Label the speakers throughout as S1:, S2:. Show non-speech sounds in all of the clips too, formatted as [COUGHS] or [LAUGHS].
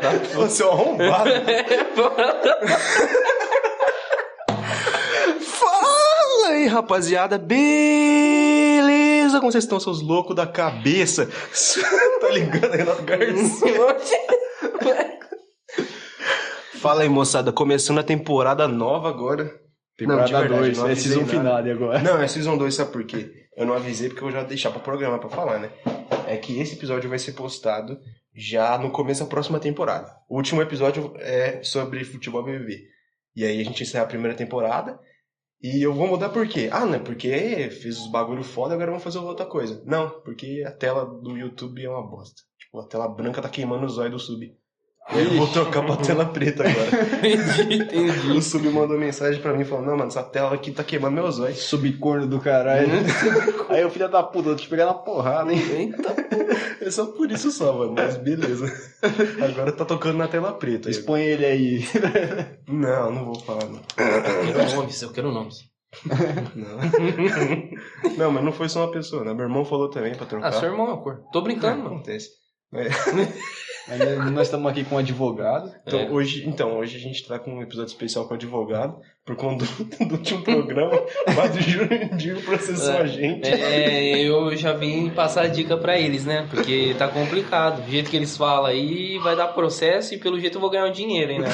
S1: tá?
S2: Você é um arrombado. [LAUGHS] Fala aí, rapaziada. Beleza? Como vocês estão, seus loucos da cabeça? [LAUGHS] tá ligando, Renato
S1: Hum.
S2: Garcia? Fala aí, moçada. Começando a temporada nova agora.
S1: Não, de verdade,
S2: dois,
S1: não
S2: né?
S1: avisei
S2: Season
S1: nada.
S2: finale
S1: agora.
S2: Não, é Season 2, sabe por quê? Eu não avisei porque eu já deixar pro programa pra falar, né? É que esse episódio vai ser postado já no começo da próxima temporada. O último episódio é sobre futebol BBB. E aí a gente encerra a primeira temporada. E eu vou mudar por quê? Ah, não, é porque fiz os bagulho foda, agora vamos fazer outra coisa. Não, porque a tela do YouTube é uma bosta. Tipo, a tela branca tá queimando os olhos do sub. E aí eu vou trocar pra tela preta agora.
S1: Entendi, entendi.
S2: o sub mandou mensagem pra mim falando, não, mano, essa tela aqui tá queimando meus olhos.
S3: Subcorno do caralho. [LAUGHS] Aí o filho da puta, eu vou te pegar na porrada, hein?
S1: Eita.
S2: É só por isso só, mano. Mas [LAUGHS] beleza. Agora tá tocando na tela preta.
S3: Expõe ele aí.
S2: Não, não vou falar, não.
S1: Eu quero nomes, eu quero nomes.
S2: [LAUGHS] Não, Não, mas não foi só uma pessoa, né? Meu irmão falou também pra trocar.
S1: Ah, seu irmão é uma cor. Tô
S2: Ah,
S1: brincando, mano.
S2: acontece.
S3: Mas nós- nós estamos aqui com um advogado.
S2: Então,
S1: É.
S2: hoje, então, hoje a gente tá com um episódio especial com o advogado, por conta do, [LAUGHS] do último programa, mas o Jurandir processou
S1: É.
S2: a gente.
S1: É, eu já vim passar a dica pra eles, né? Porque tá complicado. Do jeito que eles falam aí, vai dar processo e pelo jeito eu vou ganhar um dinheiro, hein, né?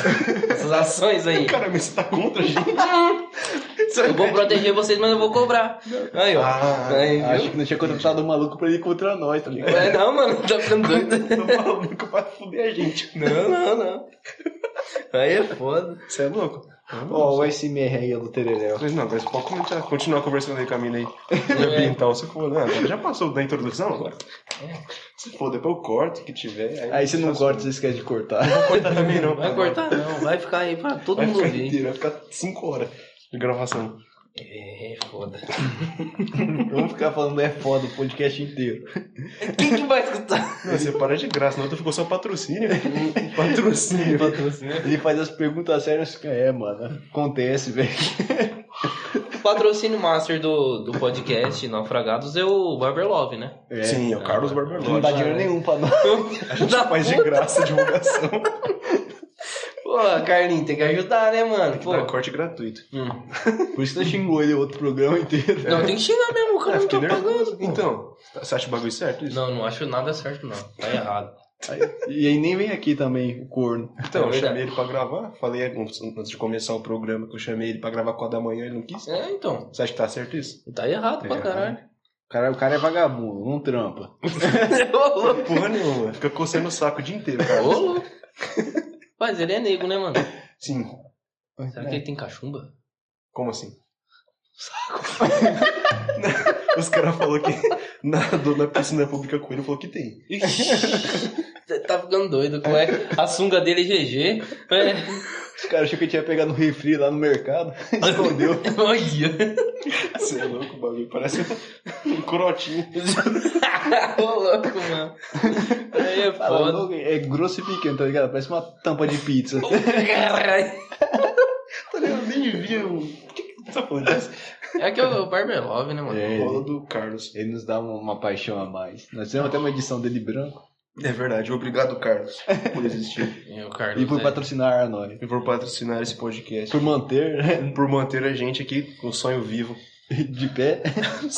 S1: Essas ações aí.
S2: Cara, mas você tá contra a gente?
S1: Eu vou proteger vocês, mas eu vou cobrar. Aí, ó.
S2: Ah,
S1: Aí, viu?
S3: Acho que não tinha contratado um maluco pra ir contra nós, tá ligado?
S1: É, não, mano, tá ficando doido.
S2: Tô maluco pra fuder a gente.
S1: Não, não, não. Aí é foda.
S2: Você é louco?
S3: Ó, o SMR aí do Tererel.
S2: Mas não, mas pode comentar- continuar conversando aí com a mina aí.
S1: É.
S2: De ambiental, você for. Né? Já passou da introdução agora?
S1: É.
S2: Se for, depois eu corto o que tiver.
S3: Aí você não
S2: faço-
S3: corta, você esquece de cortar.
S2: Não vou cortar também, não.
S1: Vai
S2: cara.
S1: cortar não, vai ficar aí pra todo
S2: Vai
S1: mundo
S2: ficar
S1: ouvir.
S2: inteiro, vai ficar 5 horas de gravação.
S1: É, foda.
S3: Vamos ficar falando é foda o podcast inteiro.
S1: Quem que vai escutar?
S2: Não, você para de graça, não, tu ficou
S1: [LAUGHS]
S2: só patrocínio. patrocínio.
S3: Ele faz as perguntas sérias. É, mano. Acontece, velho.
S1: Patrocínio master do, do podcast Naufragados é o Barber Love, né?
S3: É.
S2: Sim, é o Carlos É.
S3: Ele Não
S2: Barberlotti.
S3: dá dinheiro nenhum pra nós.
S2: A gente faz de graça a divulgação.
S1: Pô, Carlinhos, tem que ajudar, né, mano? Pô.
S2: Dá é corte gratuito.
S1: Hum.
S3: Por isso que nós xingou ele o outro programa inteiro.
S1: Não, tem que chegar mesmo, o cara
S2: Ah,
S1: não tá
S2: fiquei
S1: pagando.
S2: nervoso.
S1: pô.
S2: Então, você acha o bagulho certo? Isso?
S1: Não, não acho nada certo, não. Tá errado.
S3: Aí- E aí nem vem aqui também, o corno.
S2: Então,
S1: É
S2: eu
S1: verdade.
S2: chamei ele pra gravar. Falei "É, antes antes de começar o programa que eu chamei ele pra gravar 4 da manhã, ele não quis.
S1: É, então.
S2: Você acha que tá certo isso?
S1: Tá errado
S2: Tá
S1: pra
S2: errado.
S1: caralho. [LAUGHS]
S3: O cara, o cara é vagabundo, não trampa.
S1: Ô, louco.
S2: Porra nenhuma. Fica coçando o saco o dia inteiro,
S1: Ô,
S2: cara.
S1: louco. Mas ele é negro, né, mano?
S2: Sim.
S1: Será
S2: é.
S1: que ele tem cachumba?
S2: Como assim? Saco. [LAUGHS] Os caras falaram que nadou na piscina pública com ele falou que tem.
S1: Ixi, tá ficando doido. Qual é? A sunga dele é GG. É.
S3: Os caras achou que eu tinha pegado no refri lá no mercado. Escondeu.
S1: é um Olha.
S2: Você é louco, o bagulho. Parece um [LAUGHS] crotinho.
S1: Ô, louco, mano. Aí é
S3: Fala,
S1: foda.
S3: louco, é grosso e pequeno, tá ligado? Parece uma tampa de
S1: [LAUGHS]
S3: pizza.
S1: Ô, Caralho.
S2: Eu nem vi. O que que você tá falando disso?
S1: É que é o Barbelove, né, mano?
S3: É,
S2: Bola
S3: ele,
S2: do Carlos.
S3: ele nos dá um, uma, uma paixão a mais. Nós fizemos até uma edição dele branco
S2: É verdade. Obrigado, Carlos, por existir.
S1: É o Carlos.
S3: e por
S1: é.
S3: patrocinar a nós.
S2: E por patrocinar esse podcast.
S3: Por manter né,
S2: Por manter a gente aqui com o sonho vivo.
S3: [LAUGHS] de pé.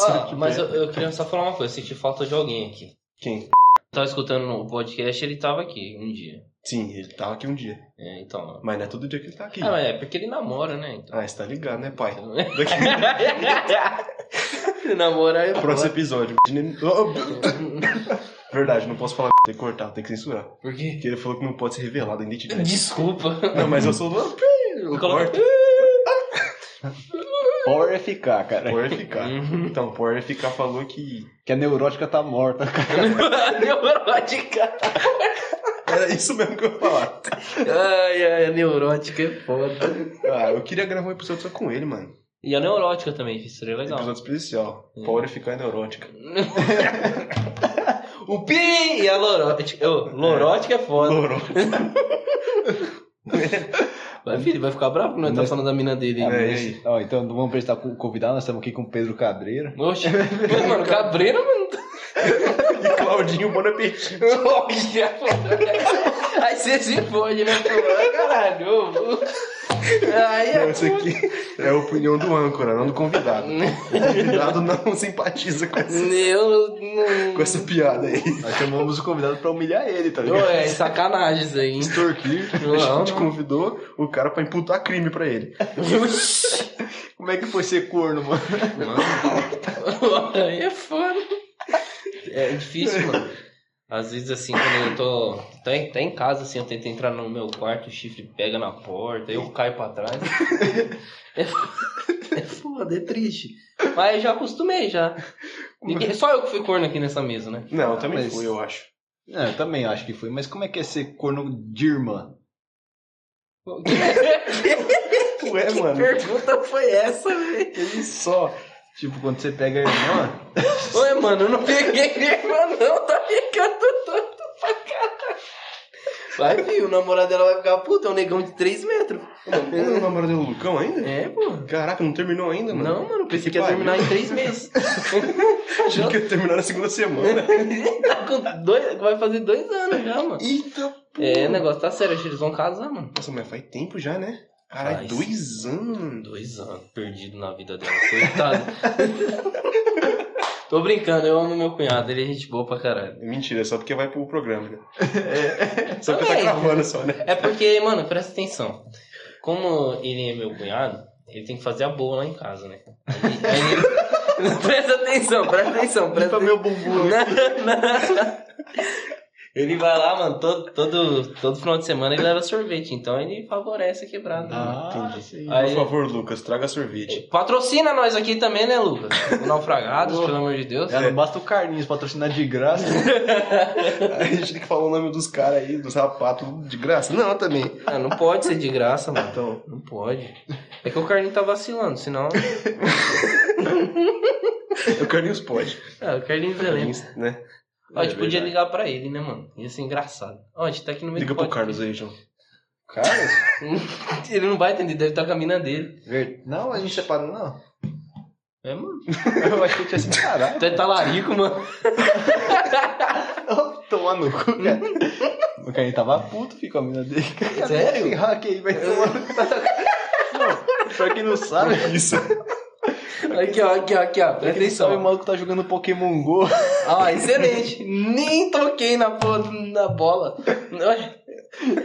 S1: Ah, mas eu, eu queria só falar uma coisa. Senti falta de alguém aqui.
S2: Quem?
S1: Tava escutando o podcast, ele tava aqui um dia.
S2: Sim, ele tava aqui um dia.
S1: É, então.
S2: Mas não é todo dia que ele tá aqui.
S1: Ah, mas é porque ele namora, né?
S2: [LAUGHS]
S1: Então.
S2: Ah, você tá ligado, né, pai?
S1: ele namora é
S2: Próximo episódio. Oh, Verdade, não posso falar. Tem que cortar, tem que censurar.
S1: Por quê?
S2: Porque ele falou que não pode ser revelado a identidade.
S1: Desculpa.
S2: Não, mas eu sou do
S1: Eu
S2: Eu
S1: coloco-
S2: corto.
S3: Power FK, cara.
S2: Power FK.
S1: Uhum.
S2: Então, Power FK falou que.
S3: Que a neurótica tá morta, cara.
S1: neurótica.
S2: Era isso mesmo que eu ia falar.
S1: Ai, ai, a neurótica é foda.
S2: Ah, eu queria gravar um episódio só com ele, mano.
S1: E a neurótica também, isso seria legal. Hum.
S2: Episódio especial. Power FK é neurótica.
S1: [LAUGHS] o pi e a lorótica. Ô, lorótica é foda.
S2: Neurótica.
S1: Vai, filho, vai ficar bravo que nós tá
S3: Mas-
S1: falando da mina dele.
S2: Ah,
S1: aí.
S2: mas- aí?
S3: Ó, então não vamos prestar com- convidado, nós estamos aqui com o Pedro Cabreira.
S1: Oxe, Mas, mano, [LAUGHS] cabreiro, mano.
S2: Então, E Claudinho Bonapetit.
S1: Oxe, é Aí você se fode, né? Pô, ah, caralho. ô, ô. Aí
S2: Não,
S1: é
S2: isso aqui é a opinião do âncora, não do convidado. O convidado não simpatiza com essa,
S1: Eu não.
S2: com essa piada aí. [LAUGHS]
S3: Nós chamamos o convidado pra humilhar ele, tá
S1: hum. Ô,
S3: ligado?
S1: é sacanagem isso aí. hein?
S2: Extorquir, a
S1: Não,
S2: gente
S1: não.
S2: convidou o cara pra imputar crime pra ele.
S3: Como é que foi ser corno, mano?
S1: Aí é foda. É difícil, mano. Às vezes, assim, quando eu tô. Tá em, tá em casa, assim, eu tento entrar no meu quarto, o chifre pega na porta, eu caio pra [LAUGHS] trás. É, fo- é foda, é triste. Mas eu já acostumei já. Ninguém- só eu que fui corno aqui nessa mesa, [LAUGHS] né?
S2: Não, eu também
S3: Mas-
S2: fui, eu acho.
S3: É, eu também acho que foi. Mas como é que é ser corno de irmã?
S2: Ué, mano,
S1: pergunta foi essa, velho?
S2: ele só.
S3: Tipo, quando você pega a irmã,
S1: Ué, mano, eu não peguei [LAUGHS] irmã, não, tá ficando tonto pra caralho. Vai, filho, o namorado dela vai ficar puta, é um negão de 3 metros.
S2: Ele tá namorado do Lucão ainda?
S1: É, pô.
S2: Caraca, não terminou ainda, mano?
S1: Não, mano, pensei
S2: Que
S1: que ia
S2: pariu.
S1: terminar em 3 [LAUGHS] meses.
S2: Achei que ia terminar na
S1: [LAUGHS]
S2: segunda semana.
S1: tá com dois, vai fazer 2 anos já, mano.
S2: Eita
S1: É, o negócio tá sério, acho que eles vão casar, mano.
S2: Nossa, mas faz tempo já, né? Caralho,
S1: Faz.
S2: dois anos.
S1: Dois anos perdido na vida dela, coitado. [LAUGHS] Tô brincando, eu amo meu cunhado, ele é gente boa pra caralho.
S2: Mentira, é só porque vai pro programa, né? Só
S1: Também.
S2: porque tá gravando só,
S1: [LAUGHS]
S2: né?
S1: É porque, mano, presta atenção. Como ele é meu cunhado, ele tem que fazer a boa lá em casa, né? Aí- aí [LAUGHS] ele- presta atenção, presta atenção, presta
S3: limpa
S1: atenção.
S3: meu bumbum.
S1: Não, não. [LAUGHS] Ele vai lá, mano, todo, todo, todo final de semana ele leva sorvete, então ele favorece a quebrada. mano.
S3: Ah, sim.
S1: Aí-
S2: Por favor, Lucas, traga sorvete.
S1: Patrocina nós aqui também, né, Lucas? O Naufragados, pelo amor de Deus.
S3: É, não basta o Carlinhos patrocinar de graça.
S2: [LAUGHS] A gente tem que falar o nome dos caras aí, dos sapatos de graça. Não, também.
S1: Ah, não pode ser de graça, mano.
S2: Então,
S1: Não pode. É que o Carlinho tá vacilando, senão.
S2: o Carlinhos pode.
S1: Ah, o Carlinhos é lento.
S2: Carlinhos, né?
S1: Ó, a gente
S2: É
S1: podia
S2: verdade.
S1: ligar pra ele, né, mano? Ia ser engraçado. Ó, a gente tá aqui no meio
S2: Liga
S1: do
S2: pro
S1: podcast.
S2: Carlos aí, João.
S1: [LAUGHS]
S3: Carlos?
S1: Ele não vai atender, deve estar com a mina dele.
S3: Ver- Não, a gente separa, não. [LAUGHS]
S1: É, mano.
S3: Eu achei que tinha sido caralho.
S1: Tu é talarico, mano.
S3: Tomar no cu, cara. O Carlinhos tava puto, ficou a mina dele. assim, Cara,
S1: Sério?
S3: Esse hack aí "Ah, vai tomar no cu. Não, Pra quem não sabe,
S2: é Isso.
S1: Aqui, ó, aqui, ó, aqui, ó. Presta
S3: pra quem não sabe, o
S1: atenção.
S3: maluco tá jogando Pokémon GO.
S1: Ah, excelente. Nem toquei na, porra- na bola. Ué,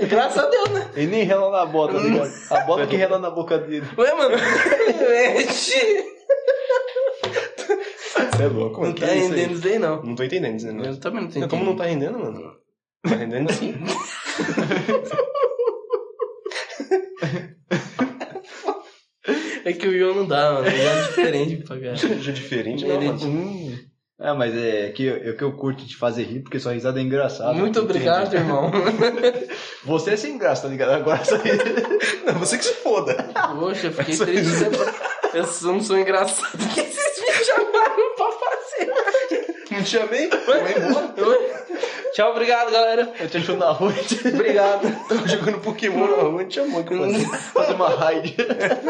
S1: Graças a Deus, né?
S3: Ele nem rela na bota, tá ligado? A bota que rela na boca dele.
S1: Ué, mano. [LAUGHS] Gente,
S2: Você é louco, mano.
S1: não
S2: Que
S1: tá
S2: é isso aí?
S1: rendendo isso aí, não.
S2: Não tô entendendo isso, né?
S1: Eu também não tô
S2: Não, Como
S1: entendendo.
S2: não tá rendendo, mano? Tá rendendo sim.
S1: É que o Ion não dá, mano. Ele é diferente pra caralho.
S2: Já é diferente, não,
S1: Ele-
S2: mano.
S3: Hum. É, mas é que eu, é que eu curto te fazer rir, porque sua risada é engraçada.
S1: Muito obrigado, irmão.
S3: Você é sem graça, tá ligado? Agora essa risada-
S2: Não, você que se foda.
S1: Poxa, eu fiquei
S2: Essa
S1: triste. Eu sou- não sou engraçado. [LAUGHS] Por que vocês me chamaram pra fazer?
S2: Não te amei? Vai embora.
S1: Oi? Tchau, obrigado, galera.
S3: Eu te achou na rua [LAUGHS]
S1: Obrigado.
S2: Tava jogando Pokémon na rua, não te amou. Que fazer.
S3: fazer uma raid. [LAUGHS]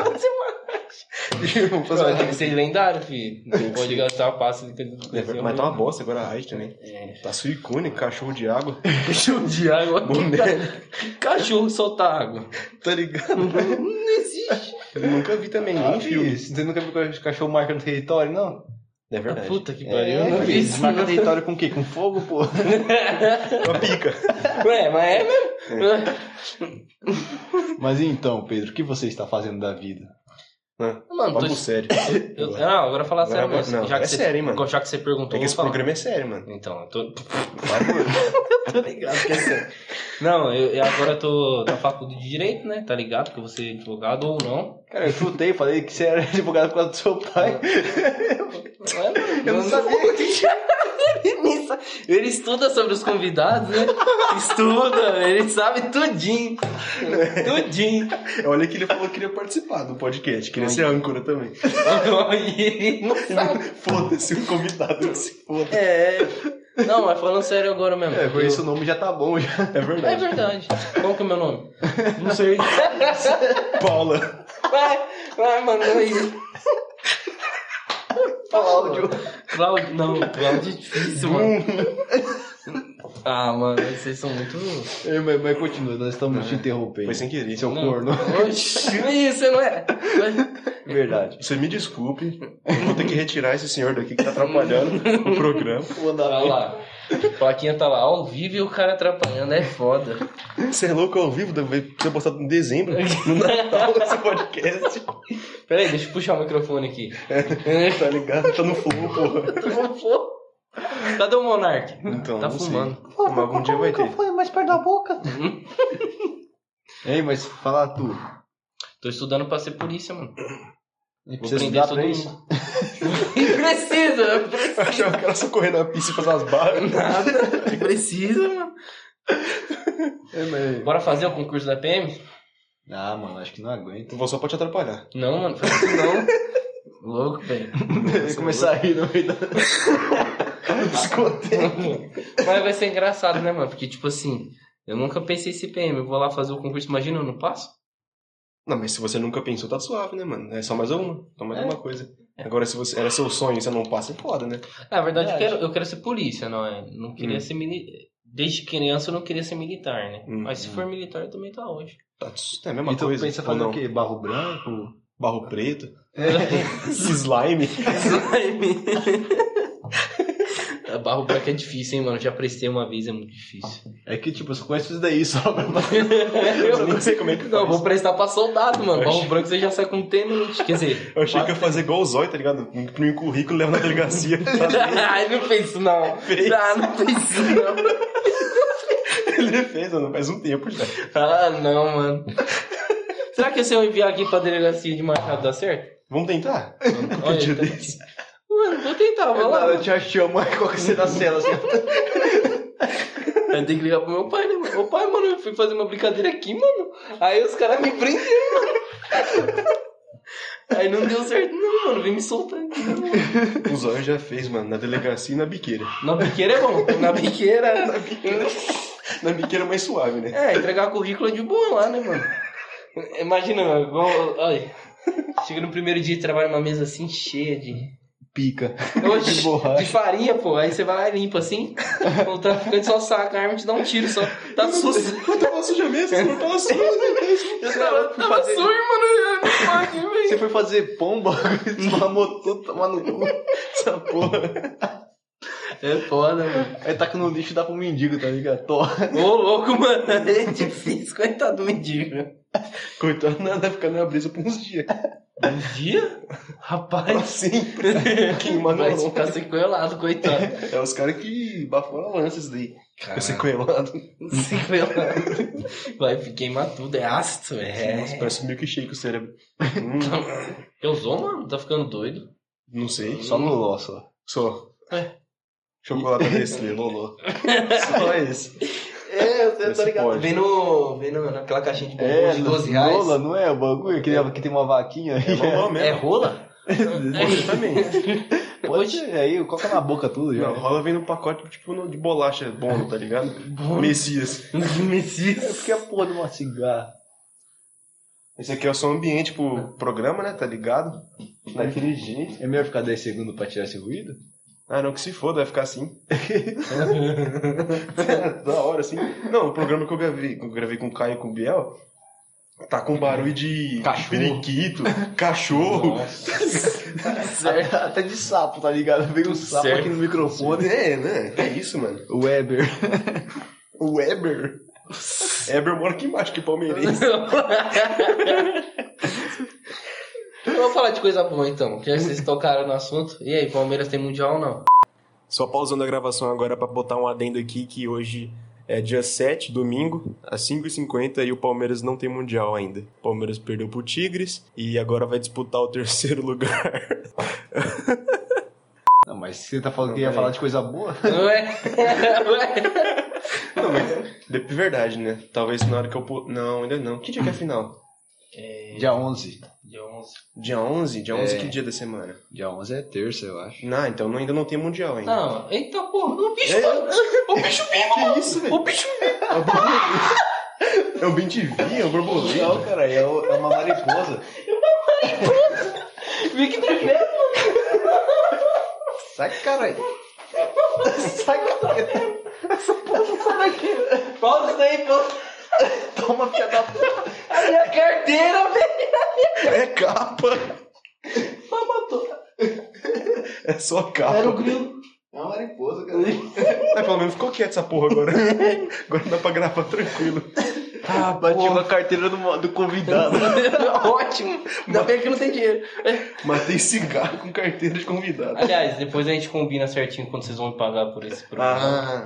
S2: Vamos fazer
S1: Mas
S2: uma
S1: tem que ser lendário, filho. Não pode gastar a pasta de
S2: É,
S1: né?
S2: Mas tá uma bosta agora a Raid também. Tá Suicune, cachorro de água. [LAUGHS]
S1: Cachorro É. de água.
S2: Boné.
S1: Cachorro soltar água.
S2: Tá ligado?
S1: Não existe.
S2: Eu nunca vi também, nem
S3: Ah,
S2: em filme.
S3: Você nunca viu que o cachorro marca no território, não?
S2: É verdade.
S1: Puta que
S3: É,
S1: pariu, eu não vi
S3: eles
S1: isso.
S3: marcam território com o quê? Com fogo, pô?
S2: Uma pica.
S1: Ué, mas é mesmo?
S3: Mas então, Pedro, o que você está fazendo da vida?
S1: Mano, tô...
S2: Papo sério.
S1: eu- não, agora falar sério
S2: Agora-
S1: mesmo.
S2: não,
S1: já que
S2: é
S1: você,
S2: sério, hein, mano.
S1: Já que você perguntou,
S2: É que
S1: eu
S2: esse
S1: vou falar.
S2: programa é sério, mano.
S1: Então, eu tô...
S2: Vai, mano.
S1: Tô ligado, que é sério. Não, eu, eu agora tô na faculdade de Direito, né? Tá ligado? Que eu vou ser advogado ou não.
S3: Cara, eu chutei, falei que você era [LAUGHS] advogado por causa do seu pai.
S1: Não
S2: [LAUGHS]
S1: é, mano?
S3: Eu não sabia.
S1: Ele sa- ele estuda sobre os convidados,
S2: [LAUGHS]
S1: né? Estuda, ele sabe tudinho.
S2: [LAUGHS]
S1: Tudinho.
S2: Olha que ele falou que queria participar do podcast, queria ser âncora também.
S1: Ele não sabe.
S2: Foda-se o convidado, se foda.
S1: É. Não, mas falando sério agora mesmo.
S3: É, com
S1: Eu-
S3: isso o nome já tá bom, já.
S2: É
S1: É
S2: verdade.
S1: verdade. Qual que é o meu nome?
S2: Não sei. Paula.
S1: Vai, vai, mano, aí.
S3: Cláudio.
S1: Cláudio, não, Cláudio é difícil, mano. [LAUGHS] Ah, mano, vocês são muito.
S3: Ei, mas, mas continua, nós estamos te interrompendo.
S2: Foi sem querer. é
S3: Seu
S1: Não.
S3: corno.
S1: Oxi, [LAUGHS] isso não é.
S3: Verdade.
S2: Você me desculpe, eu vou ter que retirar esse senhor daqui que tá atrapalhando o programa.
S3: O
S1: Tá
S3: andamento.
S1: lá. A plaquinha tá lá ao vivo e o cara atrapalhando, é foda.
S2: Você é louco ao vivo, deve ser postado em dezembro, no Natal, esse podcast.
S1: Pera aí, deixa eu puxar o microfone aqui.
S2: Tá ligado? Tá no fogo, porra.
S1: Cadê o Monark?
S2: Então,
S1: Tá
S2: não sei.
S1: fumando.
S2: Mas
S3: um
S2: algum dia vai ter.
S3: mais perto da boca.
S1: Uhum.
S3: [LAUGHS] Ei, mas fala tu.
S1: Tô estudando pra ser polícia, mano.
S3: E
S1: Vou
S3: precisa
S1: prender
S3: estudar
S1: todo
S3: pra isso?
S1: mundo. precisa,
S2: Eu
S1: precisa.
S2: achava que era só correr na pista e fazer as barras.
S1: Nada. Precisa, mano.
S3: É, mas...
S1: Bora fazer o concurso da PM?
S3: Ah, mano, acho que não aguento.
S2: Eu vou só pra te atrapalhar.
S1: Não, mano, faz isso não. Louco, velho.
S3: Ele começar a rir no meio da...
S1: Mas vai ser engraçado, né, mano? Porque, tipo assim, eu nunca pensei em ser PM. Eu vou lá fazer o concurso, imagina, eu não passo?
S2: Não, mas se você nunca pensou, tá suave, né, mano? É só mais uma. Só mais
S1: É.
S2: uma coisa. Agora, se você era seu sonho e você não passa, é foda, né?
S1: Na verdade, eu
S3: Verdade.
S1: quero, eu quero ser polícia, não é? Não queria
S2: Hum.
S1: ser militar. Desde criança eu não queria ser militar, né?
S2: Hum.
S1: Mas se for militar, também tá hoje.
S2: Tá, é a mesma
S3: e tu
S2: coisa.
S3: Então pensa
S2: ou
S3: fazer
S2: não?
S3: o quê? Barro branco?
S2: Barro preto?
S3: É.
S2: Slime?
S1: A [LAUGHS] barro branco é difícil, hein, mano? Já prestei uma vez, é muito difícil.
S3: É que, tipo, eu só conheço isso daí só pra...
S2: Eu
S1: eu
S2: nem sei como é que
S1: não, eu
S2: faz.
S1: vou prestar pra soldado, mano.
S2: Eu
S1: Barro
S2: achei-
S1: branco você já sai com tenente. Quer dizer,
S2: Eu achei que eu ia fazer igual o Zóio, tá ligado? Imprimir currículo, leva
S1: [LAUGHS]
S2: na delegacia.
S1: ai, não fez isso não.
S2: Fez.
S1: Ah, não fez isso não.
S2: Ele fez, mano, faz um tempo já.
S1: Ah, não, mano. Será que se eu enviar aqui pra delegacia de Machado dá
S2: [LAUGHS]
S1: certo?
S2: Vamos tentar?
S1: Olha,
S2: Pediu
S1: tá-
S2: desse.
S1: Mano, vou tentar, vou
S2: É
S1: lá.
S3: te achei uma coisa você na cela, assim.
S1: Eu tenho que ligar pro meu pai, né, mano? Ô pai, mano, eu fui fazer uma brincadeira aqui, mano. Aí os caras me prenderam, mano. Aí não deu certo, não, mano. Vem me soltar aqui, né, mano.
S2: O Zóio já fez, mano, na delegacia e na biqueira.
S1: Na biqueira é bom. Na biqueira.
S2: Na biqueira é mais suave, né?
S1: É, entregar currículo é de boa lá, né, mano? Imagina, mano. igual- Olha. Chega no primeiro dia de trabalho numa mesa assim cheia de.
S3: Pica.
S1: Oxi,
S3: De borracha.
S1: de farinha, pô. Aí você vai lá e limpa assim. O traficante só saca a arma e te dá um tiro só. Tá [LAUGHS] susto.
S2: Eu tava suja mesmo, eu tava né? suja mesmo.
S1: Eu tava, tava sujo, mano. Eu não pode, velho.
S3: [LAUGHS] Você foi fazer [LAUGHS] pomba, esmamou tudo, tomar no cu. Essa porra.
S1: É foda, mano.
S3: Aí taca no lixo e dá pro mendigo, tá ligado? Tô.
S1: Ô, louco, mano. [LAUGHS] É difícil. Coitado do mendigo.
S2: Coitado, nada, vai ficar na brisa por uns dias.
S1: Um dia? Rapaz.
S2: Assim, queimando
S1: Vai
S2: a mão.
S1: ficar sequelado, coitado.
S2: É os caras que bafaram a lança isso daí. Fica
S1: Caraca.
S2: sequelado.
S1: Sequelado. [LAUGHS] Vai queimar tudo. É ácido,
S2: Nossa,
S1: é.
S2: parece um milkshake o cérebro. Hum,
S1: Eu sou, mano. Tá ficando doido.
S2: não sei.
S3: Só no ló, só.
S2: Só.
S1: É.
S2: Chocolate Nestlé, lolô.
S3: Só esse.
S1: É, eu
S2: Esse tá ligado. pode.
S1: Vem, no, vem no, naquela caixinha de bombom
S3: É,
S1: de 12 reais.
S3: Lola, não é o bagulho? Que, que tem uma vaquinha aí.
S2: É lolô mesmo.
S1: É
S2: [LAUGHS]
S1: rola?
S2: Rola também.
S3: Pode ser, aí, coloca na boca tudo. Já.
S2: Não, rola vem num pacote tipo no- de bolacha bom, tá ligado? Messias.
S3: É porque a porra de uma cigarra.
S2: Esse aqui é o som ambiente pro programa, né? Tá ligado? Daquele jeito.
S3: É melhor ficar 10 segundos pra tirar esse ruído?
S2: Ah, não, que se foda, vai ficar assim. da hora, assim. Não, o programa que eu gravei, que eu gravei com o Caio e com o Biel, tá com barulho de
S1: Cachorro.
S2: periquito, cachorro.
S1: Certo.
S3: Até de sapo, tá ligado? Veio um sapo
S1: Certo.
S3: aqui no microfone.
S2: É, né? É isso, mano.
S3: Weber.
S2: O Eber. Eber mora aqui embaixo, que é palmeirense.
S1: Vamos falar de coisa boa então, já que vocês tocaram no assunto. E aí, Palmeiras tem mundial ou não?
S2: Só pausando a gravação agora pra botar um adendo aqui que hoje é dia 7, domingo, às 5h50 e o Palmeiras não tem mundial ainda. O Palmeiras perdeu pro Tigres e agora vai disputar o [LAUGHS] terceiro lugar.
S3: Não, mas você tá falando que
S2: Não,
S3: ia
S2: peraí.
S3: falar de coisa boa?
S1: Ué? [LAUGHS] Ué?
S2: De verdade, né? Talvez na hora que eu... pu- Não, ainda não. Que dia que é a final?
S3: Dia 11.
S1: Dia 11.
S2: Dia 11? Dia 11
S3: É.
S2: que dia da semana?
S3: Dia 11 é terça, eu acho.
S2: Não, então não- ainda não tem mundial ainda.
S1: Não, eita porra, o bicho.
S2: É.
S1: O bicho vivo,
S2: Que
S1: mano.
S2: isso, velho?
S1: O bicho
S2: [LAUGHS] É o borboleta. É o Bintivi, é o borboleta.
S3: Não, cara, é, o- é uma mariposa.
S1: vivo. Vem que tremendo.
S3: Sai, caralho. Sai, caralho.
S1: Pausa isso daí, pausa.
S3: Toma, filha da puta.
S1: A minha carteira, velho.
S2: É capa.
S1: Mas matou.
S2: É só capa.
S1: Era um- o grilo.
S3: É uma mariposa, cara.
S2: Mas pelo menos ficou quieto essa porra
S1: [LAUGHS]
S2: agora. agora dá pra gravar tranquilo.
S3: Ah, bati com a carteira do, mo- do convidado.
S1: [LAUGHS] Ótimo. Ainda bem que não tem dinheiro.
S2: Matei cigarro com carteira de convidado.
S1: Aliás, depois a gente combina certinho quando vocês vão me pagar por esse programa.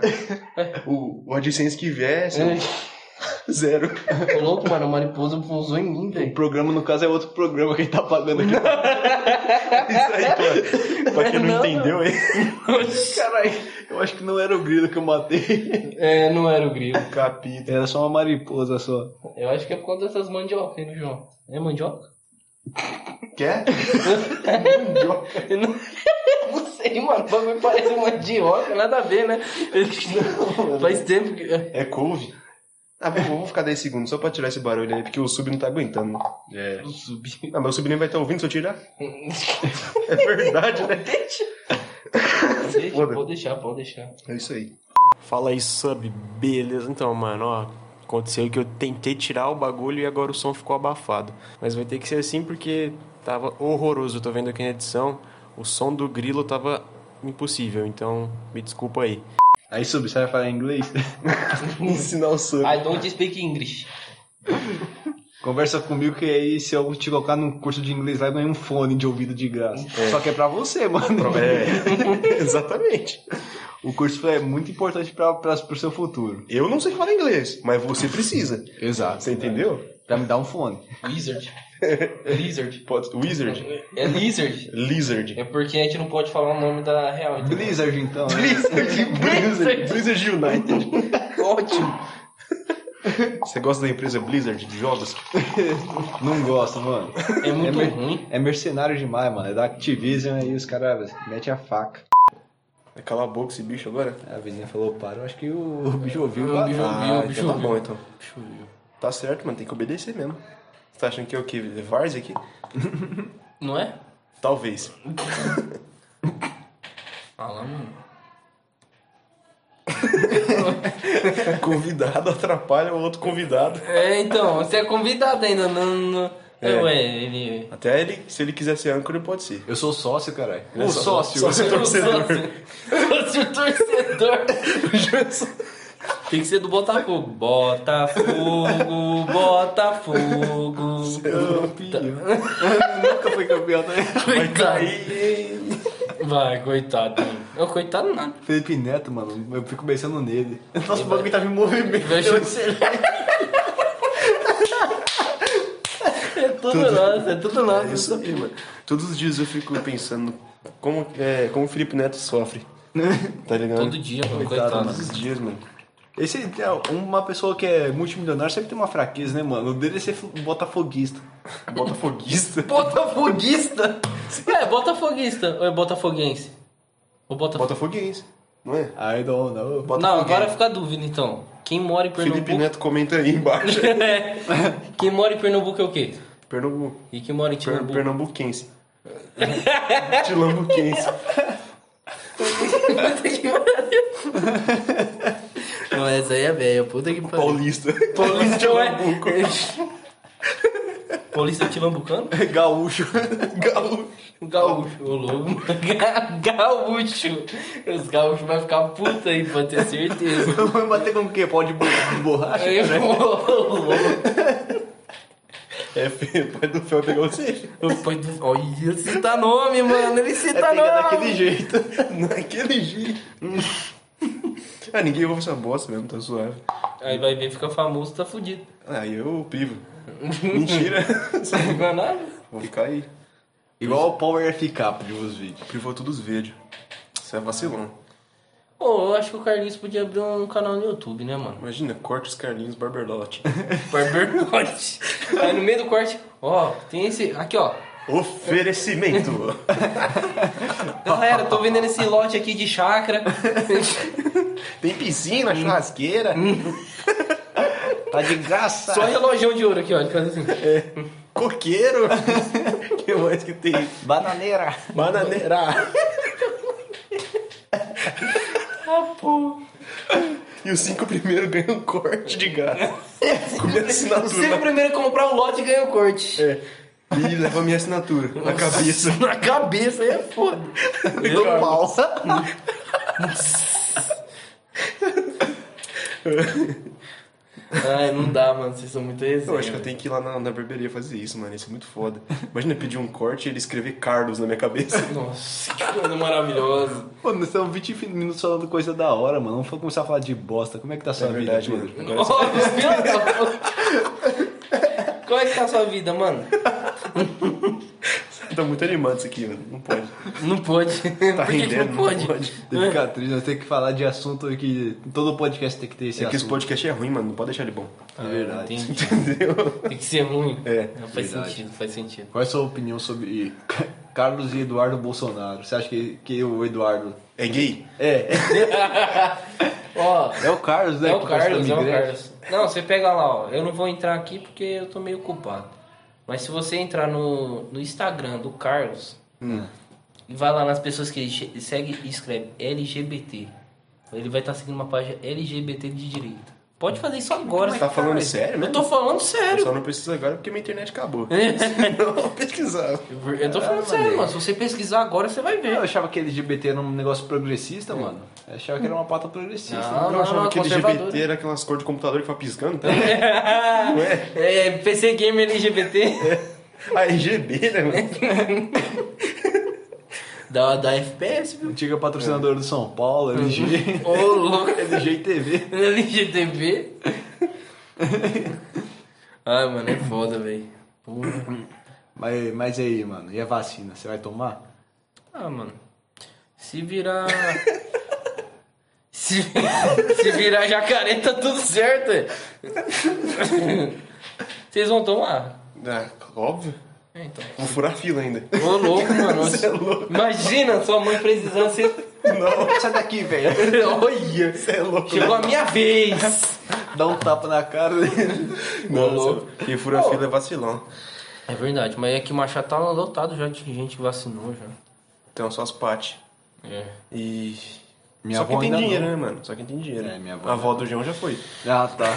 S2: Ah. o, o AdSense que vier, assim,
S1: É,
S2: zero.
S1: Tô louco, mano. A mariposa pousou em mim,
S3: O
S1: velho.
S3: programa, no caso, é outro programa que ele tá pagando aqui.
S2: [LAUGHS] Isso aí, pra, pra quem não,
S1: Não, não.
S2: entendeu, hein?
S3: Caralho, eu acho que não era o grilo que eu matei.
S1: É, não era o grilo.
S2: Capítulo.
S3: Era só uma mariposa só.
S1: Eu acho que é por conta dessas mandioca aí no João. É mandioca?
S2: Quer?
S1: Eu não, não sei, mano. O bagulho parece uma mandioca, nada a ver, né? Faz tempo que.
S2: É couve? Ah, vou, vou ficar 10 segundos só pra tirar esse barulho aí, porque o sub não tá aguentando. É.
S1: Eu subi.
S2: Ah, mas o sub nem vai estar ouvindo se eu tirar? É verdade, né?
S1: Deixa,
S2: Foda.
S1: pode deixar, pode deixar.
S2: É isso aí.
S4: Fala aí, sub, beleza? Então, mano, ó, aconteceu que eu tentei tirar o bagulho e agora o som ficou abafado. Mas vai ter que ser assim porque tava horroroso, eu tô vendo aqui na edição, o som do grilo tava impossível, então me desculpa aí.
S3: Aí sub, você vai falar inglês?
S2: Ensinar
S4: [LAUGHS]
S2: o sub.
S1: I don't speak English.
S3: Conversa comigo que aí se eu te colocar num curso de inglês lá, eu ganho um fone de ouvido de graça. Só que é pra você, mano.
S2: É, exatamente.
S3: O curso é muito importante pra, pra, pro seu futuro.
S2: Eu não sei falar inglês, mas você precisa.
S3: Exato.
S2: Você entendeu?
S3: Pra me dar um fone.
S1: Lizard. Lizard.
S2: Pode- Wizard.
S1: É lizard.
S2: Lizard.
S1: É porque a gente não pode falar o nome da real. entendeu?
S3: Blizzard, então. né?
S2: Blizzard. Blizzard. Blizzard United.
S1: Ótimo.
S2: Você gosta da empresa Blizzard de jogos?
S3: [LAUGHS] Não gosto, mano.
S1: É muito
S3: mer-
S1: ruim.
S3: É mercenário demais, mano. É da Activision aí os caras metem a faca.
S2: Vai calar a boca esse bicho agora?
S3: A vizinha falou, para, eu acho que o [LAUGHS] bicho ouviu.
S1: O bicho- ouviu,
S3: Ah,
S2: então
S1: bicho
S2: tá
S1: ouviu.
S2: bom então. Tá certo, mano, tem que obedecer mesmo. Você tá achando que é o quê? Vars aqui?
S1: Não é?
S2: Talvez.
S1: [LAUGHS] Fala, mano.
S2: [LAUGHS] Convidado atrapalha o outro convidado.
S1: É, então, você é convidado ainda. Não, não...
S2: É.
S1: É. Ué, ele.
S2: Até ele, se ele quiser ser âncora, ele pode ser.
S3: Eu sou sócio, caralho.
S2: Ele é
S3: [LAUGHS]
S2: só- Sócio
S1: [LAUGHS]
S2: torcedor.
S1: Sócio torcedor. Tem que ser do Botafogo. Botafogo, Botafogo.
S3: Campeão. Nunca foi campeão também.
S1: Coitado.
S2: Aí,
S1: Vai, coitado. Eu, coitado nada.
S3: Felipe Neto, mano, eu fico pensando nele. Nossa, o
S2: tá
S3: bagulho tava em movimento.
S1: Vai chutar. É tudo nosso, é tudo nosso.
S2: é isso aí, mano. Todos os dias eu fico pensando como, é, como o Felipe Neto
S1: [LAUGHS]
S2: sofre. Tá ligado?
S1: Todo dia, mano,
S3: Coitado,
S1: coitado.
S2: Todos os dias, mano.
S3: Esse, é, uma pessoa que é multimilionária sempre tem uma fraqueza, né, mano? O dele é ser fu- botafoguista. [LAUGHS]
S2: Botafoguista.
S1: Botafoguista? É, botafoguista. Ou é botafoguense? Ou Botafogo...
S2: Botafoguense, não é?
S3: I don't know.
S1: Não,
S2: Botafoguense.
S3: é
S1: agora fica a dúvida, então. Quem mora em Pernambuco...
S2: Felipe Neto comenta aí
S3: [LAUGHS]
S2: embaixo.
S1: É. [LAUGHS] Quem mora em Pernambuco é o quê?
S2: Pernambuco.
S1: E quem mora em
S2: Per-
S1: Timbu? [LAUGHS]
S2: Pernambuquense.
S3: [LAUGHS]
S2: Tilambuquense.
S1: Não, essa aí é velha, puta que pariu.
S2: Paulista.
S1: Paulista
S3: é
S2: Tilambuco.
S1: Paulista tilambucano?
S3: É [LAUGHS] gaúcho.
S2: [LAUGHS] Galo.
S1: Gaúcho, ô louco. Ga- [LAUGHS] Gaúcho. Os gaúchos vão ficar puta aí, pode ter certeza.
S3: [LAUGHS] Então Vai bater com o quê? Pau de bo- de borracha?
S1: Aí, ô louco.
S2: É feio, pai do Fel pegar você.
S1: O pai do- Olha, cita nome, mano. Ele
S3: É
S1: cita
S3: pegar
S1: nome.
S3: daquele
S2: [LAUGHS]
S3: jeito.
S2: Naquele Tá jeito.
S3: Hum.
S2: ah, ninguém ouve essa bosta mesmo, tá suave.
S1: Aí vai ver, fica famoso, tá fudido.
S2: Ah, eu pivo.
S3: [LAUGHS]
S2: Mentira.
S3: Tá
S1: Não é nada.
S2: Vou ficar aí.
S3: Igual o Power FK de os vídeos.
S2: Pivou todos os vídeos. Isso é vacilão.
S1: Pô, eu acho que o Carlinhos podia abrir um canal no YouTube, né, mano?
S2: Imagina, corte os Carlinhos Barberlote. [LAUGHS]
S1: Barberlote. Aí no meio do corte, ó, tem esse. Aqui, ó.
S2: Oferecimento.
S1: Galera, tô vendendo esse lote aqui de chácara.
S2: [LAUGHS] Tem piscina, churrasqueira. [LAUGHS]
S3: Tá de graça.
S1: Só relógio de ouro aqui, ó. Ele faz assim.
S2: Coqueiro. [LAUGHS] que mais que tem?
S3: Bananeira.
S2: [LAUGHS] Bananeira.
S1: Ah, pô.
S2: E os cinco primeiros ganham um corte de gato. Com minha
S1: O sempre
S2: assinatura.
S1: primeiro a comprar um lote ganha o corte.
S2: É. E leva minha assinatura na cabeça.
S1: Na cabeça aí é foda.
S2: Eu
S1: mal. Ai, não dá, mano. Vocês são muito resenha.
S2: Eu acho que eu tenho que ir lá na, na barbearia fazer isso, mano. Isso é muito foda. Imagina eu pedir um corte e ele escrever Carlos na minha cabeça.
S1: [LAUGHS] Nossa, que coisa maravilhosa.
S3: Mano, nós estamos 20 minutos falando coisa da hora, mano. Vamos começar a falar de bosta. Como é que tá a sua
S2: É
S3: vida,
S2: verdade,
S3: Pedro?
S2: mano. Agora
S1: Nossa, [LAUGHS] filha da puta. Como é que tá a sua vida, mano?
S2: Tá muito animado isso aqui, mano. Não pode. É
S1: Não pode. [LAUGHS] Por que que
S2: Tá rendendo,
S1: não
S2: não
S1: pode?
S2: pode.
S3: Tem ficar triste, nós temos que falar de assunto que todo podcast tem que ter esse
S2: é que esse
S3: assunto.
S2: podcast é ruim, mano. Não pode deixar ele bom.
S1: É
S3: verdade.
S1: Tem,
S2: Entendeu?
S1: tem que ser ruim.
S2: É,
S1: Não faz
S3: verdade.
S1: sentido, faz sentido.
S3: Qual é a sua opinião sobre [LAUGHS] Carlos e Eduardo Bolsonaro? Você acha que, que o Eduardo...
S2: É gay?
S3: É,
S1: Ó,
S3: é o Carlos, né?
S1: É o
S3: que participou
S1: Carlos,
S3: da
S1: é o
S3: Migrante.
S1: Carlos. Não, você pega lá, ó. Eu não vou entrar aqui porque eu tô meio culpado. Mas se você entrar no, no Instagram do Carlos e vai lá nas pessoas que ele che- segue e escreve LGBT, ele vai estar seguindo uma página LGBT de direita. Pode fazer isso agora.
S2: Você tá
S1: caralho.
S2: falando sério
S1: Eu
S2: mesmo?
S1: tô falando
S2: Eu
S1: sério.
S2: só não preciso agora porque minha internet
S1: [LAUGHS]
S2: acabou.
S1: Eu
S2: [LAUGHS] Não, vou pesquisar.
S1: tô falando sério, mano. Se você pesquisar agora, você vai
S2: É.
S1: ver.
S3: Eu achava que LGBT era um negócio progressista, mano. Eu achava que era uma pauta progressista.
S1: Não,
S2: eu
S1: não,
S2: achava
S1: não,
S2: que
S1: conservador. né?
S2: LGBT era aquelas cores de computador que vai piscando, tá?
S1: [LAUGHS] É, PC Gamer LGBT.
S2: A RGB, né, mano?
S1: Dá, dá FPS, viu?
S3: Antiga patrocinadora do São Paulo, [LAUGHS] LG,
S1: Ô, louco.
S3: LG TV.
S1: LGTB? Ai, mano, é foda, velho. Porra.
S3: Mas, mas e aí, mano, e a vacina? Você vai tomar?
S1: Ah, mano. Se virar. Se, se virar jacaré, tá tudo certo. é. Vocês vão tomar.
S2: Ah, óbvio.
S1: É, Então.
S2: Vou furar a fila ainda.
S1: Ô, louco, mano.
S2: Você é louco.
S1: Imagina sua mãe precisando ser.
S2: Não,
S3: [LAUGHS] Sai daqui, velho.
S1: Olha!
S2: você é louco.
S1: Chegou a minha vez!
S3: Dá um tapa na cara dele.
S2: Não,
S1: louco.
S2: você- Quem fura a fila é vacilão.
S1: É verdade, mas é que Machado tá lotado já de gente que vacinou já.
S2: Então, só as pate.
S1: É.
S2: E.
S3: Minha
S2: Só
S3: avó
S2: quem tem
S3: ainda
S2: dinheiro,
S3: não.
S2: né, mano? Só quem tem dinheiro.
S3: É, minha avó
S2: a avó do João já foi.
S3: Ah, tá.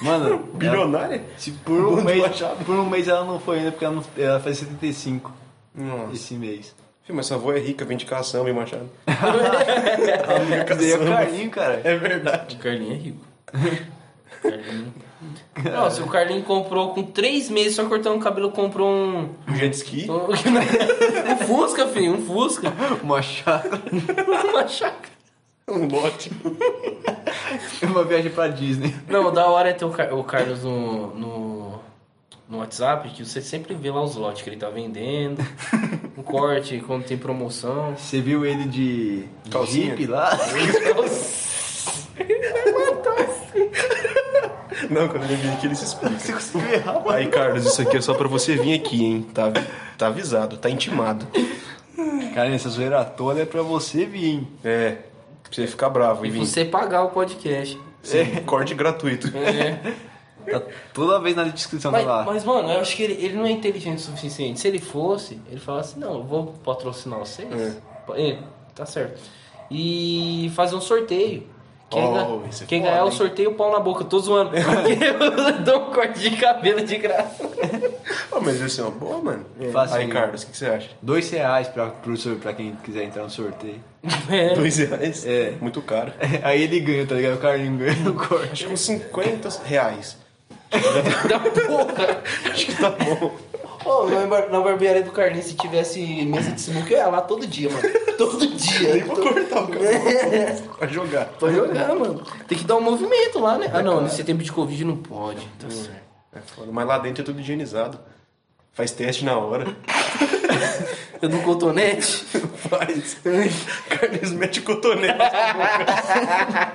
S3: Mano,
S2: Bilionária?
S3: ela- se por um,
S2: Dono de
S3: mês,
S2: Machado.
S3: por um mês ela não foi ainda, porque ela, não, ela faz 75
S2: Nossa.
S3: esse mês.
S2: Fih, mas sua avó é rica, vende caçamba, hein, Machado?
S3: Daí é o carinho, cara.
S2: É verdade.
S1: O Carlinho é rico. Carlinho. Nossa, o Carlinho comprou com três meses só cortando o cabelo, comprou um.
S2: Um jet ski?
S3: [LAUGHS]
S1: Um, [LAUGHS] um Fusca, filho, um Fusca. [LAUGHS]
S3: Uma chácara,
S1: Uma chácara.
S2: Um lote.
S3: É uma viagem pra Disney.
S1: Não, o da hora é ter o, Car- o Carlos no, no, no WhatsApp, que você sempre vê lá os lotes que ele tá vendendo. Um corte quando tem promoção.
S3: [LAUGHS] Você viu ele de
S2: Calcinha.
S3: Jeep lá? [LAUGHS]
S2: Não, quando ele vem aqui, ele se
S3: Você
S2: explica.
S3: conseguiu errar,
S2: [LAUGHS]
S3: mano.
S2: Aí, Carlos, isso aqui é só pra você vir aqui, hein? Tá, tá avisado, tá intimado.
S3: Cara, essa zoeira toda é pra você vir. hein?
S2: É, pra você ficar bravo
S1: E
S2: e vir.
S1: você pagar o podcast.
S2: Sim, corte gratuito.
S1: É.
S3: Tá toda vez na descrição
S1: Mas,
S3: tá lá.
S1: mas, mano, eu acho que ele, ele não é inteligente o suficiente. Se ele fosse, ele falasse, não, eu vou patrocinar vocês. É, tá certo. E fazer um sorteio. Quem,
S2: Oh,
S1: ga-
S2: isso é
S1: quem
S2: foda,
S1: ganhar o
S2: hein? É.
S1: sorteio, pau na boca. Eu tô zoando. Porque [LAUGHS] eu dou um corte de cabelo de graça.
S2: Ah, mas isso é uma boa, mano.
S3: Fácil,
S2: Aí,
S3: né?
S2: Carlos, o que, que você acha?
S3: Dois reais pra, pro, sor- pra quem quiser entrar no sorteio. [LAUGHS]
S1: É.
S2: Dois reais?
S3: É.
S2: Muito caro.
S3: Aí ele ganha, tá ligado? O Carlinho ganha o corte.
S2: Acho que uns 50 reais.
S1: [LAUGHS]
S2: [LAUGHS]
S1: Da porra.
S2: Acho que tá bom.
S1: Ô, na bar- na barbearia do Carlinhos, se tivesse mesa de sinuca, eu ia lá todo dia, mano. Todo dia. É.
S2: Nem vou cortar o cabelo. Vai jogar.
S1: Pra jogar, mano. Tem que dar um movimento lá, né? Ah, não, nesse tempo de Covid não pode. Tá certo.
S2: É foda, mas lá dentro é tudo higienizado. Faz teste na hora. [LAUGHS]
S1: Eu dou um cotonete.
S2: Faz. Carlos mete cotonete na boca.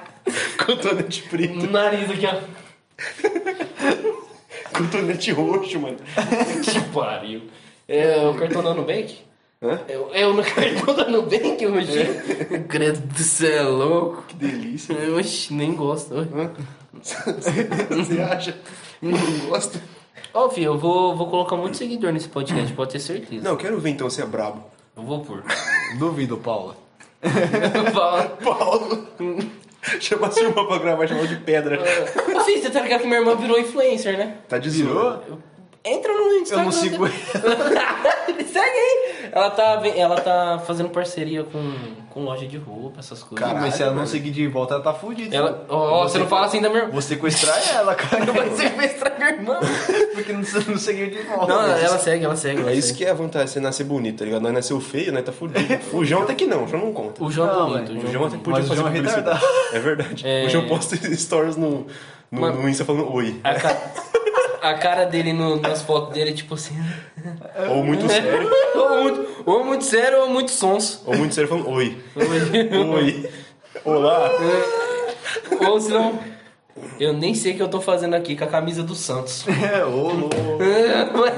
S2: [LAUGHS] cotonete preto.
S1: No nariz aqui, ó.
S2: Cotonete roxo, mano.
S1: Que pariu. É o cartão da Nubank?
S2: Hã?
S1: É, o- [LAUGHS] é o cartão da Nubank, hoje? Credo, você é louco. Que delícia. Oxi, nem gosto.
S2: Você acha? Não gosto.
S1: Ó, filho, eu vou, vou colocar muito seguidor nesse podcast, pode ter certeza.
S2: Não, eu quero ver então se é brabo.
S1: Eu vou pôr.
S3: Duvido, Paula.
S1: [LAUGHS] Fala.
S2: Paulo. Chama sua irmã pra gravar, chama de pedra.
S1: Ô, filho, você tá ligado que minha irmã virou influencer, né?
S2: Tá de
S3: Virou?
S2: zoa.
S1: Entra no Instagram.
S3: não sigo
S1: ela. [LAUGHS] Segue aí. Ela tá, ven- ela tá fazendo parceria com, com loja de roupa, essas coisas.
S2: Caralho.
S3: Mas se ela não
S2: velho.
S3: seguir de volta, ela tá fudida.
S1: Ela, ó, você, não fala
S3: [LAUGHS]
S1: assim da minha irmã.
S3: Vou sequestrar ela, cara.
S1: Você fez pra minha irmã.
S3: [LAUGHS] Porque não, não seguiu de volta.
S1: Não, ela segue, ela segue. ela
S2: É isso
S1: segue.
S2: que é a vantagem, você nascer bonito, tá ligado? Nós nasceu feio, né? Tá fudido. O João até que não, o João não conta.
S1: O João é
S3: Não,
S1: bonito.
S2: O
S1: O
S2: João
S1: João é
S2: até
S1: bonito.
S2: podia
S3: Mas o
S2: fazer
S3: João é
S2: publicidade.
S3: retardado.
S2: É verdade.
S1: É.
S2: O João posta stories no, no,
S1: Mano.
S2: no Insta falando oi.
S1: A, ca- a cara dele no- nas fotos dele é tipo assim.
S2: Ou
S1: É.
S2: muito sério.
S1: [LAUGHS] ou, muito, ou muito sério ou muito sonso. [LAUGHS]
S2: Ou muito sério falando oi. Oi. Olá.
S1: Ou senão. Eu nem sei o que eu tô fazendo aqui com a camisa do Santos. [LAUGHS]
S3: É, [LAUGHS] ô, louco.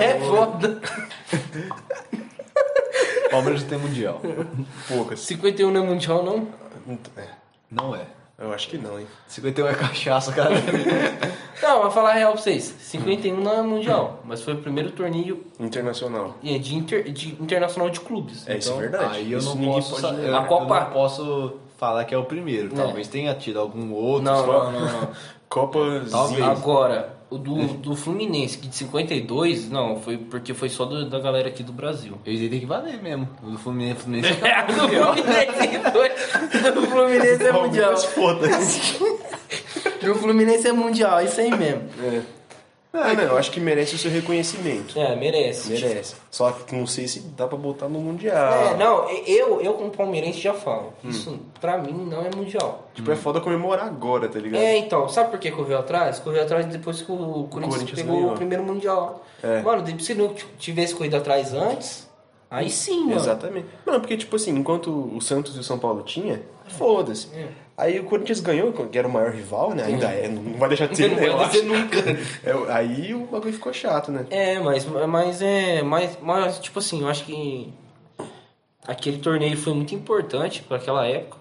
S1: é foda.
S3: Palmeiras não tem mundial.
S2: Poucas.
S1: 51 não é mundial, não?
S2: É,
S3: Não é.
S2: eu acho que não, hein?
S3: 51 é cachaça, cara.
S1: Não, mas falar a real pra vocês. 51 não é mundial, mas foi o primeiro torneio
S2: Internacional.
S1: é, de, inter- de internacional de clubes.
S2: É, isso é
S1: Então,
S2: verdade.
S3: Aí eu
S2: Isso
S3: não
S2: ninguém
S3: posso. sa-
S2: pode
S3: eu,
S2: negar.
S1: A Copa-
S3: eu não posso falar que é o primeiro. Talvez tenha tido algum outro.
S1: Não, não,
S3: só.
S1: não, não.
S2: Copa
S3: Talvez.
S2: Zinho.
S1: Agora, o do, do Fluminense, que de 52, não, foi porque foi só do- da galera aqui do Brasil.
S3: Eu ia ter que valer mesmo. O do Fluminense, Fluminense
S1: É, [LAUGHS] do Fluminense foi. Do Fluminense é mundial.
S2: Palmeiras, foda-se.
S1: Do Fluminense é mundial, é isso aí mesmo.
S2: Ah, não, eu acho que merece o seu reconhecimento.
S1: É, merece.
S2: Merece. Só que não sei se dá pra botar no
S1: É,
S2: Mundial.
S1: não, eu, eu como palmeirense já falo. Isso pra mim não é mundial.
S2: Tipo, é foda comemorar agora, tá ligado?
S1: É, então, sabe por que correu atrás? Correu atrás depois que o Corinthians,
S2: Corinthians
S1: pegou
S2: ganhou.
S1: o primeiro Mundial.
S2: É.
S1: Mano, depois se não t- tivesse corrido atrás antes, aí sim, mano.
S2: Exatamente. Não, porque, tipo assim, enquanto o Santos e o São Paulo tinha, foda-se.
S1: É.
S2: Aí o Corinthians ganhou, que era o maior rival, né? Ainda é, não vai deixar de ser,
S1: [LAUGHS] Não
S2: né? Eu
S1: vai
S2: acho.
S1: acontecer nunca.
S2: [LAUGHS] É, aí o bagulho ficou chato, né? [LAUGHS]
S1: É, mas, mas é. Mas, mas, tipo assim, eu acho que aquele torneio foi muito importante pra aquela época.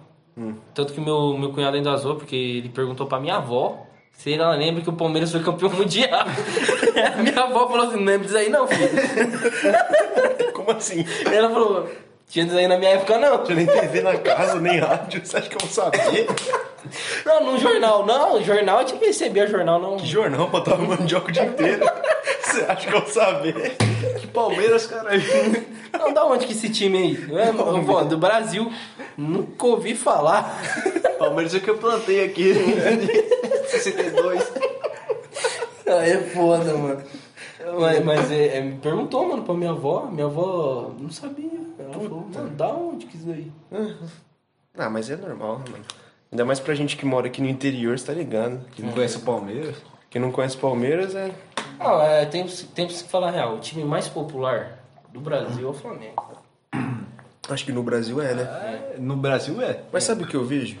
S1: Tanto que meu, meu cunhado ainda zoou, porque ele perguntou pra minha avó se ela lembra que o Palmeiras foi campeão mundial. [LAUGHS] A minha avó falou assim: não lembra disso aí, não, filho.
S2: Como assim?
S1: Ela falou: tinha disso aí na minha época, não.
S2: Eu nem TV na casa, nem rádio, você acha que eu vou saber?
S1: Não, num jornal, não. Jornal eu tinha que receber jornal, não.
S2: Que jornal pra tava mandioca o dia inteiro? Você acha que eu vou saber?
S3: que
S2: [LAUGHS]
S3: Palmeiras, caralho.
S1: Não, da onde que esse time aí? Eu, eu, vó, do Brasil. Nunca ouvi falar.
S3: [LAUGHS] Palmeiras é o que eu plantei aqui. 62.
S1: Aí é foda, mano. Mas, mas é, é, me perguntou, mano, pra minha avó. Minha avó não sabia. Ela falou, mano, da onde que isso aí?
S2: Ah, mas é normal, né, mano. Ainda mais pra gente que mora aqui no interior, você tá ligado?
S3: Que não conhece o Palmeiras?
S2: Quem não conhece Palmeiras é.
S1: Não, é, tem, tem que falar a real. O time mais popular do Brasil é o Flamengo.
S2: Acho que no Brasil é, né?
S3: É, no Brasil é.
S2: Mas sabe o que eu vejo?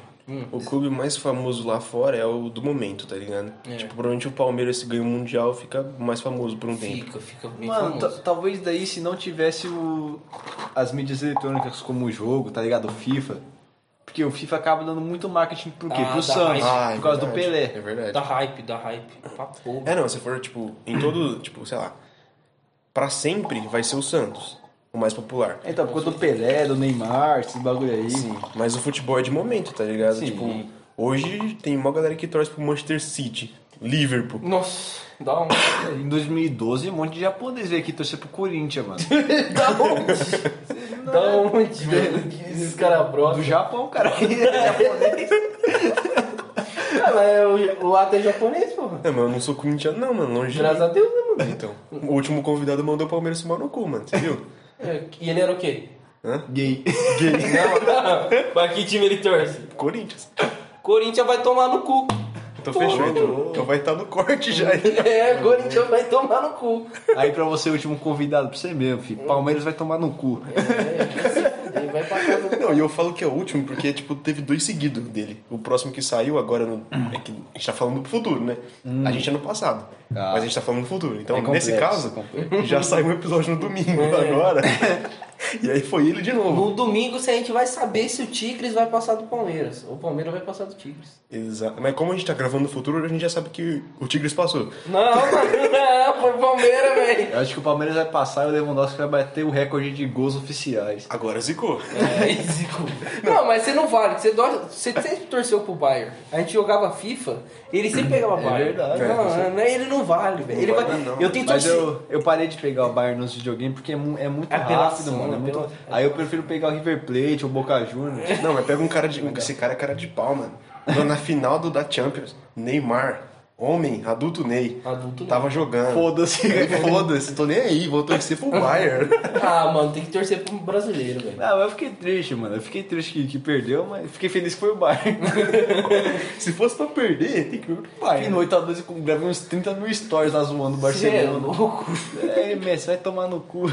S2: O clube mais famoso lá fora é o do momento, tá ligado?
S1: É.
S2: Tipo, provavelmente o Palmeiras se ganha o Mundial fica mais famoso por um tempo.
S1: Fica, fica bem tá-
S3: Mano, ta-
S1: famoso.
S3: talvez daí se não tivesse o, as mídias eletrônicas como o jogo, tá ligado? O FIFA. Porque o FIFA acaba dando muito marketing pro quê?
S1: Ah,
S3: pro
S1: dá
S3: Santos,
S1: mais. Ah,
S2: é
S3: por causa do
S2: verdade,
S3: Pelé.
S2: É verdade.
S1: Da hype, da hype. Pra porra.
S2: É, não, se for, tipo, em todo, tipo, sei lá, pra sempre vai ser o Santos, o mais popular.
S3: Então, por causa do Pelé, do Neymar, esses bagulho aí.
S2: Mas o futebol é de momento, tá ligado?
S3: Sim.
S2: Tipo, hoje tem uma galera que torce pro Manchester City, Liverpool.
S1: Nossa, dá um.
S3: Em 2012, um monte de japonês veio aqui torcer pro Corinthians, mano.
S1: [LAUGHS] dá onde? [LAUGHS] dá um- onde, mano? Que Esses caras
S3: Do
S1: brotam.
S3: Japão, cara. Japonês.
S1: Ah, mas o, o ato é japonês, porra.
S2: Não, mas eu não sou corintiano não, mano, longe de
S1: Graças a
S2: mim.
S1: Deus, né, mano?
S2: Então, o último convidado mandou o Palmeiras tomar no cu, mano, você viu?
S1: É, E ele era o quê?
S3: Gay.
S1: Não, não. [LAUGHS] Mas que time ele torce?
S2: Corinthians.
S1: Corinthians vai tomar no cu.
S2: Então fechou, então. Então vai estar no corte já.
S1: É, Corinthians vai tomar no cu.
S3: Aí pra você, o último convidado, pra você mesmo, filho. Palmeiras vai tomar no cu.
S1: É, ele vai pra casa.
S2: Não, e eu falo que é o último porque, tipo, teve dois seguidos dele. O próximo que saiu agora no, é que a gente tá falando do futuro, né? A gente é no passado.
S3: Ah.
S2: tá Mas a gente tá falando do futuro. Então,
S3: É complexo,
S1: É.
S2: nesse caso, já saiu um episódio no domingo agora. E aí foi ele de novo.
S1: No domingo se a gente vai saber se o Tigres vai passar do Palmeiras. Ou o Palmeiras vai passar do Tigres.
S2: Exato. Mas como a gente tá gravando no futuro, a gente já sabe que o Tigres passou.
S1: Não, [LAUGHS] mano, não, foi o Palmeiras, velho.
S3: Eu acho que o Palmeiras vai passar e o Lewandowski vai bater o recorde de gols oficiais.
S2: Agora zicou.
S1: É, zico. Não, mas você não vale. Você, dó- você sempre torceu pro Bayern. A gente jogava FIFA, ele sempre pegava Bayern.
S3: verdade.
S1: Não, não, ele É não vale, velho. Ele
S2: vale,
S1: vai-
S2: não.
S1: Eu tenho
S3: Mas
S1: torcer-
S3: eu, eu parei de pegar o Bayern nos videogames porque é, mu- é muito
S1: É
S3: rápido,
S1: apelação,
S3: mano. é
S1: é
S3: muito-
S1: apelação.
S3: Aí eu prefiro pegar o River Plate ou Boca Juniors.
S2: Não, mas pega um cara de. Esse cara é cara de pau, mano. Mano, na final do da Champions, Neymar, homem, adulto Ney,
S1: Adulto Ney.
S2: tava jogando.
S3: Foda-se.
S2: É, [LAUGHS] Foda-se, tô nem aí, vou torcer pro Bayern. [LAUGHS]
S1: Ah, mano, tem que torcer pro brasileiro, velho.
S3: [LAUGHS] Não, eu fiquei triste, mano. Eu fiquei triste que, que perdeu, mas fiquei feliz que foi o Bayern.
S2: Se fosse pra perder, tem que ir pro
S3: E no
S2: Bayern.
S3: 8 a 2 eu gravei uns 30 mil stories lá zoando o
S1: Você é
S3: Barcelona.
S1: louco.
S3: É, Messi, vai tomar no cu.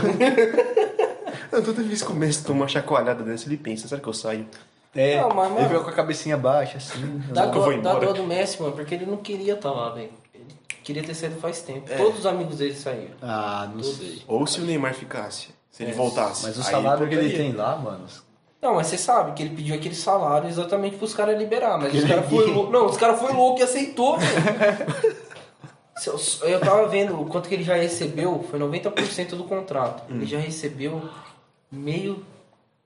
S2: Não, toda vez que o Messi toma uma chacoalhada dessa, ele pensa, será que eu saio?
S3: É,
S1: Não, mas,
S3: ele
S1: mano-
S3: veio com a cabecinha baixa, assim.
S1: Dá
S2: Nunca
S1: dó,
S2: vou
S1: dá
S2: embora.
S1: dó do Messi, mano, porque ele não queria estar lá, velho. Ele queria ter saído faz
S2: É.
S1: tempo. Todos os amigos dele saíram.
S3: Ah, não
S1: Todos.
S3: sei.
S2: Ou se o Neymar ficasse, se ele
S1: É,
S2: voltasse.
S3: Mas o
S2: aí
S3: salário que ele
S2: voltaria.
S3: tem lá, mano.
S1: Não, mas você sabe que ele pediu aquele salário exatamente pros caras liberar, mas os caras foi louco. Não, os caras foi louco e aceitou,
S2: [LAUGHS]
S1: velho. Se eu- Eu tava vendo o quanto que ele já recebeu, foi 90% do contrato.
S2: Hum.
S1: Ele já recebeu meio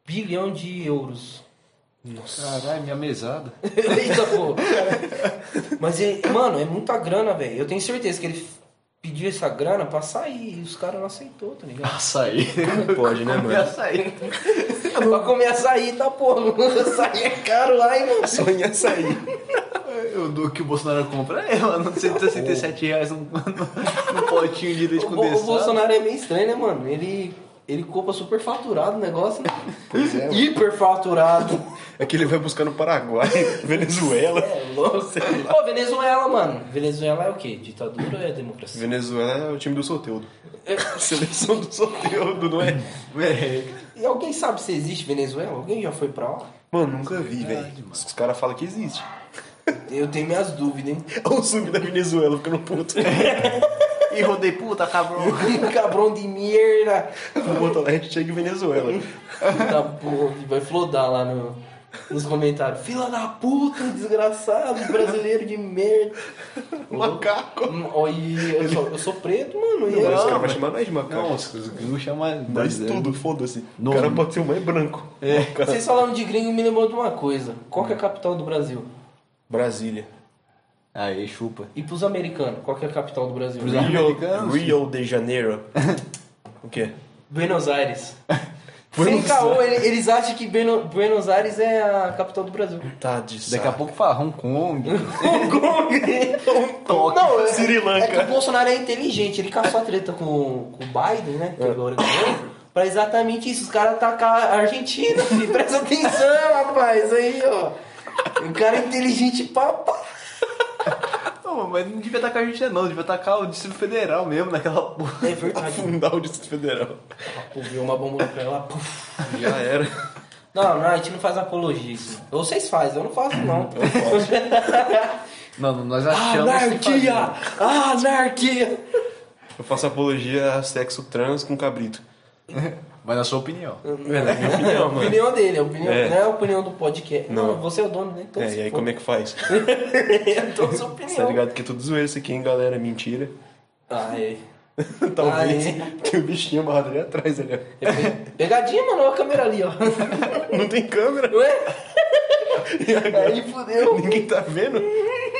S1: bilhão de euros.
S3: [LAUGHS] Caralho, minha [LAUGHS] mesada.
S1: [LAUGHS] Eita, pô. Mas, ele- mano, é muita grana, velho. Eu tenho certeza que ele pediu essa grana pra sair e os caras não aceitou, tá
S3: [LAUGHS]
S1: ligado?
S3: Açaí.
S2: Não pode,
S3: É,
S2: né, mano?
S3: Açaí.
S1: pra comer açaí, tá, pô. [LAUGHS] Açaí é caro lá, hein, mano.
S2: Sonha sair.
S3: Eu dou o que o Bolsonaro compra é, mano. [LAUGHS] 167 reais num, num potinho de leite
S1: O, Bo- o
S3: condensado.
S1: Bolsonaro é meio estranho, né, mano? Ele, ele compra super faturado o negócio, né? [LAUGHS]
S2: Pois é, mano.
S1: Hiper faturado.
S2: É que ele vai buscar no Paraguai, [LAUGHS] Venezuela.
S1: É louco. Pô, Venezuela, mano. Venezuela é o quê? Ditadura ou é democracia?
S2: Venezuela é o time do Soteudo. [LAUGHS] Seleção do Soteudo, não é?
S3: É.
S1: E alguém sabe se existe Venezuela? Alguém já foi pra lá?
S2: Mano, nunca vi, velho. Os caras falam que existe.
S1: Eu tenho minhas dúvidas, hein? [LAUGHS]
S2: Olha o sub da Venezuela ficando
S3: [LAUGHS]
S2: puto.
S3: E rodei puta, cabrão.
S1: Cabrão de merda.
S2: O Motorhead chega em Venezuela.
S1: Tá, porra, vai flodar lá no- nos comentários. Fila da puta, desgraçado, brasileiro de merda.
S2: [LAUGHS] Macaco.
S1: Hum, ó, e eu sou, eu sou preto, mano. E
S2: Não, mas assim,
S1: eu-
S2: os caras vão
S3: mas-
S2: chamar nós de macaco.
S3: Não, os gringos chamam... né?
S2: Nós tudo, foda-se. O
S3: Não.
S2: cara pode ser o mais branco.
S1: É. Vocês falaram de gringo me lembrou de uma coisa. Qual que é a capital do Brasil?
S2: Brasília.
S3: Aí, chupa.
S1: E pros americanos, qual que é a capital do Brasil?
S3: Pros-
S2: Rio,
S3: americanos?
S2: Rio de [LAUGHS] Janeiro. o quê?
S1: Buenos Aires. Sem
S2: [LAUGHS] Buenos
S1: caô, ele- eles acham que Beno- Buenos Aires é a capital do Brasil.
S2: Tá de saco.
S3: Daqui a pouco fala Hong [LAUGHS] Kong.
S1: Hong Kong!
S3: Tóquio.
S1: Não, é-
S2: Sri Lanka.
S1: É que o Bolsonaro é inteligente, ele caçou a treta com, com o Biden, né?
S2: É.
S1: Que agora ganhou, pra exatamente isso, os caras atacar a Argentina, filho. Presta atenção, rapaz, aí, ó. O cara é inteligente papá.
S3: Não, mas não devia atacar a gente não. Devia atacar o Distrito Federal mesmo, naquela porra.
S1: É verdade.
S2: Fundar o Distrito Federal.
S1: Pô, viu uma bomba pra ela, puf.
S2: Já era.
S1: Não, não, a gente não faz apologia. isso. Ou vocês fazem, eu não faço, não.
S3: Não, não, nós achamos...
S1: [LAUGHS]
S3: que
S1: Anarquia!
S3: fazia.
S1: Anarquia!
S2: Eu faço apologia a sexo trans com cabrito.
S3: Mas na sua opinião.
S2: É, na minha
S1: É a
S2: opinião, mano.
S1: opinião dele, é a opinião,
S2: É.
S1: não é a opinião do podcast. Não,
S2: Não.
S1: você é o dono, né? Então,
S2: [LAUGHS] É,
S1: se
S2: e aí
S1: for- [LAUGHS]
S2: como é que faz?
S1: então sua opinião.
S2: [LAUGHS] Tá ligado que é tudo zoeira isso aqui, hein, galera? Mentira.
S1: Ah, é.
S2: [LAUGHS] Talvez.
S1: Ah,
S2: Tem um bichinho amarrado ali atrás, ali. ó.
S1: É pe- Pegadinha, mano, olha a câmera ali, ó.
S2: [LAUGHS] Não tem câmera. né?
S1: Não é? Aí fudeu.
S2: Ninguém tá vendo.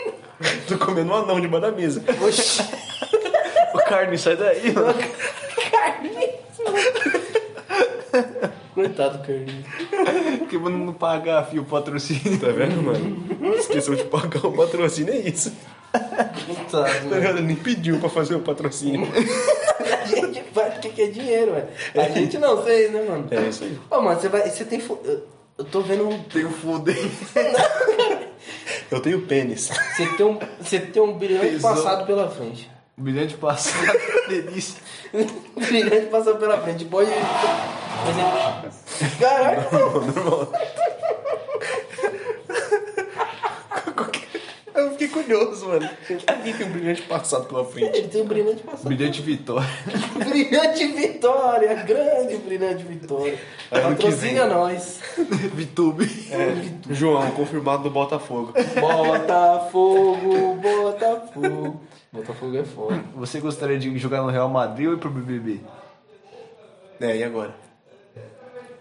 S2: [LAUGHS] Tô comendo um anão debaixo da [LAUGHS] mesa.
S1: Oxi,
S3: Ô, Carne, sai daí, mano.
S1: Carlinhos. Coitado, do Carlinhos.
S3: Porque mano não pagar fio patrocínio.
S2: [LAUGHS] Tá vendo, mano? Esqueceu de pagar o patrocínio, é isso.
S1: Coitado,
S2: Tá
S1: mano.
S2: ligado? Nem pediu pra fazer o patrocínio.
S1: [LAUGHS] A gente faz porque quer dinheiro, velho. A gente não, vocês, né, mano?
S2: É isso aí.
S1: Ô, mano, você vai. Você tem. fo- Eu eu tô vendo um.
S3: Tem o [LAUGHS] fuder.
S2: Eu tenho pênis.
S1: Você tem um, você tem um brilhante
S3: Pesou.
S1: passado pela frente. [LAUGHS] Um
S3: Brilhante passado. [LAUGHS] Delícia.
S1: brilhante passado pela frente. Pode. Mas é- Caralho,
S2: [LAUGHS] Eu fiquei orgulhoso, mano. Alguém tem um brilhante passado pela frente.
S1: Ele tem um brilhante passado.
S3: Brilhante vitória. [LAUGHS]
S1: [LAUGHS] Brilhante Vitória, grande Brilhante Vitória.
S2: Ano que
S1: Patrocina
S2: vem.
S1: nós.
S3: Vitube.
S2: João, confirmado do Botafogo.
S1: Botafogo, Botafogo. Botafogo é foda.
S3: Você gostaria de jogar no Real Madrid ou ir pro BBB?
S2: É, e agora?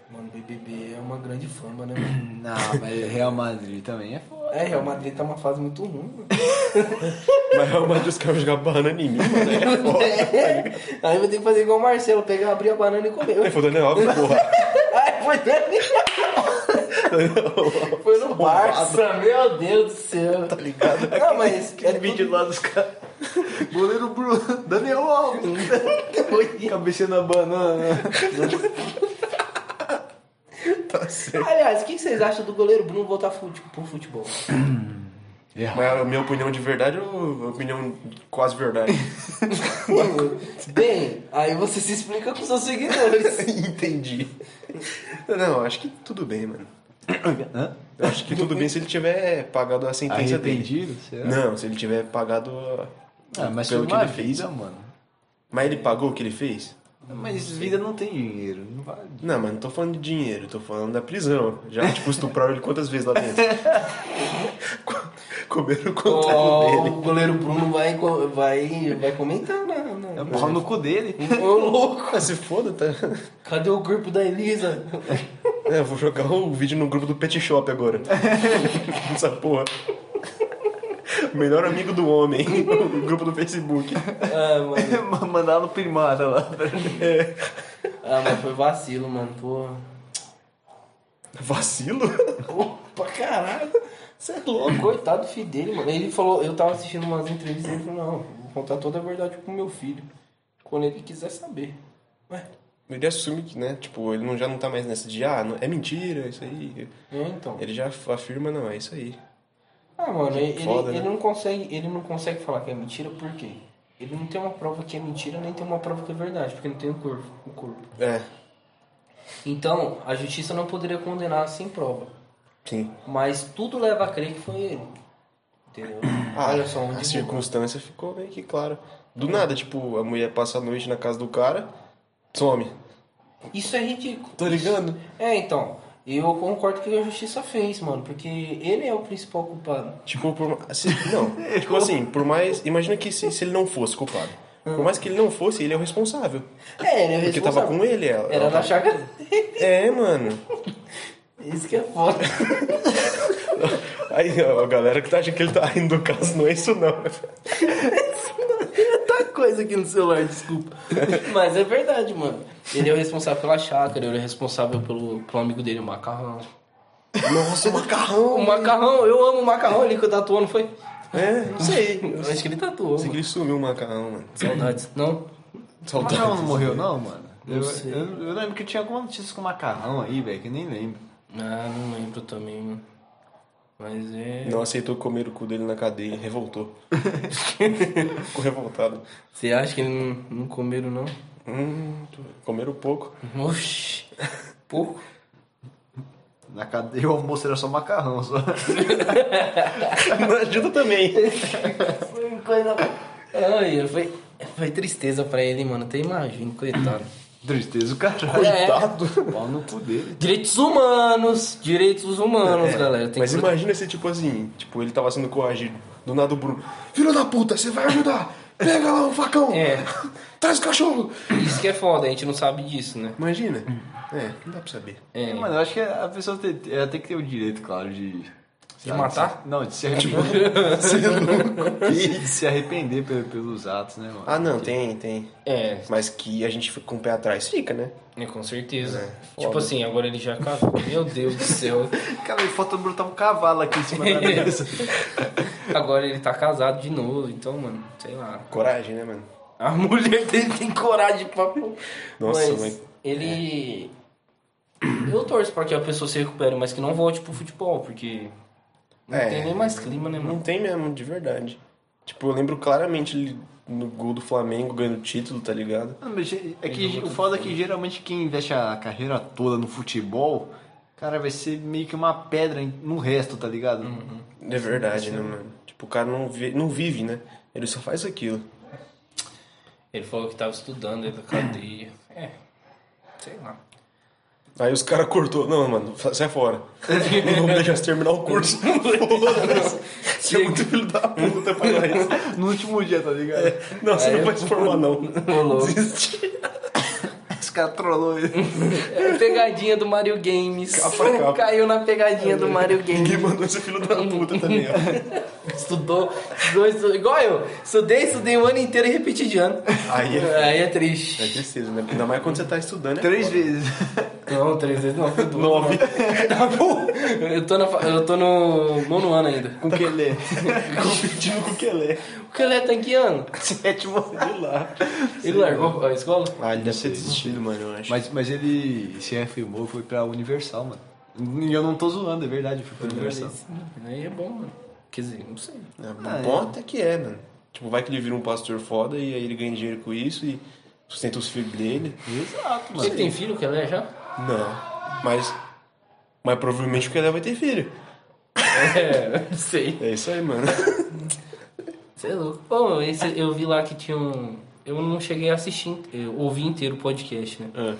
S1: Mano, BBB é uma grande fama, né? mano?
S3: Não, mas Real Madrid também é foda.
S1: É, Real Madrid tá uma fase muito ruim. mano.
S2: Mas é uma dos caras jogar banana em mim, mano. É foda.
S1: É. [LAUGHS] Aí vou ter que fazer igual o Marcelo, pegar, abrir a banana e comer. [LAUGHS]
S2: Aí foi o Daniel Alves, né? porra.
S1: Ai, foi Dani. Foi no Barça, meu Deus do céu. Tá ligado? Não, mas é
S3: vídeo lá dos caras. Goleiro Bruno. Daniel
S2: [LAUGHS]
S3: Alves.
S1: tudo.
S3: Cabecinha na banana.
S1: [LAUGHS] Aliás, o que vocês acham do goleiro Bruno voltar fute- pro futebol?
S2: Mas a minha opinião de verdade ou a opinião quase verdade?
S1: Bem, aí você se explica com seus [LAUGHS] seguidores.
S2: [LAUGHS] Entendi. Não, acho que tudo bem, mano.
S3: Hã?
S2: Eu acho que tudo bem se ele tiver pagado a sentença dele.
S3: Arrependido? Será?
S2: Não, se ele tiver pagado. a-
S3: Ah, mas
S2: Pelo
S3: foi
S2: que
S3: uma
S2: ele fez.
S3: vida, mano.
S2: Mas ele pagou o que ele fez?
S3: Mas vida não tem dinheiro. Não vale.
S2: Não, mas não tô falando de dinheiro, tô falando da prisão. Já, tipo, estupraram ele quantas vezes lá dentro? Co- [LAUGHS] Comeram o contrário
S1: Oh,
S2: dele.
S1: o goleiro Bruno vai, co- vai, vai comentar, né? né?
S3: É um pau no cu dele.
S1: Ô, louco,
S2: Ah, se foda, tá?
S1: cadê o corpo da Elisa?
S2: É, eu vou jogar o vídeo no grupo do Pet Shop agora. Essa porra. Melhor amigo do homem, o grupo do Facebook.
S1: Ah, mano.
S2: [LAUGHS]
S3: Mandar no primata lá.
S1: Ah, mas foi vacilo, mano, porra.
S2: Vacilo?
S1: Pô, pra caralho. Você é louco, coitado do filho dele, mano. Ele falou, eu tava assistindo umas entrevistas, ele falou, não, vou contar toda a verdade pro meu filho. Quando ele quiser saber. Ué,
S2: Ele assume que, né? Tipo, ele não, já não tá mais nessa de, ah, não- é mentira, isso aí.
S1: é, então.
S2: Ele já afirma, não, é isso aí.
S1: Ah, mano, ele,
S2: foda,
S1: ele
S2: né?
S1: não consegue, ele não consegue falar que é mentira, por quê? Ele não tem uma prova que é mentira, nem tem uma prova que é verdade, porque não tem o corpo. O corpo.
S2: É,
S1: Então, a justiça não poderia condenar sem prova.
S2: sim.
S1: Mas tudo leva a crer que foi ele. Entendeu?
S2: [COUGHS] Ah,
S1: Olha só, um
S2: a
S1: desvio.
S2: circunstância ficou meio que clara. Do nada, tipo, a mulher passa a noite na casa do cara, some.
S1: Isso é ridículo.
S2: Tá ligado?
S1: É, então, eu concordo que a justiça fez, mano, porque ele é o principal culpado.
S2: Tipo, por ma- se-
S1: [LAUGHS]
S2: Não, tipo assim, por mais. Imagina que se, se ele não fosse culpado. Por mais que ele não fosse, ele é o responsável.
S1: É, Hum. ele é o
S2: Porque
S1: responsável.
S2: tava com ele, ela.
S1: Era na chaga dele.
S2: É, mano.
S1: Isso que é foda.
S2: Aí, ó, a galera que tá achando que ele tá rindo do caso, não é isso não.
S1: Tá coisa aqui no celular, desculpa. Mas é verdade, mano. Ele é o responsável pela chácara, ele é o responsável pelo, pelo amigo dele, o macarrão.
S2: Nossa, o
S1: O
S2: macarrão!
S1: macarrão, eu amo o macarrão ali que eu tatuou, não foi?
S2: É, não sei.
S1: Eu acho que ele tatuou.
S2: Sei que
S1: mano.
S2: ele sumiu o macarrão, mano.
S1: Saudades. Não?
S3: O macarrão não morreu, não, mano?
S1: Não
S3: um eu,
S1: sei.
S3: eu- eu lembro que tinha alguma notícia com macarrão aí, velho, que eu nem lembro.
S1: Ah, não lembro também, mano. Mas é.
S2: Não aceitou comer o cu dele na cadeia,
S1: [LAUGHS]
S2: revoltou. Ficou revoltado.
S1: Você acha que ele não, não comeram, não?
S2: Hum, comeram pouco.
S1: Oxi. Pouco.
S3: Na cadeia o almoço era só macarrão, só.
S2: [LAUGHS] Não ajuda também.
S1: Foi coisa. Ai, foi, foi tristeza pra ele, mano. Até imagino, coitado.
S3: Tristeza o caralho. É.
S1: Coitado.
S3: Pau no cu dele.
S1: Direitos humanos. Direitos humanos, galera. Tem
S2: É, Mas
S1: que...
S2: imagina se, tipo assim, tipo, ele tava sendo coagido. Do nada o Bruno, filho da puta, você vai ajudar! Pega lá o facão!
S1: É.
S2: [LAUGHS] Traz o cachorro!
S1: Isso que é foda, a gente não sabe disso, né?
S2: Imagina. É, não dá pra saber.
S1: É.
S3: Mano, eu acho que a pessoa tem, ela tem que ter o direito, claro, de. É, tipo, sei lá,
S1: matar?
S3: se- não, de se arrepender. [LAUGHS] de se arrepender pelo- pelos atos, né, mano?
S2: Ah, não, tem, tem.
S1: É,
S2: Mas que a gente fica com o pé atrás, fica, né?
S1: é, com certeza.
S2: É,
S1: tipo
S2: foda.
S1: assim, agora ele já casou. Meu Deus do céu.
S3: Cara, ele falta brotar um cavalo aqui em cima da mesa.
S1: Agora ele tá casado de novo, então, mano, sei lá.
S2: Coragem, né, mano?
S1: A mulher dele tem coragem pra.
S2: Nossa, É.
S1: mas
S2: mãe.
S1: Ele. Eu torço pra que a pessoa se recupere, mas que não volte pro futebol, porque. Não
S2: É.
S1: tem nem mais clima, né,
S2: Não
S1: mano?
S2: tem mesmo, de verdade. Tipo, eu lembro claramente ele no gol do Flamengo ganhando o título, tá
S3: Ah,
S2: ligado?
S3: Não, mas É que o foda é que geralmente quem investe a carreira toda no futebol Cara, vai ser meio que uma pedra em- no resto, tá ligado?
S2: É verdade, né, mano? Tipo, o cara não, vi- não vive, né? Ele só faz aquilo.
S1: Ele falou que tava estudando aí da cadeia. É. Sei lá.
S2: Aí os caras cortou. Não, mano, fa- sai [LAUGHS] fora. Não vamos deixar você terminar o curso. Foda-se. Você é muito filho da puta pra nós.
S3: [LAUGHS] No último dia, tá ligado?
S2: Não, você
S1: Aí
S2: não
S1: eu-
S2: vai se formar, é não.
S1: louco.
S2: Desiste.
S3: Esse cara trollou [LAUGHS] ele.
S1: É pegadinha do Mario Games.
S2: Capa a capa.
S1: [LAUGHS] Caiu na pegadinha do Mario
S2: Ninguém
S1: Games.
S2: mandou esse filho da puta também, ó.
S1: Estudou, estudou, estudou. Igual eu. Estudei, estudei o ano inteiro e repeti de ano.
S2: Aí é-
S1: Aí é triste.
S2: É tristeza, né? Ainda mais quando você tá estudando. né?
S3: Três vezes. [LAUGHS]
S1: Não, três vezes não. Foi duas. Nove. [LAUGHS] Tá bom. Eu tô, na, fa- eu tô no nono ano ainda.
S3: Com que
S1: [LAUGHS]
S3: ele?
S2: Competindo com o Kelé.
S1: O que ele é tanqueando?
S3: Sétimo.
S2: De lá.
S1: Ele largou a escola?
S2: Ah, ele deve ter desistido, mano, eu acho.
S3: Mas, mas ele se afirmou, foi pra Universal, mano. E eu não tô zoando, é verdade, foi pra Universal.
S1: Aí é bom, mano. Quer dizer, não sei.
S2: É,
S3: Ah,
S2: bom
S3: é.
S2: até que é, mano. Tipo, vai que ele vira um pastor foda e aí ele ganha dinheiro com isso e sustenta os filhos dele.
S3: Exato, mano.
S1: Você tem filho, que ela é já?
S2: Não. Mas. Mas provavelmente o Kelé vai ter filho.
S1: É, não sei.
S2: É isso aí, mano. [LAUGHS]
S1: Você é louco. Bom, esse, eu vi lá que tinha um. Eu não cheguei a assistir, in- eu ouvi inteiro o podcast, né?
S2: Ah.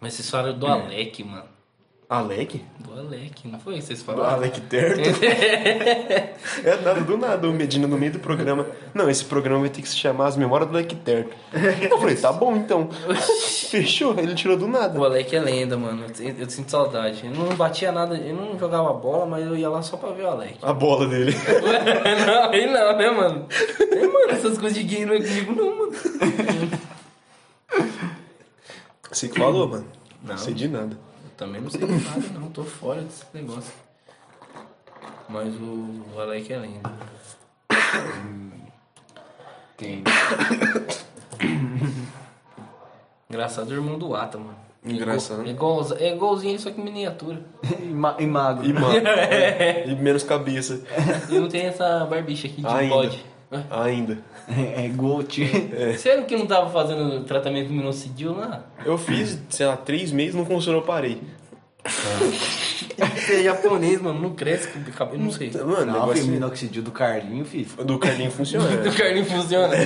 S1: Mas vocês falaram do Alec, mano.
S2: Alec?
S1: Do Alec, não foi? Vocês
S2: Do
S1: falaram?
S2: Alec [LAUGHS] Terto? é nada, do nada, o Medina no meio do programa. Não, esse programa vai ter que se chamar As Memórias do Alec Terto. Eu falei, tá bom então. Fechou, ele tirou do nada.
S1: [LAUGHS] O Alec é lenda, mano. Eu, te- eu sinto saudade. Ele não batia nada, ele não jogava bola, mas eu ia lá só pra ver o Alec.
S2: A bola dele.
S1: [LAUGHS] não, aí não, né, mano? É, mano, essas coisas de game não é comigo, não, mano.
S2: Você que falou, mano. Não
S1: Não.
S2: sei de nada.
S1: Eu também não sei de nada, não. Tô fora desse negócio. Mas o, o Alec é lenda. Tem. Engraçado o irmão do Ata, mano. É igual-
S2: Engraçado.
S1: É, igual, é igualzinho, só que miniatura.
S3: [LAUGHS] E, ma e magro.
S2: E [LAUGHS] mano, e menos cabeça.
S1: E não tem essa barbicha aqui de
S2: Ainda.
S1: bode.
S2: Ainda.
S3: [LAUGHS] É, é Gold.
S2: É.
S1: Sério que eu não tava fazendo tratamento minoxidil lá?
S2: Eu fiz, sei lá, três meses, não funcionou, eu parei.
S1: Você é japonês, mano. Não cresce com o cabelo, não sei.
S2: Mano, o
S3: Não,
S2: negócio assim-
S3: foi o minoxidil do Carlinho, filho.
S2: do Carlinho funciona.
S1: [LAUGHS] Do
S2: né?
S1: Carlinho funciona.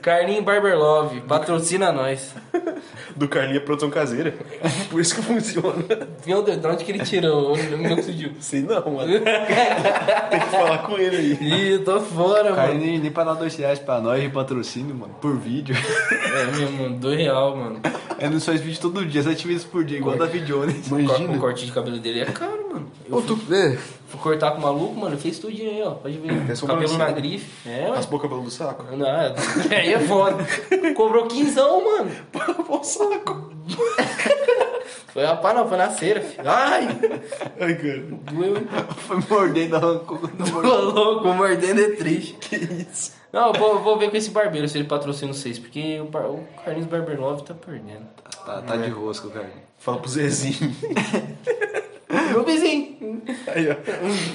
S1: Carlinho Barber
S2: É.
S1: Love, patrocina nós.
S2: do Carlinho é produção caseira. [LAUGHS] Por isso que funciona.
S1: Meu Deus, de onde que ele tirou? Eu não conseguiu.
S2: Sei não, mano. Tem que falar com ele aí.
S1: [LAUGHS] Ih, eu tô fora,
S3: Carlinho
S1: mano.
S3: nem, nem pra dar dois reais pra nós de patrocínio, mano. Por vídeo. [LAUGHS]
S1: É, meu, mano, do real, mano.
S3: É não faz vídeo todo dia, sete vezes por dia, igual da Videones.
S1: O um corte de cabelo dele é caro, mano. Eu fui, fui cortar com o maluco, mano, fez tudo aí, ó. Pode ver.
S2: Tem
S1: Cabelo
S2: sobrancelha.
S1: na grife. É,
S2: As
S1: mano.
S2: bocas pelo do saco.
S1: Não, aí é [LAUGHS] foda. Cobrou quinzão, mano.
S2: Pelo saco.
S1: Foi a pá, não, foi na cera, filho. Ai,
S2: Ai, cara.
S1: doeu, hein?
S3: [LAUGHS] Foi mordendo, arrancou.
S1: Tô louco, mordendo é triste. Que isso? Não, eu vou, eu vou ver com esse barbeiro se ele patrocina vocês, porque o, bar- o Carlinhos Barber Love tá perdendo.
S3: Tá, tá de rosca o Carlinho.
S2: Fala pro Zezinho.
S1: Meu vizinho!
S2: Aí, ó.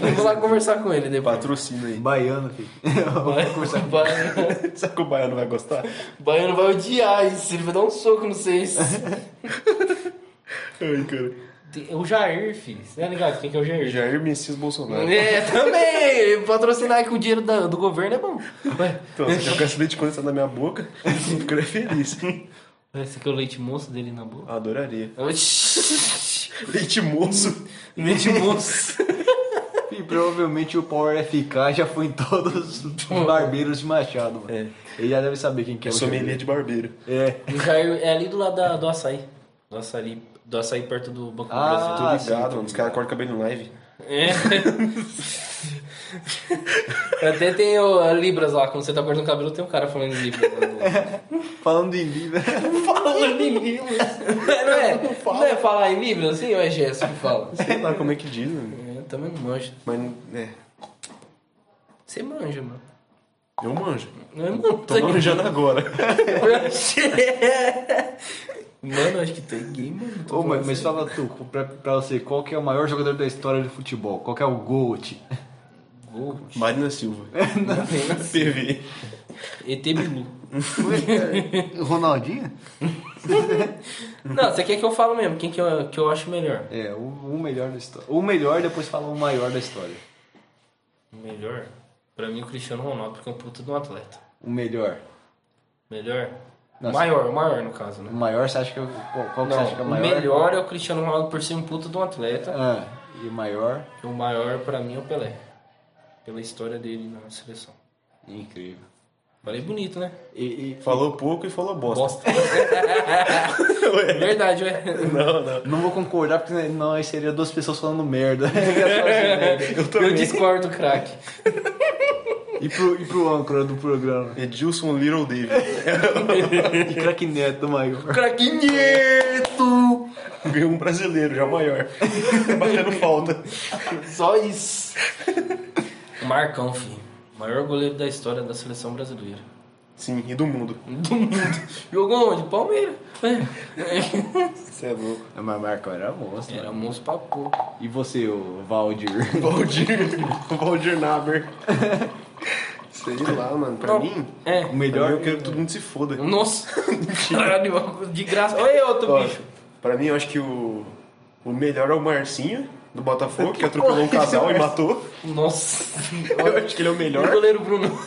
S1: Eu vou lá conversar com ele depois.
S2: Patrocina aí.
S3: Baiano, filho.
S1: Tá Baiano, Baiano,
S2: [LAUGHS] Será que o Baiano vai gostar?
S1: Baiano vai odiar isso, ele vai dar um soco no vocês.
S2: Ai, cara.
S1: Tem- é O Jair, filho. Você tá ligado? Quem que é o Jair?
S2: Jair Messias Bolsonaro.
S1: É, também! Patrocinar com o dinheiro da- do governo é bom. Ué,
S2: Então, [LAUGHS] você quer ficar leite condensado na minha boca? Eu ficaria feliz.
S1: parece que é o leite moço dele na boca.
S2: Adoraria.
S1: Oxi.
S2: Leite moço.
S1: [LAUGHS] Leite moço.
S3: E provavelmente o Power FK já foi em todos os barbeiros de Machado, mano.
S2: É.
S3: Ele já deve saber quem que é o
S2: Sommelier de barbeiro.
S3: É.
S1: O Jair é ali do lado da- do açaí. Do açaí, do açaí perto do Banco do
S3: Ah,
S1: Brasil.
S2: Tô ligado,
S3: sim, tô
S2: mano. Os caras cortam cabelo em live.
S1: É. Até tem o, a Libras lá, quando você tá cortando o cabelo, tem um cara falando de Libras. [LAUGHS]
S3: Falando em vida.
S1: falando em Libras? Não é, não é falar em Libras assim ou é gesto que fala?
S2: Sei lá como é que diz, mano.
S1: Eu também não manjo.
S2: Mas, é.
S1: Você manja, mano.
S2: Eu manjo.
S1: Eu não
S2: Tô
S1: [LAUGHS]
S2: manjando agora.
S1: Mano, acho que tem game, mano. Tô
S3: Ô, mas,
S1: falando
S3: mas
S1: sério.
S3: fala tu, pra, pra você, qual que é o maior jogador da história do futebol? Qual que é o GOAT?
S1: Gol.
S2: Marina Silva.
S1: Apenas
S2: TV.
S1: ET Bilu.
S3: Ronaldinho?
S1: Não, você quer que eu falo mesmo, quem que eu, que eu acho melhor?
S3: É, o, o melhor da história. O melhor, depois fala o maior da história.
S1: Melhor? Pra mim, o Cristiano Ronaldo, porque é um puta de um atleta.
S3: O melhor.
S1: Melhor?
S3: Nossa.
S1: Maior, o maior no caso,
S3: O
S1: né?
S3: maior, você acha que é o. Qual, qual que você acha que
S1: Não,
S3: é o
S1: o
S3: maior?
S1: melhor é o Cristiano Ronaldo por ser um puta de um atleta.
S3: Ah, e o maior.
S1: O maior pra mim é o Pelé. Pela história dele na seleção.
S3: Incrível.
S1: Falei bonito, né?
S3: E, e-
S2: Falou pouco e falou bosta.
S1: Bosta. É Verdade, [LAUGHS] ué.
S2: Não, não.
S3: não vou concordar porque senão aí seria duas pessoas
S2: [LAUGHS]
S3: falando merda. assim,
S2: Eu
S1: Eu
S2: também.
S1: discordo, craque.
S3: né? e, pro, e pro âncora do programa.
S2: Edilson Little David.
S3: E craque neto maior.
S2: Craquinheto! Ganhou um brasileiro, já maior. Tá Batendo falta.
S3: Só isso.
S1: O Marcão, filho. Maior goleiro da história da seleção brasileira.
S2: Sim, e do mundo.
S1: Do mundo. Jogou onde? Palmeiras.
S2: Você é louco.
S3: Mas Marco era monstro. né?
S2: é
S1: Era moço É, pra pôr.
S3: E você, o Valdir?
S2: Valdir. Valdir Naber. Sei lá, mano. Pra
S1: Não,
S2: mim,
S1: é.
S2: o melhor eu quero que todo mundo se foda. [LAUGHS]
S1: Nossa. Caralho, de graça. Olha aí outro
S2: Ó,
S1: bicho.
S2: pra mim, eu acho que o, o melhor é o Marcinho, do Botafogo, que atropelou um casal e matou.
S1: Nossa.
S2: Eu acho que ele é o
S1: O
S2: melhor.
S1: goleiro Bruno.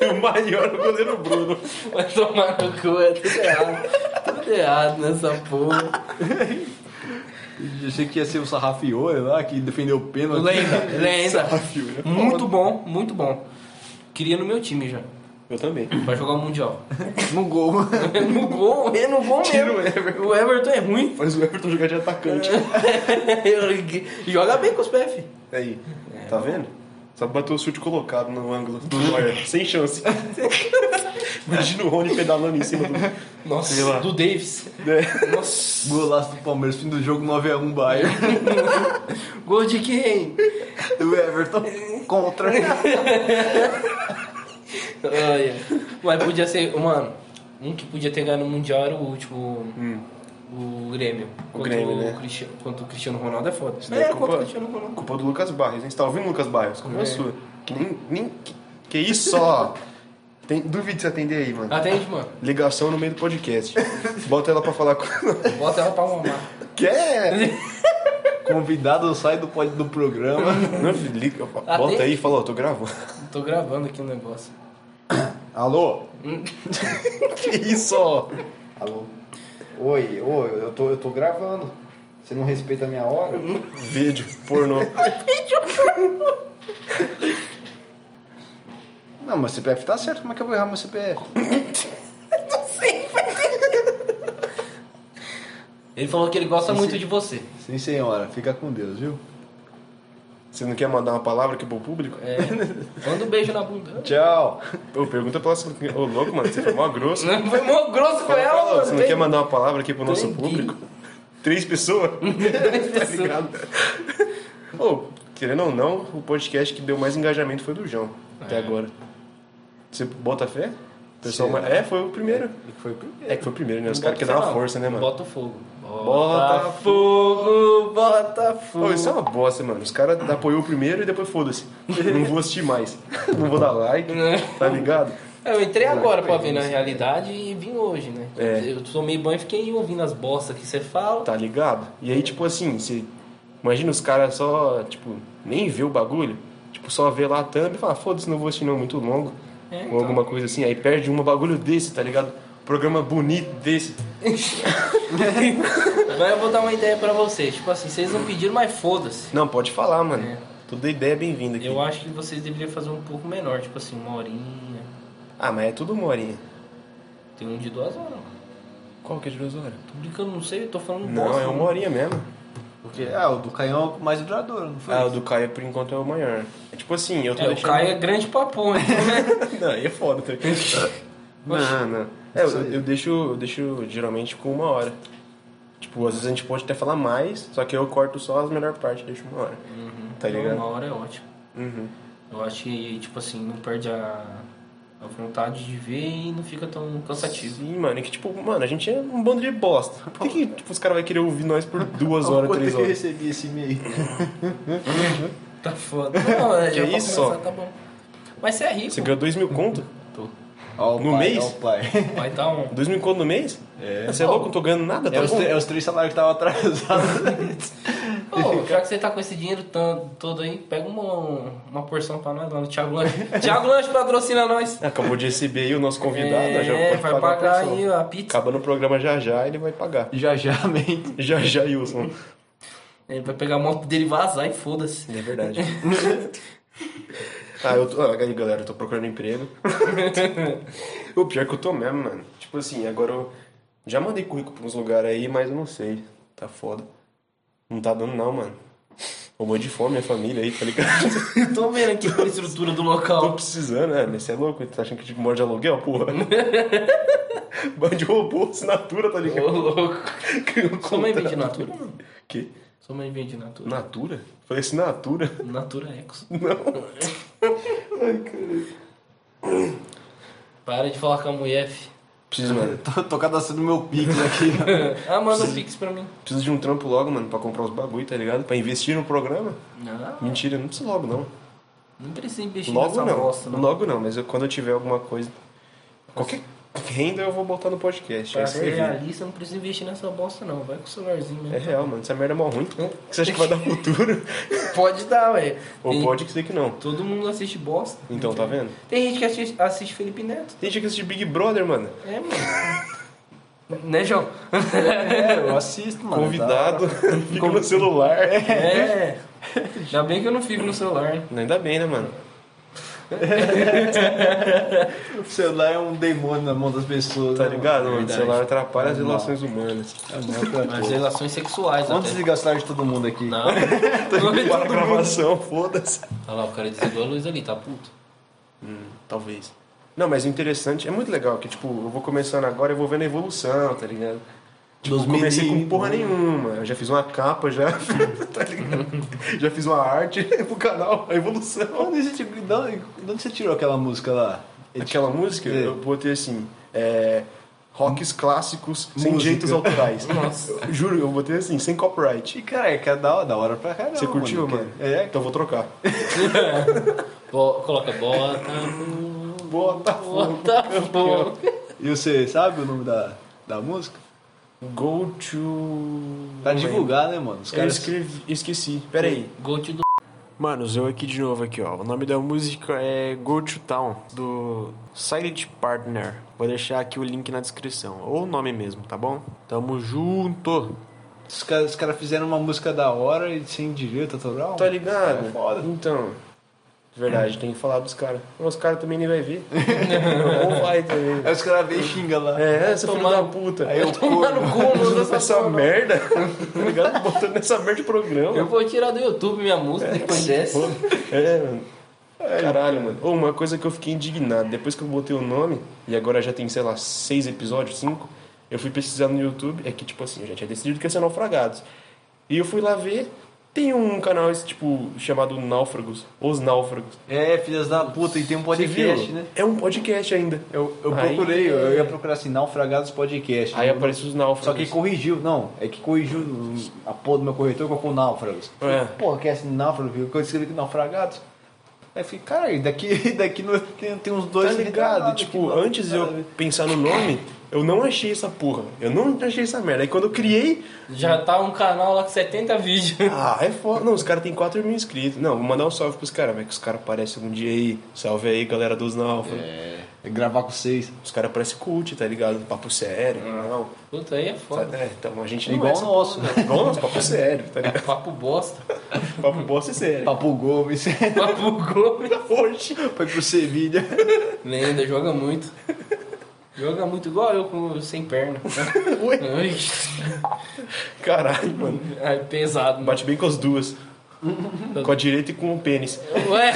S2: E [LAUGHS] o maior é o goleiro Bruno.
S1: Vai tomar no cu, é tudo errado. Tudo errado nessa porra.
S3: Eu achei que ia ser o Sarrafiore lá, que defendeu o pênalti.
S1: Lenda, lenda.
S2: Desafio, né?
S1: Muito bom, muito bom. Queria no meu time já.
S2: Eu também.
S1: Pra jogar o Mundial. [LAUGHS]
S3: No gol.
S1: É no gol, é no gol
S2: Tira
S1: mesmo.
S2: o Everton.
S1: O Everton é ruim. né?
S2: Mas o Everton jogar de atacante.
S1: Joga bem com os PF.
S2: Aí, tá vendo? Só bateu o chute colocado no ângulo do Neuer, sem chance. Imagina o Rony pedalando em cima do.
S1: Nossa,
S2: Sei lá.
S1: do Davis.
S2: né?
S1: Nossa.
S3: Golaço do Palmeiras, fim do jogo 9x1 Bayern.
S1: Gol de quem?
S3: Do Everton
S2: [LAUGHS]
S3: contra.
S1: Olha. Mas podia ser, mano, um que podia ter ganho no Mundial era o último. O Grêmio. Contra
S2: Hum. Grêmio, né?
S1: Cristiano, contra o Cristiano Ronaldo é foda.
S2: daí
S1: é,
S2: é
S1: contra o
S2: culpa-
S1: Cristiano Ronaldo.
S2: Culpa do Lucas Barros, hein? Você tá ouvindo, Lucas Barros? Culpa sua. Que nem. nem que, que isso só. Tem, duvido de você atender aí, mano.
S1: Atende, mano.
S2: Ligação no meio do podcast. Bota ela [LAUGHS] pra falar com.
S1: Bota ela pra mamar.
S2: Quer?
S3: Convidado sai do, pod- do programa.
S2: Não, filho, liga. Bota aí e fala, ó, tô gravando. [LAUGHS]
S1: Tô gravando aqui um negócio.
S3: Alô?
S2: Que isso, ó.
S3: Alô? Oi, oi, eu tô, eu tô gravando. Você não respeita a minha hora?
S2: Vídeo, pornô.
S3: Não, meu CPF tá certo, como é que eu vou errar meu CPF?
S1: Ele falou que ele gosta muito de você.
S3: Sim, senhora, fica com Deus, viu?
S2: Você não quer mandar uma palavra aqui pro público? [LAUGHS]
S1: É. Manda um beijo na bunda. [LAUGHS]
S3: Tchau.
S2: Ô, pergunta pra ela se não- Ô, louco, mano, você foi mó grosso.
S1: Foi mó grosso com ela, mano.
S2: Você não quer mandar uma palavra aqui pro nosso
S1: Tem
S2: público? Três pessoas? Tá
S1: pessoas.
S2: Ô, querendo ou não, o podcast que deu mais engajamento foi do João,
S1: É.
S2: até agora. Você bota fé? O Pessoal,
S3: Sim.
S2: mas- é, foi o primeiro.
S3: Foi o primeiro.
S2: É que foi o primeiro, né? Os caras querem dar
S1: Não,
S2: uma força, né, mano?
S1: Bota o fogo.
S2: Bota
S1: fogo, bota fogo.
S2: Ô, isso é uma bosta, mano. Os caras apoiou o primeiro e depois foda-se. Não vou assistir mais. Não vou dar
S1: [LAUGHS]
S2: like, tá ligado?
S1: né? Eu entrei agora pra ver na realidade e vim hoje, né?
S2: É.
S1: Eu tomei banho e fiquei ouvindo as bostas que você fala.
S2: Tá ligado? E aí, tipo assim, você. Imagina os caras só, tipo, nem vê o bagulho. Tipo, só vê lá a thumb e fala, foda-se, não vou assistir não, muito longo.
S1: É,
S2: Ou
S1: então.
S2: alguma coisa assim. Aí perde um bagulho desse, tá ligado? Programa bonito desse.
S1: Agora eu vou dar uma ideia pra vocês. Tipo assim, vocês não pediram, mas foda-se.
S2: Não, pode falar, mano.
S1: É.
S2: Toda ideia é bem-vinda aqui.
S1: Eu acho que vocês deveriam fazer um pouco menor, tipo assim, uma horinha.
S2: Ah, mas é tudo uma horinha.
S1: Tem um de duas horas, mano.
S2: Qual que é de duas horas?
S1: Tô brincando, não sei, eu tô falando
S2: Não,
S1: bosta. né?
S2: é uma horinha mesmo.
S3: Porque, ah, o do Canhão é o mais duradouro, não foi?
S2: Ah, o do Caio, por enquanto, é o maior. É tipo assim, eu tô
S1: É, o
S2: deixando...
S1: Caio é grande papo, né?
S2: [LAUGHS] Não, aí é foda. Tá? [LAUGHS] não, não. É,
S3: Isso
S2: eu,
S3: aí.
S2: eu deixo, eu deixo geralmente com uma hora. Tipo, às vezes a gente pode até falar mais, só que eu corto só as melhores partes, deixo uma hora. Tá ligado?
S1: Uma hora é ótimo.
S2: Uhum.
S1: Eu acho que, tipo assim, não perde a, a vontade de ver e não fica tão cansativo.
S2: Sim, mano, é que tipo, mano, a gente é um bando de bosta. Por que, que tipo, os caras vão querer ouvir nós por duas
S3: Olha o
S2: horas,
S3: quanto
S2: três
S3: que eu
S2: horas?
S3: recebi esse e-mail.
S1: Tá foda. Não, é
S2: Que
S1: já pra
S2: isso,
S1: começar,
S2: ó.
S1: tá bom. Mas você é rico.
S2: Você ganhou dois mil conto?
S1: Tô.
S3: Ó, o
S2: No
S3: pai,
S2: mês?
S3: Ó, o pai.
S1: Vai dar um.
S2: Dois mil conto no mês?
S3: É.
S2: Você é louco? Não tô ganhando nada, tá
S3: [LAUGHS] É os,
S2: bom?
S3: tre- é os três salários que estavam atrasados.
S2: [LAUGHS]
S1: Pô, já que você tá com esse dinheiro tan- todo aí, pega uma, um, uma porção pra nós lá no Thiago Lanche. [LAUGHS] Thiago Lanche patrocina nós.
S2: Ah, Acabou de receber aí o nosso convidado,
S1: é,
S2: já pode
S1: vai
S2: pagar a
S1: pagar
S2: pensão.
S1: aí a pizza.
S2: Acabando o programa já já, ele vai pagar.
S3: [LAUGHS]
S2: [LAUGHS]
S3: já já, amém.
S2: Já já, Wilson.
S1: Ele vai pegar a moto dele e vazar e foda-se. [LAUGHS]
S2: É verdade. [LAUGHS] ah, eu tô, ah, aí, galera, eu tô procurando emprego. [LAUGHS] o pior é que eu tô mesmo, mano. Tipo assim, agora eu já mandei currículo pra uns lugares aí, mas eu não sei. Tá foda. Não tá dando não, mano. Eu morro de fome, minha família aí, tá ligado? [LAUGHS]
S1: Tô vendo aqui a estrutura do
S2: Tô
S1: local.
S2: precisando, né? Mas você é louco? Tá achando que tipo, mora de aluguel, porra? [LAUGHS] Bando de robô, assinatura, tá
S1: Ô,
S2: ligado? [LAUGHS]
S1: louco.
S2: Criou
S1: Sua mãe
S2: contrato.
S1: vende Natura? mano?
S2: Que?
S1: Sua mãe vende Natura?
S2: Natura? Falei assinatura? [LAUGHS]
S1: Natura é Ecos.
S2: Não.
S1: Para de falar com a mulher, fi. [LAUGHS]
S2: Preciso, mano.
S3: Tô, tô cadastrando meu pix aqui.
S1: Ah, manda o Pix pra mim.
S2: Preciso de um trampo logo, mano, pra comprar os bagulho, tá ligado? Pra investir no programa.
S1: Não,
S2: Mentira, não precisa logo, não.
S1: não precisa investir
S2: Logo
S1: nessa
S2: não.
S1: bosta, não.
S2: Logo não, mas eu- quando eu tiver alguma coisa. Qualquer renda eu vou botar no podcast.
S1: Pra
S2: Aí
S1: ser
S2: você vê.
S1: realista, não precisa investir nessa bosta, não. Vai com o celularzinho
S2: É
S1: mesmo.
S2: real, mano. Essa merda é mó ruim.
S1: Hum?
S2: O que você acha que vai dar futuro?
S1: Pode dar, ué.
S2: Ou
S1: Tem-
S2: pode que ser que não.
S1: Todo mundo assiste bosta.
S2: Então, tá vendo?
S1: Tem gente que assiste, assiste Felipe Neto.
S2: Tem gente que assiste Big Brother, mano.
S1: É, mano. [LAUGHS] né, João?
S3: É, eu assisto, mano.
S2: Convidado, [LAUGHS] fica no celular.
S1: É. Ainda bem que eu não fico no celular. né?
S2: Ainda bem, né, mano?
S3: Tá. O celular é um demônio na mão das pessoas.
S2: Tá
S3: né,
S2: ligado, mano? O
S1: verdade.
S2: celular é atrapalha as relações humanas.
S3: mano?
S1: As relações sexuais,
S3: Vamos
S1: até.
S3: desligar o celular de todo mundo aqui.
S2: [LAUGHS]
S1: Não.
S2: Para a
S1: Olha
S2: gravação, foda-se.
S1: lá, o cara desligou a luz ali, tá puto.
S2: Hum, talvez. Não, mas o interessante, é muito legal que, tipo, eu vou começando agora e vou vendo a evolução, tá ligado? Tipo,
S3: Dos
S2: eu comecei com
S3: meninos. né?
S2: porra nenhuma. Eu já fiz uma capa, já, [LAUGHS] tá
S3: [LAUGHS]
S2: ligado? Já fiz uma arte [LAUGHS] pro canal, a evolução.
S3: Onde você, tirou- de onde- de onde você tirou aquela música lá?
S2: Aquela música,
S3: É.
S2: eu botei assim, é... Rocks clássicos, sem
S3: Música.
S2: direitos
S3: [LAUGHS]
S2: autorais.
S1: Nossa.
S2: Eu Juro, eu botei assim, sem copyright.
S3: E caralho, que é da hora, da hora pra caramba.
S2: Você curtiu,
S3: que-
S2: mano?
S3: É,
S2: Então eu vou trocar.
S1: [LAUGHS] Bo- coloca bota no...
S2: Botafogo.
S1: Botafogo.
S3: é- E você sabe o nome da, da música?
S2: Go to...
S3: Pra divulgar, né, mano? Os
S2: Eu
S3: caras.
S2: escrevi, esqueci. Pera aí.
S1: Gol te do...
S4: Manos, eu aqui de novo aqui, ó. O nome da música é Go to Town, do Silent Partner. Vou deixar aqui o link na descrição. Ou o nome mesmo, tá bom? Tamo junto!
S3: Os caras os cara fizeram uma música da hora e sem direito autoral?
S2: Tá ligado?
S3: É foda.
S2: Então. Verdade, tem que falar dos caras. Os caras também nem vai ver. Ou vai também.
S3: Aí os caras vêm e xingam lá.
S2: É, essa filha
S1: Tomar-
S2: da puta.
S3: Aí
S1: [LAUGHS]
S3: eu
S1: Tomar no [LAUGHS] cu, não usa
S2: Usando
S1: essa
S2: essa
S1: porra, não.
S2: merda. Tá ligado? Botando nessa merda de programa.
S1: Eu vou tirar do YouTube minha música depois dessa.
S2: É, mano. Caralho, mano. Ou uma coisa que eu fiquei indignado. Depois que eu botei o nome, e agora já tem, sei lá, seis episódios, cinco, eu fui pesquisar no YouTube. É que, tipo assim, eu já tinha decidido que ia ser Naufragados. E eu fui lá ver. Tem um canal, esse tipo, chamado Náufragos. Os Náufragos.
S3: É, filhas da puta, e tem um podcast, né?
S2: É um podcast ainda.
S3: Eu, eu
S2: Aí- é.
S3: procurei, eu ia procurar assim, Naufragados Podcast. né?
S2: Aí aparece os náufragos.
S3: Só que corrigiu, não, é que corrigiu o- a porra do meu corretor colocou um Náufragos.
S2: É.
S3: Porra, que é assim, Náufragos? Eu escrevi que Naufragados. Aí eu fiquei, caralho, daqui, [LAUGHS] daqui não, tem, tem uns
S2: Tá
S3: dois
S2: ligado?
S3: retardados
S2: Tipo,
S3: aqui,
S2: antes de
S3: mano.
S2: eu pensar no nome, eu não achei essa porra. Eu não achei essa merda. Aí quando eu criei.
S1: Já tá um canal lá com 70 vídeos.
S2: Ah, é foda. Não, os caras têm 4 mil inscritos. Não, vou mandar um salve pros caras, mas que os caras aparecem um dia aí. Salve aí, galera dos náufragos.
S3: É, é gravar com vocês.
S2: Os caras parecem cult, tá ligado? Papo sério. Não.
S1: Puta, aí é foda.
S2: É, então a gente
S3: É
S2: não
S3: igual
S2: é
S3: o
S2: essa
S3: nosso,
S2: porra, [LAUGHS] Igual o nosso, papo sério,
S1: [LAUGHS]
S2: tá ligado?
S1: Papo bosta.
S2: Papo bosta é sério.
S3: [LAUGHS] Papo Gomes,
S1: Papo Gomes.
S2: Hoje.
S3: [LAUGHS] foi pro Sevilha.
S1: Lenda, joga muito. Joga muito igual eu com sem perna. Ui.
S2: Caralho, mano.
S1: Ai, é pesado, mano.
S2: Bate bem com as duas. com a direita e com o pênis. [LAUGHS]
S1: Ué.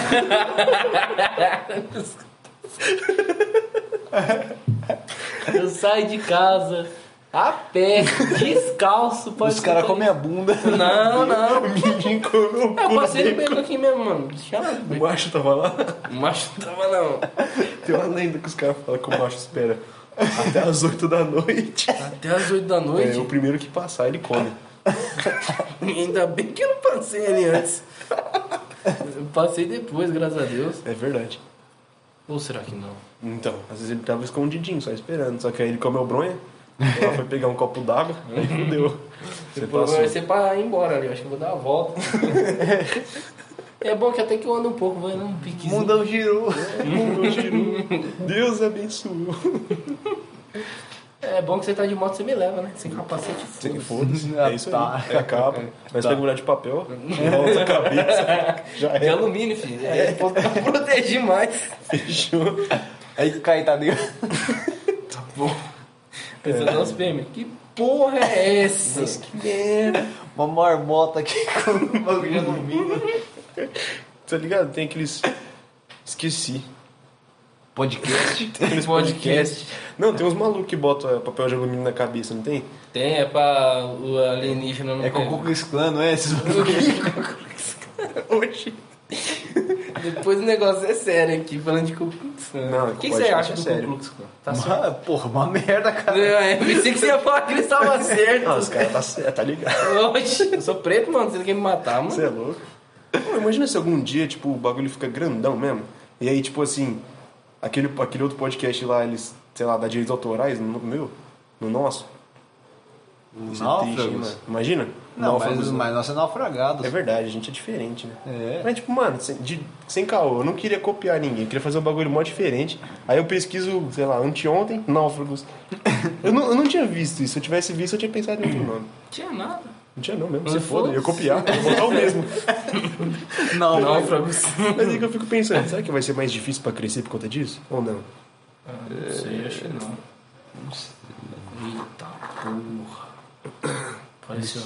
S1: Eu saio de casa a pé, descalço, pode
S3: Os caras
S1: ser.
S3: comem
S2: [LAUGHS]
S3: a bunda.
S1: Não, não.
S2: Ninguém comeu o
S1: Eu
S2: cu.
S1: passei É, no beco aqui mesmo, mano. Chama.
S2: O macho tava lá.
S1: O macho não tava não.
S2: Tem uma lenda que os caras falam que o macho espera até as 8 da noite.
S1: Até as 8 da
S2: É,
S1: noite.
S2: o primeiro que passar, ele come.
S1: Ainda bem que eu não passei ali antes. Eu passei depois, graças a Deus.
S2: É verdade.
S1: Ou será que não?
S2: Então, às vezes ele tava escondidinho, só esperando. Só que aí ele comeu bronha, ela foi pegar um copo d'água, [LAUGHS] aí fudeu. Você
S1: O problema
S2: passou.
S1: vai ser pra ir embora ali, eu acho que eu vou dar uma [LAUGHS] volta. é bom que até que eu ando um pouco, vai dar um piquezinho.
S3: Mundão girou.
S2: é Mundo girou. [LAUGHS] Deus abençoou.
S1: É bom que você tá de moto, você me leva, né? Sem capacete,
S2: Sim,
S1: foda-se.
S2: foda-se.
S3: Ah,
S2: É isso
S3: tá.
S2: aí. É a capa. Mas
S3: Tá.
S2: pega um olhar de papel, volta a [LAUGHS] cabeça. Já
S1: De
S2: é.
S1: alumínio, filho. É, protege mais.
S2: Fechou.
S3: [LAUGHS] Aí cai, tá ligado?
S2: É.
S1: Pensando nos prêmios. Que porra é essa?
S3: Uma marmota aqui [LAUGHS] com um bagulho de alumínio.
S2: Tá ligado? Tem aqueles. Esqueci.
S3: Podcast.
S2: Aqueles podcasts. Não, tem uns malucos que botam papel de alumínio na cabeça, não tem?
S1: Tem, é pra o alienígena não
S3: É com o
S1: pegar.
S3: Ku Klux Klan, não é? Esses
S2: Oxi.
S1: Depois o negócio é sério aqui, falando de Ku Klux Klan.
S2: Não,
S1: o que, que
S2: pode
S1: você
S2: ficar
S1: acha do
S2: sério.
S1: Ku Klux Klan? Tá certo.
S3: Uma- Porra, uma merda, cara.
S1: É, pensei que você ia falar que ele
S2: [LAUGHS]
S1: estava certo.
S2: Ah, os caras tá certo, tá ligado?
S1: Oxe, eu sou preto, mano. Você não quer me matar, mano?
S2: Você é louco. Pô, imagina se algum dia, tipo, o bagulho fica grandão mesmo. E aí, tipo assim, aquele, aquele outro podcast lá, eles, sei lá, dá direitos autorais no meu, no nosso. Isso é triste, hein,
S3: Náufragos.
S2: mano? Imagina?
S3: Não, mas,
S2: Náufragos, né?
S3: mas nós é naufragados.
S2: É verdade, a gente é diferente, né?
S3: É.
S2: Mas, tipo, mano, sem, de, sem caô, eu não queria copiar ninguém, eu queria fazer um bagulho mó diferente. Aí eu pesquiso, sei lá, anteontem, náufragos. eu, não, eu não tinha visto isso, se eu tivesse visto, eu tinha pensado em outro nome.
S1: Não tinha nada.
S2: Não tinha não mesmo,
S1: Mas
S2: você é foda, eu ia
S1: foda-se.
S2: copiar, eu ia botar o mesmo.
S3: [LAUGHS] Não, não.
S1: Náufragos.
S2: Mas aí que eu fico pensando, será que vai ser mais difícil pra crescer por conta disso? Ou não?
S3: É,
S1: Não sei, acho que não. Eita porra. Pareceu.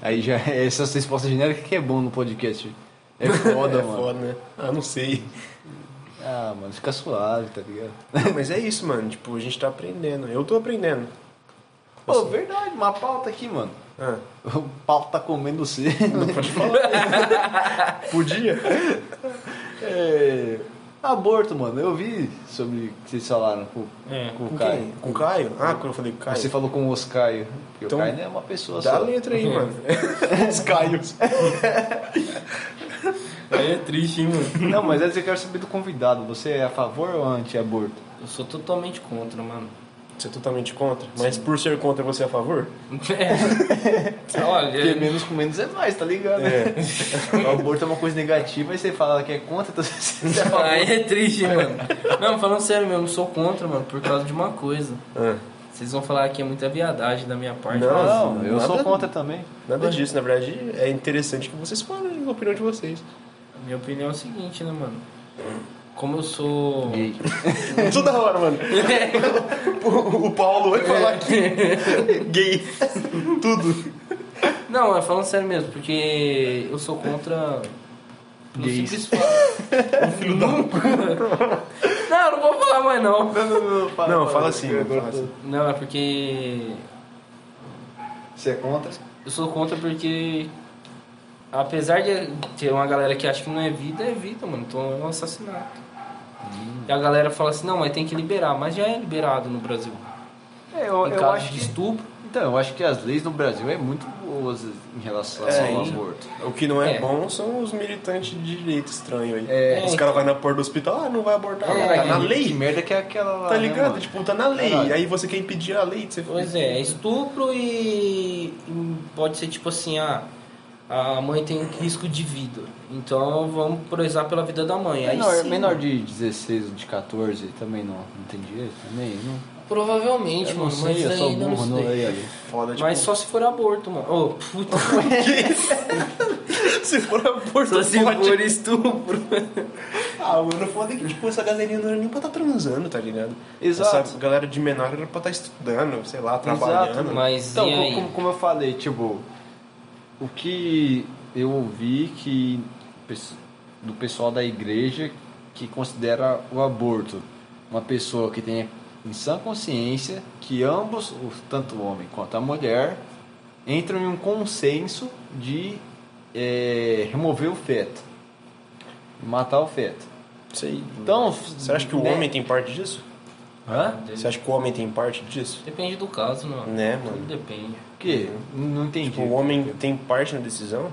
S3: Aí já é essa resposta genérica que é bom no podcast. [LAUGHS] É foda,
S2: é
S3: mano.
S2: foda, né? Ah, não
S3: [LAUGHS]
S2: sei.
S3: Ah, mano, fica suave, tá ligado?
S2: Não, mas é isso, mano, tipo, a gente tá aprendendo, eu tô aprendendo.
S3: Pô, verdade, uma pauta aqui, mano.
S2: Ah,
S3: Assim. [LAUGHS] O pau tá comendo você.
S2: pode falar. Podia?
S3: [LAUGHS] É, Aborto, mano. Eu vi sobre o que vocês falaram com,
S1: É,
S3: com
S2: Com
S3: o Caio.
S2: quem? Com o Caio? Ah, quando eu falei com o Caio.
S3: Você falou com o Oscaio. Porque
S2: Então,
S3: o Caio não é uma pessoa
S2: Dá a
S3: só.
S2: letra aí, mano. Os Caios.
S1: Aí é triste, hein, mano?
S3: [LAUGHS] Não, mas antes eu quero saber do convidado. Você é a favor ou anti-aborto?
S1: Eu sou totalmente contra, [LAUGHS] mano.
S2: Você é totalmente contra, mas por ser contra você é a favor?
S1: É.
S3: Porque
S1: Olha,
S3: menos com menos é mais, tá ligado? [LAUGHS] O aborto é uma coisa negativa e você fala que é contra, então você é a favor.
S1: aí é triste, hein, mano. Não, falando sério mesmo, eu sou contra, mano, por causa de uma coisa.
S2: Ah,
S1: Vocês vão falar que é muita viadagem da minha parte.
S2: Não.
S1: mas-
S3: Não, eu
S2: nada-
S3: sou contra também.
S2: nada disso, na verdade é interessante que vocês falem a opinião de vocês.
S1: Minha opinião é o seguinte, né, mano? Como eu sou. [LAUGHS]
S2: Tudo da hora, mano. [LAUGHS] O, o Paulo
S3: É.
S2: vai falar aqui. Gay. Tudo.
S1: Não, é falando sério mesmo, porque eu sou contra. No
S3: Gays.
S1: simples [LAUGHS] fato. Um filho da Não, eu não vou falar mais não.
S3: Não, não, não, fala,
S2: Não, fala assim, mano, fala assim.
S1: Não, é porque.
S3: Você é contra?
S1: Eu sou contra porque. Apesar de ter uma galera que acha que não é vida, é vida, mano. Então é um assassinato. E a galera fala assim, não, mas tem que liberar, mas já é liberado no Brasil.
S3: É, eu,
S1: Em
S3: eu
S1: caso
S3: acho
S1: de
S3: que.
S1: estupro.
S3: Então, eu acho que as leis no Brasil é muito boas em relação
S2: É,
S3: ao
S2: e-
S3: aborto.
S2: O que não é,
S1: É.
S2: bom são os militantes de direito estranho aí.
S3: É.
S2: Os caras vão na porta do hospital, ah, não vai abortar.
S1: É,
S2: tá na
S1: que-
S3: Que
S2: lei.
S3: merda que é aquela lá,
S2: Tá
S3: né,
S2: ligado?
S3: mano?
S2: Tipo, tá na lei.
S3: Caralho.
S2: Aí você quer impedir a lei. Você...
S1: Pois é, é estupro e, e pode ser tipo assim, ah, a mãe tem um risco de vida. Então vamos prezar pela vida da mãe. Aí
S3: Menor,
S1: sim,
S3: menor de 16 ou de 14 também não, não tem direito? Também não.
S1: Provavelmente,
S3: Eu não
S1: mano,
S3: sei,
S1: mas
S3: eu sou
S1: ainda
S3: burro,
S1: não
S3: não
S1: sei.
S3: leio ali.
S2: Foda, tipo,
S1: Mas só se for aborto, mano. Ô,
S3: [LAUGHS]
S1: puta.
S2: se for aborto,
S1: só se
S2: pode.
S1: for estupro.
S2: Ah, mano, foda é que, tipo, essa galerinha não era nem pra estar transando, tá ligado?
S3: Exato.
S2: Essa galera de menor era pra estar estudando, sei lá, trabalhando.
S3: Exato,
S1: Mas
S3: Então,
S1: e
S3: co-
S1: aí?
S3: Como, como eu falei, tipo, o que eu ouvi que pes- do pessoal da igreja que considera o aborto uma pessoa que tenha em sã consciência que ambos, o- tanto o homem quanto a mulher, entram em um consenso de eh, remover o feto, matar o feto.
S2: Isso aí.
S3: Então,
S2: Você acha que o
S3: né?
S2: homem tem parte disso?
S3: Hã?
S2: Você acha que o homem tem parte disso?
S1: Depende do caso, mano.
S3: Hum.
S2: Né, mano?
S1: Tudo depende.
S3: O quê? Não entendi.
S2: Tipo, o homem tem parte na decisão?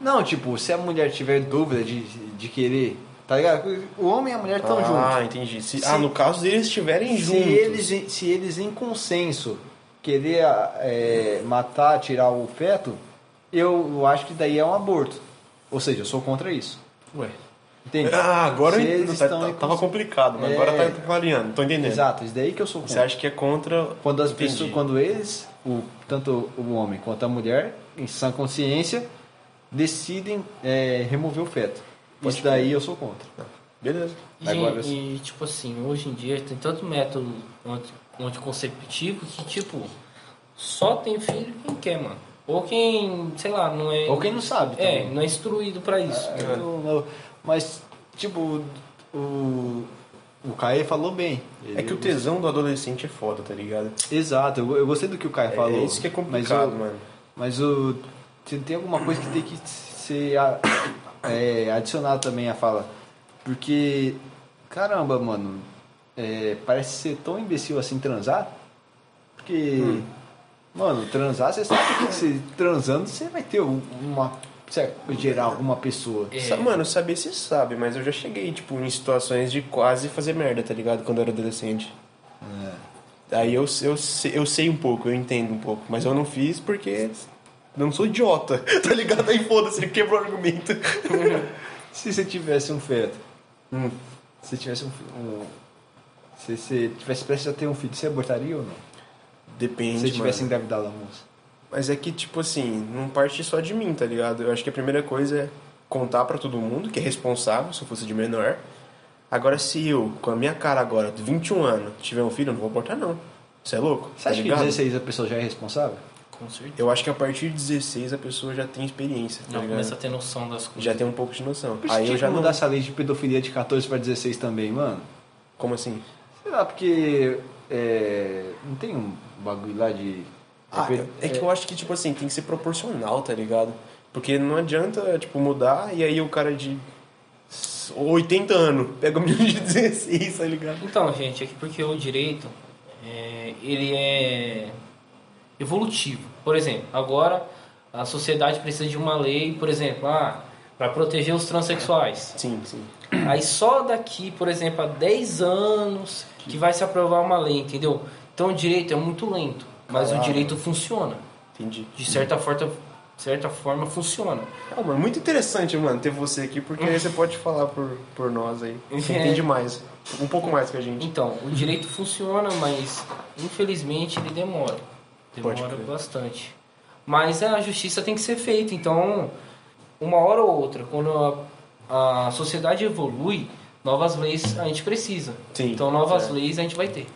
S3: Não, tipo, se a mulher tiver dúvida de, de querer Tá ligado? O homem e a mulher estão
S2: ah,
S3: Então, juntos.
S2: entendi. Se-
S3: Se-
S2: ah, no caso eles estiverem
S3: Se
S2: juntos.
S3: eles, em- se eles em consenso querer é, matar, tirar o feto, eu acho que daí é um aborto. Ou seja, eu sou contra isso.
S2: Ué.
S3: Entende?
S2: Ah, agora
S3: Se
S2: eu
S3: eles
S2: tá-
S3: estão
S2: tá-
S3: em
S2: Tava
S3: cons-
S2: complicado, mas
S3: É.
S2: agora tá clareando. Tô entendendo.
S3: Exato, isso daí que eu sou
S2: Você
S3: contra.
S2: acha que é contra.
S3: Quando as
S2: Entendi.
S3: pessoas, quando eles, o, tanto o homem quanto a mulher, em sã consciência, decidem é, remover o feto. Isso daí eu sou contra.
S2: Beleza.
S1: E,
S3: Agora-
S1: e, tipo assim, hoje em dia tem tanto método anti- anticonceptivo que, tipo, só tem filho quem quer, mano. Ou quem, sei lá, não é.
S3: Ou quem não sabe.
S1: É,
S3: também.
S1: não é instruído pra isso.
S3: Ah, eu não- mas, tipo, o, o Caio falou bem.
S2: É que o
S3: Ele-
S2: tesão do adolescente é foda, tá ligado?
S3: Exato, eu, eu gostei do que o Caio
S2: É,
S3: falou.
S2: é isso que é complicado, né?
S3: mas o,
S2: mano.
S3: Mas o, tem, tem alguma coisa que tem que ser a- [COUGHS] é, adicionada também à fala. Porque, caramba, mano, é, parece ser tão imbecil assim transar. Porque,
S2: Hum.
S3: mano, transar, você sabe que você transando, você vai ter um- uma. Você vai gerar alguma pessoa.
S1: É.
S2: Sa- Mano, saber se sabe, mas eu já cheguei, tipo, em situações de quase fazer merda, tá ligado? Quando eu era adolescente. Aí eu, eu, sei- eu sei um pouco, eu entendo um pouco, mas eu não fiz porque eu não sou idiota, [LAUGHS] tá ligado? Aí foda-se, ele quebrou o argumento.
S3: Se você tivesse um feto,
S2: Hum.
S3: se tivesse um, fi- um se você tivesse prestes a ter um filho, você abortaria ou não?
S2: Depende,
S3: Se você tivesse
S2: mano.
S3: engravidado a moça.
S2: Mas é que, tipo assim, não parte só de mim, tá ligado? Eu acho que a primeira coisa é contar pra todo mundo, que é responsável, se eu fosse de menor. Agora, se eu, com a minha cara agora, de 21 anos, tiver um filho, eu não vou abortar, não. Você é louco?
S3: Você
S2: tá
S3: acha que
S2: ligado?
S3: 16 a pessoa já é responsável?
S1: Com certeza.
S2: Eu acho que a partir de 16 a pessoa já tem experiência, tá
S1: Não
S2: ligado?
S1: começa a ter noção das coisas.
S2: Já tem um pouco de noção.
S3: Por isso
S2: Aí
S3: que
S2: eu já
S3: Tipo, mudar
S2: não...
S3: essa lei de pedofilia de 14 pra 16 também, mano.
S2: Como assim?
S3: Sei lá, porque é, não tem um bagulho lá de...
S2: Ah, é que eu acho que, tipo assim, tem que ser proporcional, tá ligado? Porque não adianta, tipo, mudar e aí o cara de 80 anos [LAUGHS] pega o menino de 16, tá ligado?
S1: Então, gente, é que porque o direito é, ele é evolutivo. Por exemplo, agora a sociedade precisa de uma lei, por exemplo, ah, para proteger os transexuais.
S2: Sim, sim.
S1: Aí só daqui, por exemplo, a 10 anos que vai se aprovar uma lei, entendeu? Então o direito é muito lento, mas o
S2: Claro.
S1: direito funciona.
S2: Entendi.
S1: De certa forma, certa forma funciona.
S2: Ah, mano, muito interessante, mano, ter você aqui, porque aí você pode falar por, por nós [LAUGHS] aí. Você
S1: É.
S2: entende mais. Um pouco mais que a gente.
S1: Então, o direito funciona, mas infelizmente ele demora.
S2: Pode
S1: Demora
S2: crer.
S1: bastante. Mas a justiça tem que ser feita. Então, uma hora ou outra, quando a, a sociedade evolui, novas leis a gente precisa.
S2: Sim,
S1: então, novas
S2: certo.
S1: leis a gente vai ter.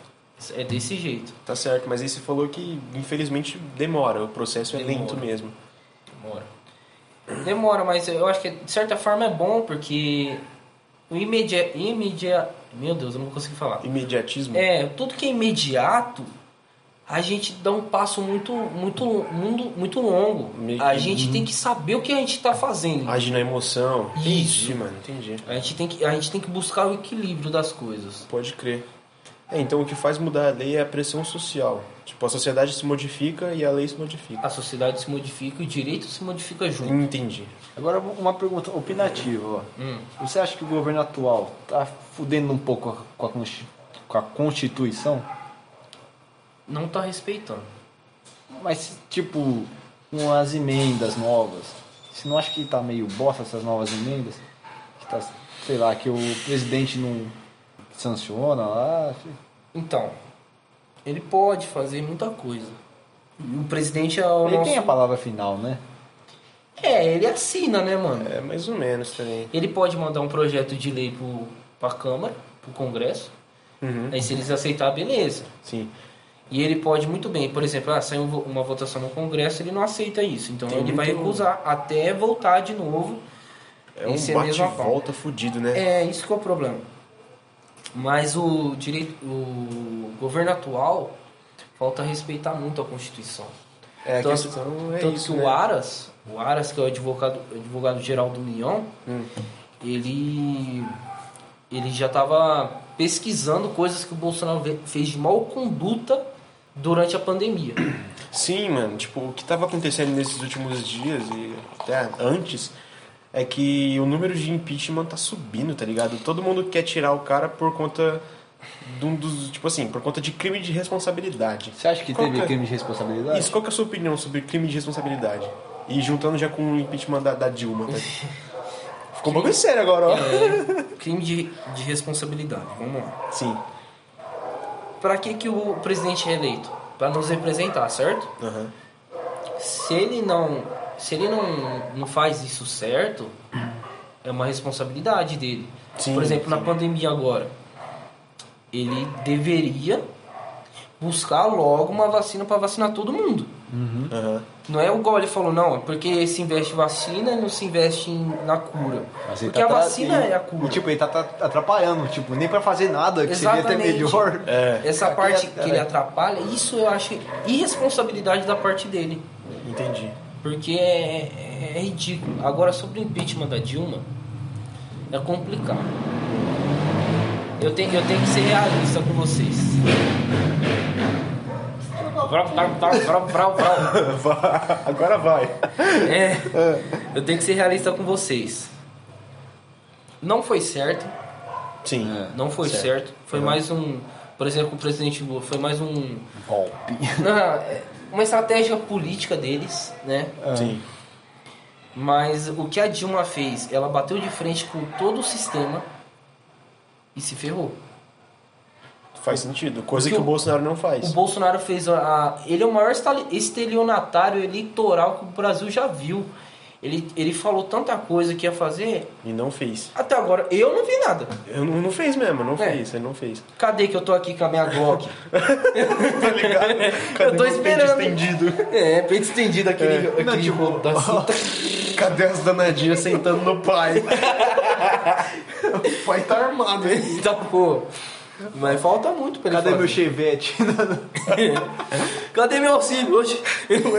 S1: É desse jeito.
S2: Tá certo, mas aí você falou que, infelizmente, demora. O processo é
S1: Demora.
S2: lento mesmo.
S1: Demora. Demora, mas eu acho que de certa forma é bom porque o imedia, imedia, meu Deus, eu não vou conseguir falar.
S2: Imediatismo.
S1: É, tudo que é imediato, a gente dá um passo muito, muito, muito, muito longo.
S2: Me-
S1: A gente tem que saber o que a gente está fazendo.
S2: Agir na emoção.
S1: Isso.
S2: Entendi, mano. Entendi.
S1: A gente tem que, a gente tem que buscar o equilíbrio das coisas.
S2: Pode crer. É, então o que faz mudar a lei é a pressão social. Tipo, a sociedade se modifica e a lei se modifica.
S1: A sociedade se modifica e o direito se modifica junto.
S2: Entendi.
S3: Agora uma pergunta opinativa, ó.
S1: Hum.
S3: Você acha que o governo atual tá fudendo um pouco com a, consti- com a Constituição?
S1: Não tá respeitando.
S3: Mas, tipo, com as emendas novas, você não acha que tá meio bosta essas novas emendas? Que tá, sei lá, que o presidente não sanciona lá?
S1: Então, ele pode fazer muita coisa. O presidente é o
S3: Ele
S1: nosso...
S3: tem a palavra final, né?
S1: É, ele assina, né, mano?
S2: É mais ou menos também.
S1: Ele pode mandar um projeto de lei pro, pra Câmara, pro Congresso.
S2: Uhum.
S1: Aí se eles aceitar, beleza.
S2: Sim.
S1: E ele pode muito bem, por exemplo, ah, saiu vo- uma votação no Congresso, ele não aceita isso. Então
S2: Tem
S1: ele vai
S2: muito-
S1: recusar até voltar de novo.
S2: É um
S1: Esse é mesmo a
S2: bate-volta fudido, né?
S1: É isso que é o problema. Mas o direito, o governo atual falta respeitar muito a Constituição.
S2: É, a
S1: Tanto-
S2: questão é
S1: Tanto
S2: isso,
S1: que
S2: né?
S1: o Aras, o Aras que é o advogado, advogado geral do União,
S2: Hum.
S1: ele ele já estava pesquisando coisas que o Bolsonaro ve- fez de mal conduta durante a pandemia. [COUGHS]
S2: Sim, mano. Tipo, o que tava acontecendo nesses últimos dias e até antes é que o número de impeachment tá subindo, tá ligado? Todo mundo quer tirar o cara por conta de um dos. Tipo assim, por conta de crime de responsabilidade.
S3: Você acha que
S2: Qual
S3: teve
S2: que é?
S3: crime de responsabilidade?
S2: Isso, qual que é a sua opinião sobre crime de responsabilidade? E juntando já com o impeachment da, da Dilma, tá? Ficou um bagulho sério agora, ó.
S1: Crime de, de responsabilidade, vamos lá.
S2: Sim.
S1: Pra que, que o presidente é eleito? Pra nos representar, certo?
S2: Aham.
S1: Se ele não. Se ele não, não faz isso certo, é uma responsabilidade dele.
S2: Sim,
S1: Por exemplo, na
S2: sim.
S1: pandemia agora, ele deveria buscar logo uma vacina pra vacinar todo mundo.
S2: Aham.
S1: Não é igual ele falou, não, é porque se investe em vacina não se investe em- na cura.
S3: Mas ele
S1: porque
S3: tá
S1: a
S3: tra-
S1: vacina
S3: e-
S1: é a cura.
S3: E, tipo, ele tá, tá atrapalhando, tipo, nem pra fazer nada, que seria até
S1: Exatamente.
S3: melhor.
S2: É.
S1: Essa
S3: Aqui
S1: parte
S3: é-
S1: que ele atrapalha, isso eu acho irresponsabilidade da parte dele.
S2: Entendi.
S1: Porque é, é- é ridículo. Agora, sobre o impeachment da Dilma, é complicado. Eu tenho, eu tenho que ser realista com vocês. Vrau, vrau, vrau, vrau, vrau, vrau.
S2: Vai, Agora vai.
S1: É, eu tenho que ser realista com vocês. Não foi certo,
S2: Sim.
S1: não foi certo. Foi mais um, por exemplo, o presidente Lula, foi mais um, [LAUGHS]
S3: Golpe.
S1: não, é uma estratégia política deles, né?
S2: Ah. Sim.
S1: Mas o que a Dilma fez, ela bateu de frente com todo o sistema e se ferrou.
S2: Faz sentido. Coisa
S1: Porque
S2: que o
S1: o-
S2: Bolsonaro não
S1: O
S2: faz.
S1: Bolsonaro fez a, a- ele é o maior estali- estelionatário eleitoral que o Brasil já viu. Ele, ele falou tanta coisa que ia fazer,
S2: E não fez.
S1: até agora eu não vi nada.
S2: Eu não, não fez mesmo, não
S1: É.
S2: fez. Ele não fez.
S1: Cadê que eu tô aqui com a minha [LAUGHS] Glock?
S2: Tá ligado?
S1: eu tô
S2: meu
S1: esperando.
S2: peito estendido?
S1: É, peito estendido aquele, aquele
S3: Não, tipo,
S1: rolo da cinta.
S5: Cadê as danadinhas sentando no
S3: [LAUGHS]
S5: pai? o pai tá armado, hein?
S1: Eita, pô. Mas falta muito pra ele
S3: Cadê
S1: fazer.
S3: meu chevette?
S1: Cadê meu auxílio hoje?
S3: Tipo,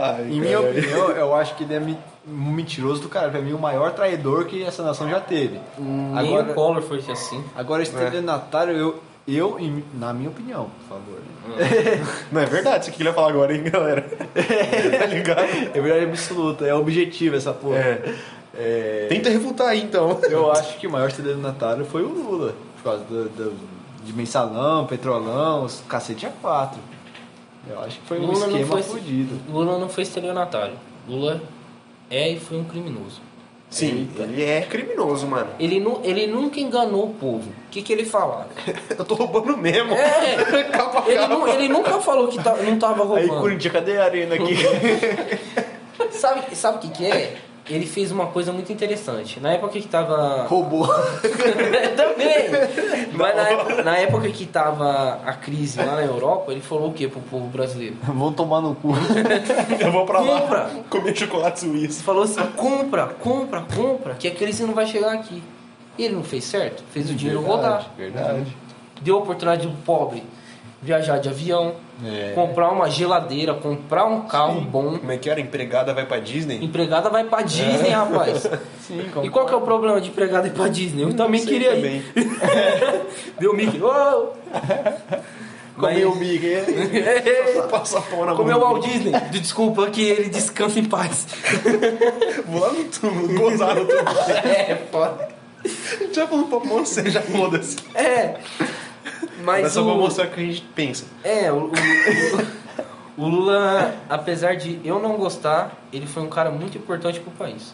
S5: Ai,
S3: em minha
S5: cara.
S3: opinião, eu acho que ele é mi- um mentiroso do cara. Pra mim, o maior traidor que essa nação já teve.
S1: Hum, Nem o
S3: Agora,
S1: Collor foi assim.
S3: agora estelionatário, eu, eu, em- na minha opinião, por favor. né?
S2: Não, é verdade isso que ele ia falar agora, hein, galera? tá ligado?
S3: É verdade absoluta, é objetivo essa porra.
S2: É.
S3: É,
S5: Tenta refutar aí, então.
S3: eu acho que o maior estelionatário foi o Lula. Por causa do, do- de mensalão, petrolão, os cacete a quatro. Eu acho que foi um
S1: Lula não
S3: esquema
S1: foi-
S3: fodido.
S1: Lula não foi estelionatário. Lula é e foi um criminoso.
S2: Sim, ele é criminoso, mano.
S1: Ele, nu, ele nunca enganou o povo. O que, que ele
S3: [LAUGHS]
S1: falava?
S2: Eu tô roubando mesmo.
S1: É,
S2: Capa a
S1: ele,
S2: capa.
S1: nu- ele nunca falou que tá- não tava
S2: Aí,
S1: roubando.
S2: Corinthians, cadê a arena aqui?
S1: Sabe, sabe o que, que é? Ele fez uma coisa muito interessante. Na época que tava.
S3: Roubou.
S1: [LAUGHS] Também! Mas na, época- na época que tava a crise lá na Europa, ele falou o que pro povo brasileiro?
S3: [LAUGHS] Vão tomar no cu.
S2: Eu vou pra lá
S1: Compra!
S2: comer chocolate suíço.
S1: Falou assim: compra, compra, compra, que a crise não vai chegar aqui. E ele não fez certo? Fez o dinheiro rodar.
S3: Verdade.
S1: deu oportunidade do pobre viajar de avião,
S3: É.
S1: comprar uma geladeira, comprar um carro bom.
S2: Como é que era? Empregada vai pra Disney?
S1: Empregada vai pra
S2: É.
S1: Disney,
S2: [LAUGHS]
S1: rapaz.
S3: Sim,
S1: E qual que é o problema de empregada ir pra Disney? Eu também
S2: sei
S1: queria
S2: também.
S1: ir. [LAUGHS] Deu Mickey. Oh!
S2: Comeu o
S1: Mas-
S2: Mickey. hein?
S1: Então
S2: Passa pão na
S1: [LAUGHS] Comeu o
S2: mão.
S1: Walt Disney. Desculpa que ele descansa em paz.
S2: Vou lá no túmulo, gozar no túmulo.
S1: É, foda.
S2: Já falou pra moça, já foda-se.
S1: É. Mas
S2: Mas só vou
S1: o-
S2: mostrar o que a gente pensa.
S1: É, o, o- o Lula, apesar de eu não gostar, ele foi um cara muito importante pro país.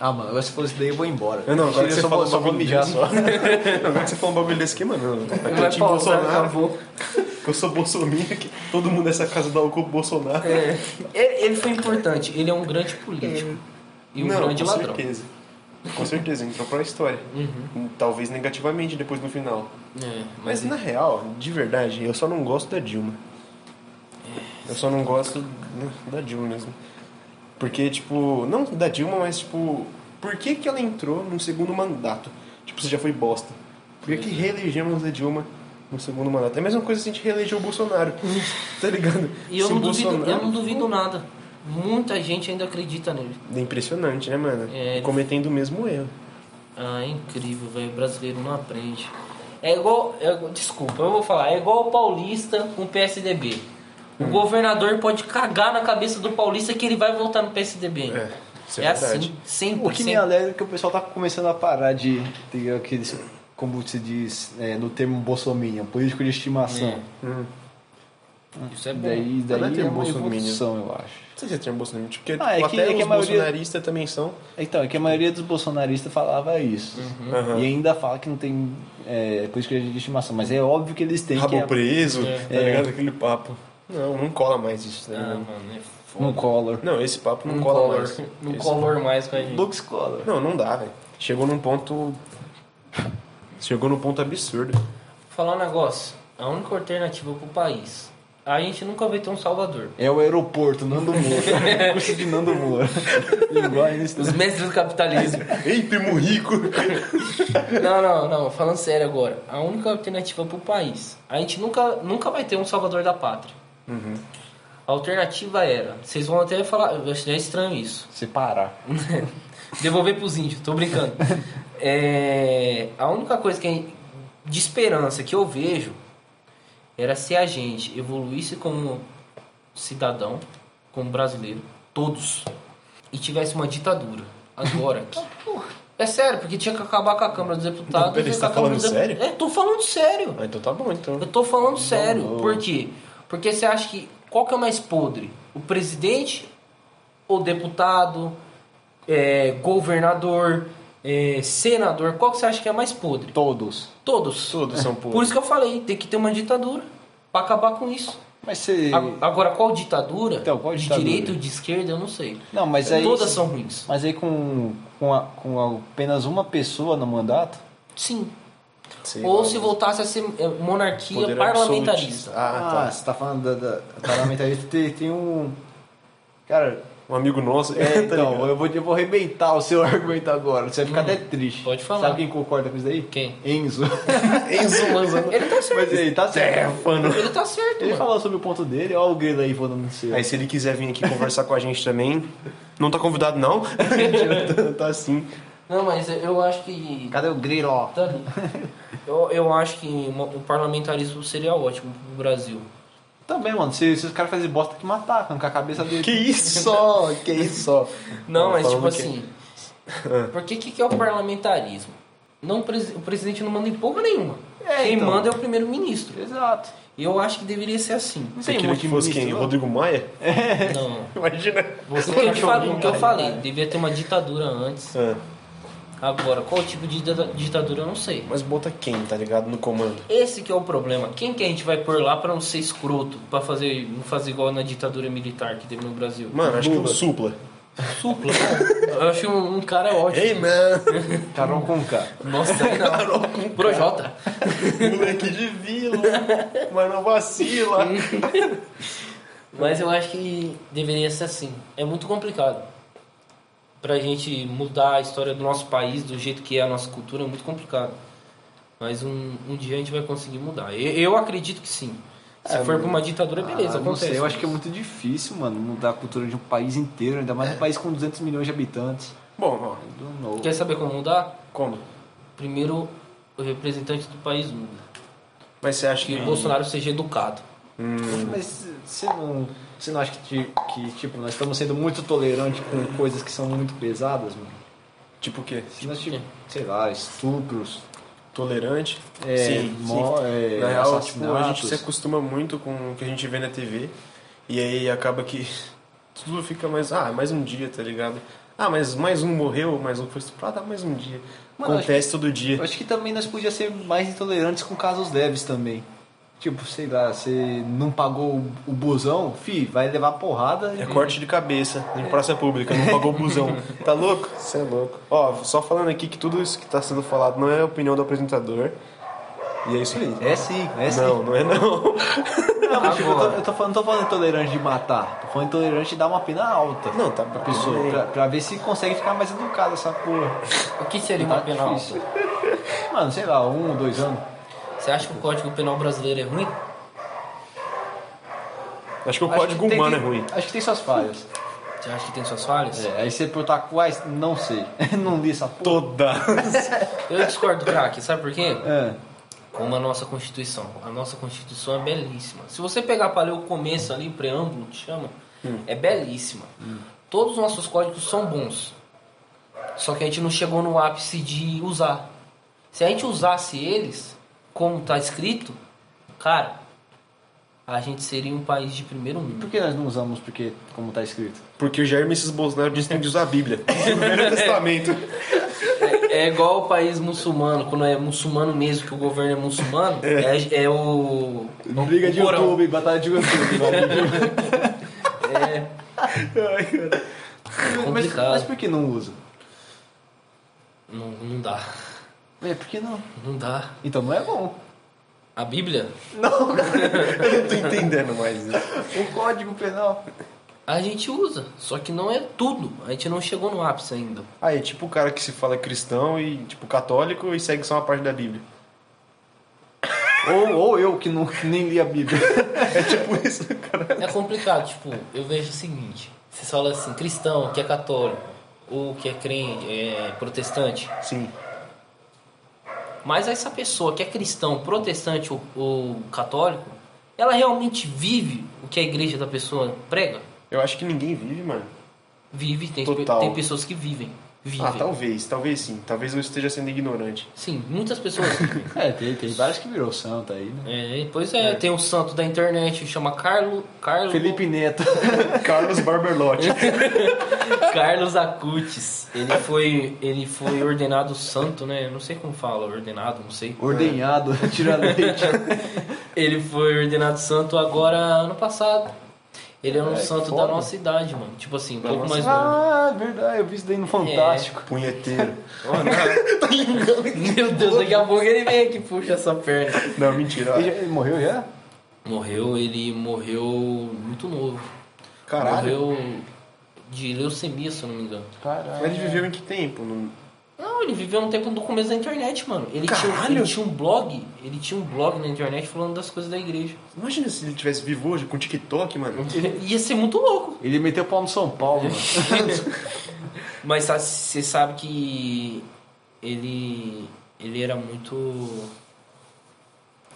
S3: Ah, mano, agora se for isso daí eu vou embora.
S2: Eu não, agora que
S3: Mentira,
S2: você
S3: só
S2: falou
S3: vou, só vou mijar
S2: [LAUGHS]
S3: só.
S2: Agora que você falou um bagulho desse aqui, mano. Tá
S1: Ele vai
S2: quietinho
S1: pausar,
S2: Bolsonaro.
S1: é né? acabou.
S2: que Eu sou bolsominion, que todo mundo nessa casa dá o cu pro Bolsonaro.
S1: É, ele, ele foi importante, ele é um grande político e um
S2: não,
S1: grande
S2: com
S1: ladrão. Uhum.
S2: certeza. Com certeza, entrou pra história. Talvez negativamente depois no final.
S1: É, mas
S2: Mas na real, de verdade, eu só não gosto da Dilma. Eu só não gosto né, da Dilma mesmo. Porque, tipo, não da Dilma, mas tipo, por que, que ela entrou no segundo mandato? Tipo, você já foi bosta. Por que, que reelegemos a Dilma no segundo mandato? É a mesma coisa se a gente reelegeu o Bolsonaro. [LAUGHS] tá ligado?
S1: e eu
S2: Se
S1: não,
S2: o
S1: duvido, eu
S2: Bolsonaro-
S1: não duvido nada. Muita gente ainda acredita nele.
S2: É impressionante, né, mano?
S1: É.
S2: Cometendo o mesmo erro.
S1: Ah, é incrível, velho. O Brasileiro não aprende. É igual. é igual- desculpa, eu vou falar. É igual o paulista com o PSDB. O governador pode cagar na cabeça do paulista que ele vai voltar no PSDB.
S2: É. Isso
S1: é
S2: é, verdade.
S1: assim, sempre.
S3: O que me
S1: sempre.
S3: alegra é que o pessoal tá começando a parar de ter aqueles, como se diz é, no termo bolsominion, político de estimação.
S2: Hum.
S1: Isso é bom.
S3: Daí,
S2: Não é
S3: daí é
S2: termo
S3: uma
S2: bolsominion.
S3: evolução, eu acho.
S2: Não sei se é termo bolsonaro, porque
S3: Ah, é
S2: tipo,
S3: que-
S2: até
S3: é que
S2: os
S3: a maioria-
S2: bolsonaristas também são.
S3: Então, é que a maioria dos bolsonaristas falava isso.
S1: Uhum.
S2: Aham.
S3: E ainda fala que não tem é, política de estimação, mas é óbvio que eles têm
S2: Rabo
S3: que é
S2: preso,
S1: É.
S2: tá ligado? Aquele papo. Não, não cola mais isso, tá
S1: Ah,
S2: ligado?
S1: mano, é foda.
S3: um collar.
S2: Ah. Não, esse papo não,
S1: Não
S2: cola
S1: color,
S2: mais.
S1: não
S2: Esse- é
S1: color mais com a gente.
S3: Lux collar.
S2: Não, não dá, velho. Chegou num ponto. Chegou num ponto absurdo.
S1: Falar um negócio. A única alternativa pro país. A gente nunca vai ter um Salvador.
S3: É o aeroporto, Nando [LAUGHS] Moura. curso de Nando Moura. Igual a Einstein.
S1: Os mestres do capitalismo.
S2: Ei, primo rico!
S1: Não, não, não. Falando sério agora. A única alternativa pro país. A gente nunca, nunca vai ter um salvador da pátria.
S2: Uhum.
S1: A alternativa era. Vocês vão até falar. Eu achei estranho isso.
S3: Separar.
S1: Devolver pros índios, tô brincando. É, a única coisa que é de esperança que eu vejo era se a gente evoluísse como cidadão, como brasileiro, todos, e tivesse uma ditadura. Agora aqui. É sério, porque tinha que acabar com a Câmara dos Deputados.
S2: Não, pera,
S1: tinha que
S2: você tá
S1: acabar com
S2: falando
S1: os dep-
S2: sério?
S1: É, tô falando sério.
S2: Ah, então tá bom, então.
S1: Eu tô falando sério. Por quê? Porque você acha que. Qual que é o mais podre? O presidente, o deputado, é, governador, é, senador? Qual que você acha que é mais podre?
S3: Todos.
S1: Todos.
S2: Todos são
S1: Por
S2: podres.
S1: isso que eu falei, tem que ter uma ditadura pra acabar com isso.
S3: Mas você.
S1: A- Agora, qual ditadura?
S3: Então, qual
S1: de
S3: ditadura?
S1: direita ou de esquerda, eu não sei.
S3: Não, mas aí.
S1: Todas são ruins.
S3: Mas aí com, com, a- com apenas uma pessoa no mandato.
S1: Sim.
S2: Sei
S1: ou
S2: lá,
S1: se voltasse a ser é, monarquia
S2: poder
S1: parlamentarista.
S2: absolutista. Ah, tá.
S3: você tá falando da, da da parlamentarista. tem, tem um. [LAUGHS] Cara.
S2: Um amigo nosso.
S3: é,
S2: [LAUGHS] tá
S3: então,
S2: ligado?
S3: eu vou, eu vou arrebentar o seu [LAUGHS] argumento agora. Você vai ficar até triste.
S1: pode falar.
S3: Sabe quem concorda com isso daí?
S1: Quem?
S3: Enzo.
S2: Enzo
S1: [LAUGHS]
S2: Manzano.
S1: Ele tá
S3: [LAUGHS] mas
S1: certo.
S3: ele tá certo.
S1: Ele tá certo.
S3: né? Ele
S1: mano.
S3: falou sobre o ponto dele, ó o grilo aí voando no céu.
S2: Aí se ele quiser vir aqui conversar com a gente também, não tá convidado [LAUGHS] não. tá, tá assim.
S1: Não, mas eu acho que.
S3: Cadê o grilo, ó?
S1: Tá ali. Eu, eu acho que uma- o parlamentarismo seria ótimo pro Brasil.
S3: Também, mano, se, se os caras fazem bosta, tem que matar, arrancar a cabeça dele.
S2: Que
S3: [LAUGHS]
S2: isso, ó, que isso. ó.
S1: Não, mas
S2: Falando
S1: tipo
S2: que-
S1: assim.
S2: Ah.
S1: Porque o que, que é o parlamentarismo? Não, o presi- o presidente não manda em porra nenhuma.
S3: É,
S1: Quem
S3: então.
S1: manda é o primeiro-ministro.
S3: Exato.
S1: E eu acho que deveria ser assim.
S3: Não um
S2: Você
S3: tem
S2: queria
S3: muito
S2: que fosse quem? Rodrigo Maia? É.
S1: Não.
S2: Imagina.
S1: O que eu, te falo- o que eu
S2: né?
S1: falei, devia ter uma ditadura antes.
S2: Ah,
S1: Agora, qual tipo de dita- ditadura eu não sei.
S2: mas bota quem, tá ligado? No comando.
S1: Esse que é o problema. Quem que a gente vai pôr lá pra não ser escroto? Pra fazer, não fazer igual na ditadura militar que teve no Brasil?
S2: Mano, acho que é o Supla.
S1: Supla. Eu acho um, um cara ótimo.
S2: Ei, mano. [LAUGHS]
S3: Carol com K. [LAUGHS]
S1: Nossa,
S3: um
S1: não. Um Projota.
S2: Moleque de vila. Mas não vacila.
S1: Mas eu acho que deveria ser assim. É muito complicado. Pra gente mudar a história do nosso país, do jeito que é a nossa cultura, é muito complicado. Mas um, um dia a gente vai conseguir mudar. Eu, eu acredito que sim. Se for pra uma ditadura, beleza,
S3: É, Ah, não
S1: acontece.
S3: sei, eu acho que é muito difícil, mano, mudar a cultura de um país inteiro, ainda mais um país com 200 milhões de habitantes.
S2: Bom,
S3: I don't know.
S1: Quer saber como mudar?
S2: ó, como?
S1: Primeiro, o representante do país muda.
S2: Mas você acha
S1: Que
S2: que...
S1: o Bolsonaro seja educado.
S3: Mas você não, você não acha que, ti- que, tipo, nós estamos sendo muito tolerantes com coisas que são muito pesadas, mano?
S2: Tipo o quê?
S3: Se nós, tipo, sei lá, estupros,
S2: Tolerante?
S3: é, mó- é,
S2: Na real, tipo, a
S3: assassinatos.
S2: gente se acostuma muito com o que a gente vê na TV e aí acaba que [LAUGHS] tudo fica mais. Ah, mais um dia, tá ligado? Ah, mas mais um morreu, mais um foi estuprado, ah, mais um dia.
S3: Mano,
S2: Acontece todo dia.
S3: Eu acho que também nós podíamos ser mais intolerantes com casos leves também. Tipo, sei lá, você não pagou o- o busão, fi, vai levar porrada.
S2: É
S3: e-
S2: corte de cabeça em praça pública, não pagou o busão. [LAUGHS] Tá louco? Você é louco. Ó, só falando aqui que tudo isso que tá sendo falado não é a opinião do apresentador. E é isso aí.
S3: É sim, é sim.
S2: Não, não é não.
S3: Não, mas tipo, eu, tô,
S1: Agora.
S3: eu tô falando, não tô falando intolerante de matar, tô falando intolerante de dar uma pena alta
S2: [LAUGHS] Não, tá
S3: pra
S2: bom.
S3: pessoa, pra, pra ver se consegue ficar mais educada essa porra.
S1: O que seria uma penal?
S3: Tá
S1: então?
S3: Difícil. Mano, sei lá, um, dois anos.
S1: Você acha que o Código Penal brasileiro é ruim?
S2: Acho que o
S3: Acho
S2: código
S3: que tem-
S2: humano é
S3: tem-
S2: ruim.
S3: Acho que tem suas falhas.
S1: Você acha que tem suas falhas?
S3: É, aí você perguntar quais, não sei. [LAUGHS] não li essa porra.
S2: Toda.
S1: Eu discordo, craque, sabe por quê?
S3: É.
S1: Como a nossa Constituição. A nossa Constituição é Hum. belíssima. Se você pegar para ler o começo ali, o preâmbulo, que chama, é belíssima. Todos os nossos códigos são bons. Só que a gente não chegou no ápice de usar. Se a gente usasse eles, como tá escrito, cara, a gente seria um país de primeiro mundo.
S3: Por que nós não usamos porque como tá escrito?
S2: Porque o Jair Messias Bolsonaro disse que tem que usar a Bíblia. [LAUGHS] O Primeiro Testamento.
S1: É igual o país muçulmano, quando é muçulmano mesmo, que o governo é muçulmano, é, é o.
S3: Briga
S1: o
S3: de
S1: Corão.
S3: YouTube, batalha de [LAUGHS] YouTube. vai.
S2: Ai, cara.
S3: É. mas,
S1: complicado.
S3: mas por que não usa?
S1: Não, não dá.
S3: É, por que não?
S1: Não dá.
S3: Então não é bom.
S1: A Bíblia,
S2: Eu não tô entendendo mais isso.
S3: O código penal.
S1: a gente usa, só que não é tudo. A gente não chegou no ápice ainda.
S2: Ah, é tipo o cara que se fala cristão e, tipo, católico e segue só uma parte da Bíblia.
S3: Ou, ou eu que não, nem li a Bíblia.
S2: É tipo isso, cara.
S1: É complicado, [LAUGHS] tipo, eu vejo o seguinte: vocês falam assim, cristão que é católico, ou que é crente, é protestante.
S2: Sim.
S1: Mas essa pessoa que é cristão, protestante ou, ou católico, ela realmente vive o que a igreja da pessoa prega?
S2: Eu acho que ninguém vive, mano.
S1: Vive, tem,
S2: Total.
S1: tem pessoas que vivem. Vivem.
S2: Ah, talvez, talvez sim. Talvez eu esteja sendo ignorante.
S1: Sim, muitas pessoas vivem.
S3: [LAUGHS] É, tem, tem vários que virou santo aí, né?
S1: É, pois é, tem um santo da internet, chama Carlo, Carlo,
S3: Felipe Neto.
S2: Carlos Barberlotti.
S1: Carlos Acutis. Ele foi, ele foi ordenado santo, né? Eu Não sei como fala, ordenado, não sei.
S3: Ordenhado, [LAUGHS] tirando leite.
S1: Ele foi ordenado santo agora ano passado. Ele é um
S3: É, que
S1: santo da
S3: foda.
S1: nossa idade, mano. Tipo assim, um
S2: Da
S1: pouco
S2: nossa
S1: mais novo.
S3: Ah, verdade, eu vi isso daí no Fantástico.
S2: Punheteiro. [LAUGHS]
S1: Meu Deus, daqui a pouco ele vem aqui e puxa essa perna.
S2: Não, mentira.
S3: Ele, já- ele morreu já?
S1: Morreu, ele morreu muito novo.
S2: Caralho.
S1: Morreu de leucemia, se eu não me engano.
S3: Caralho.
S2: Mas ele viveu em
S3: é.
S2: que tempo? Não-
S1: Não, ele viveu um tempo do começo da internet, mano. Ele tinha,
S2: Caralho!
S1: ele tinha um blog, ele tinha um blog na internet falando das coisas da igreja.
S2: Imagina se ele tivesse vivo hoje com TikTok, mano.
S1: Ia ser muito louco.
S3: Ele meteu pau no São Paulo, mano. [LAUGHS]
S1: Mas sa- você sabe que ele ele era muito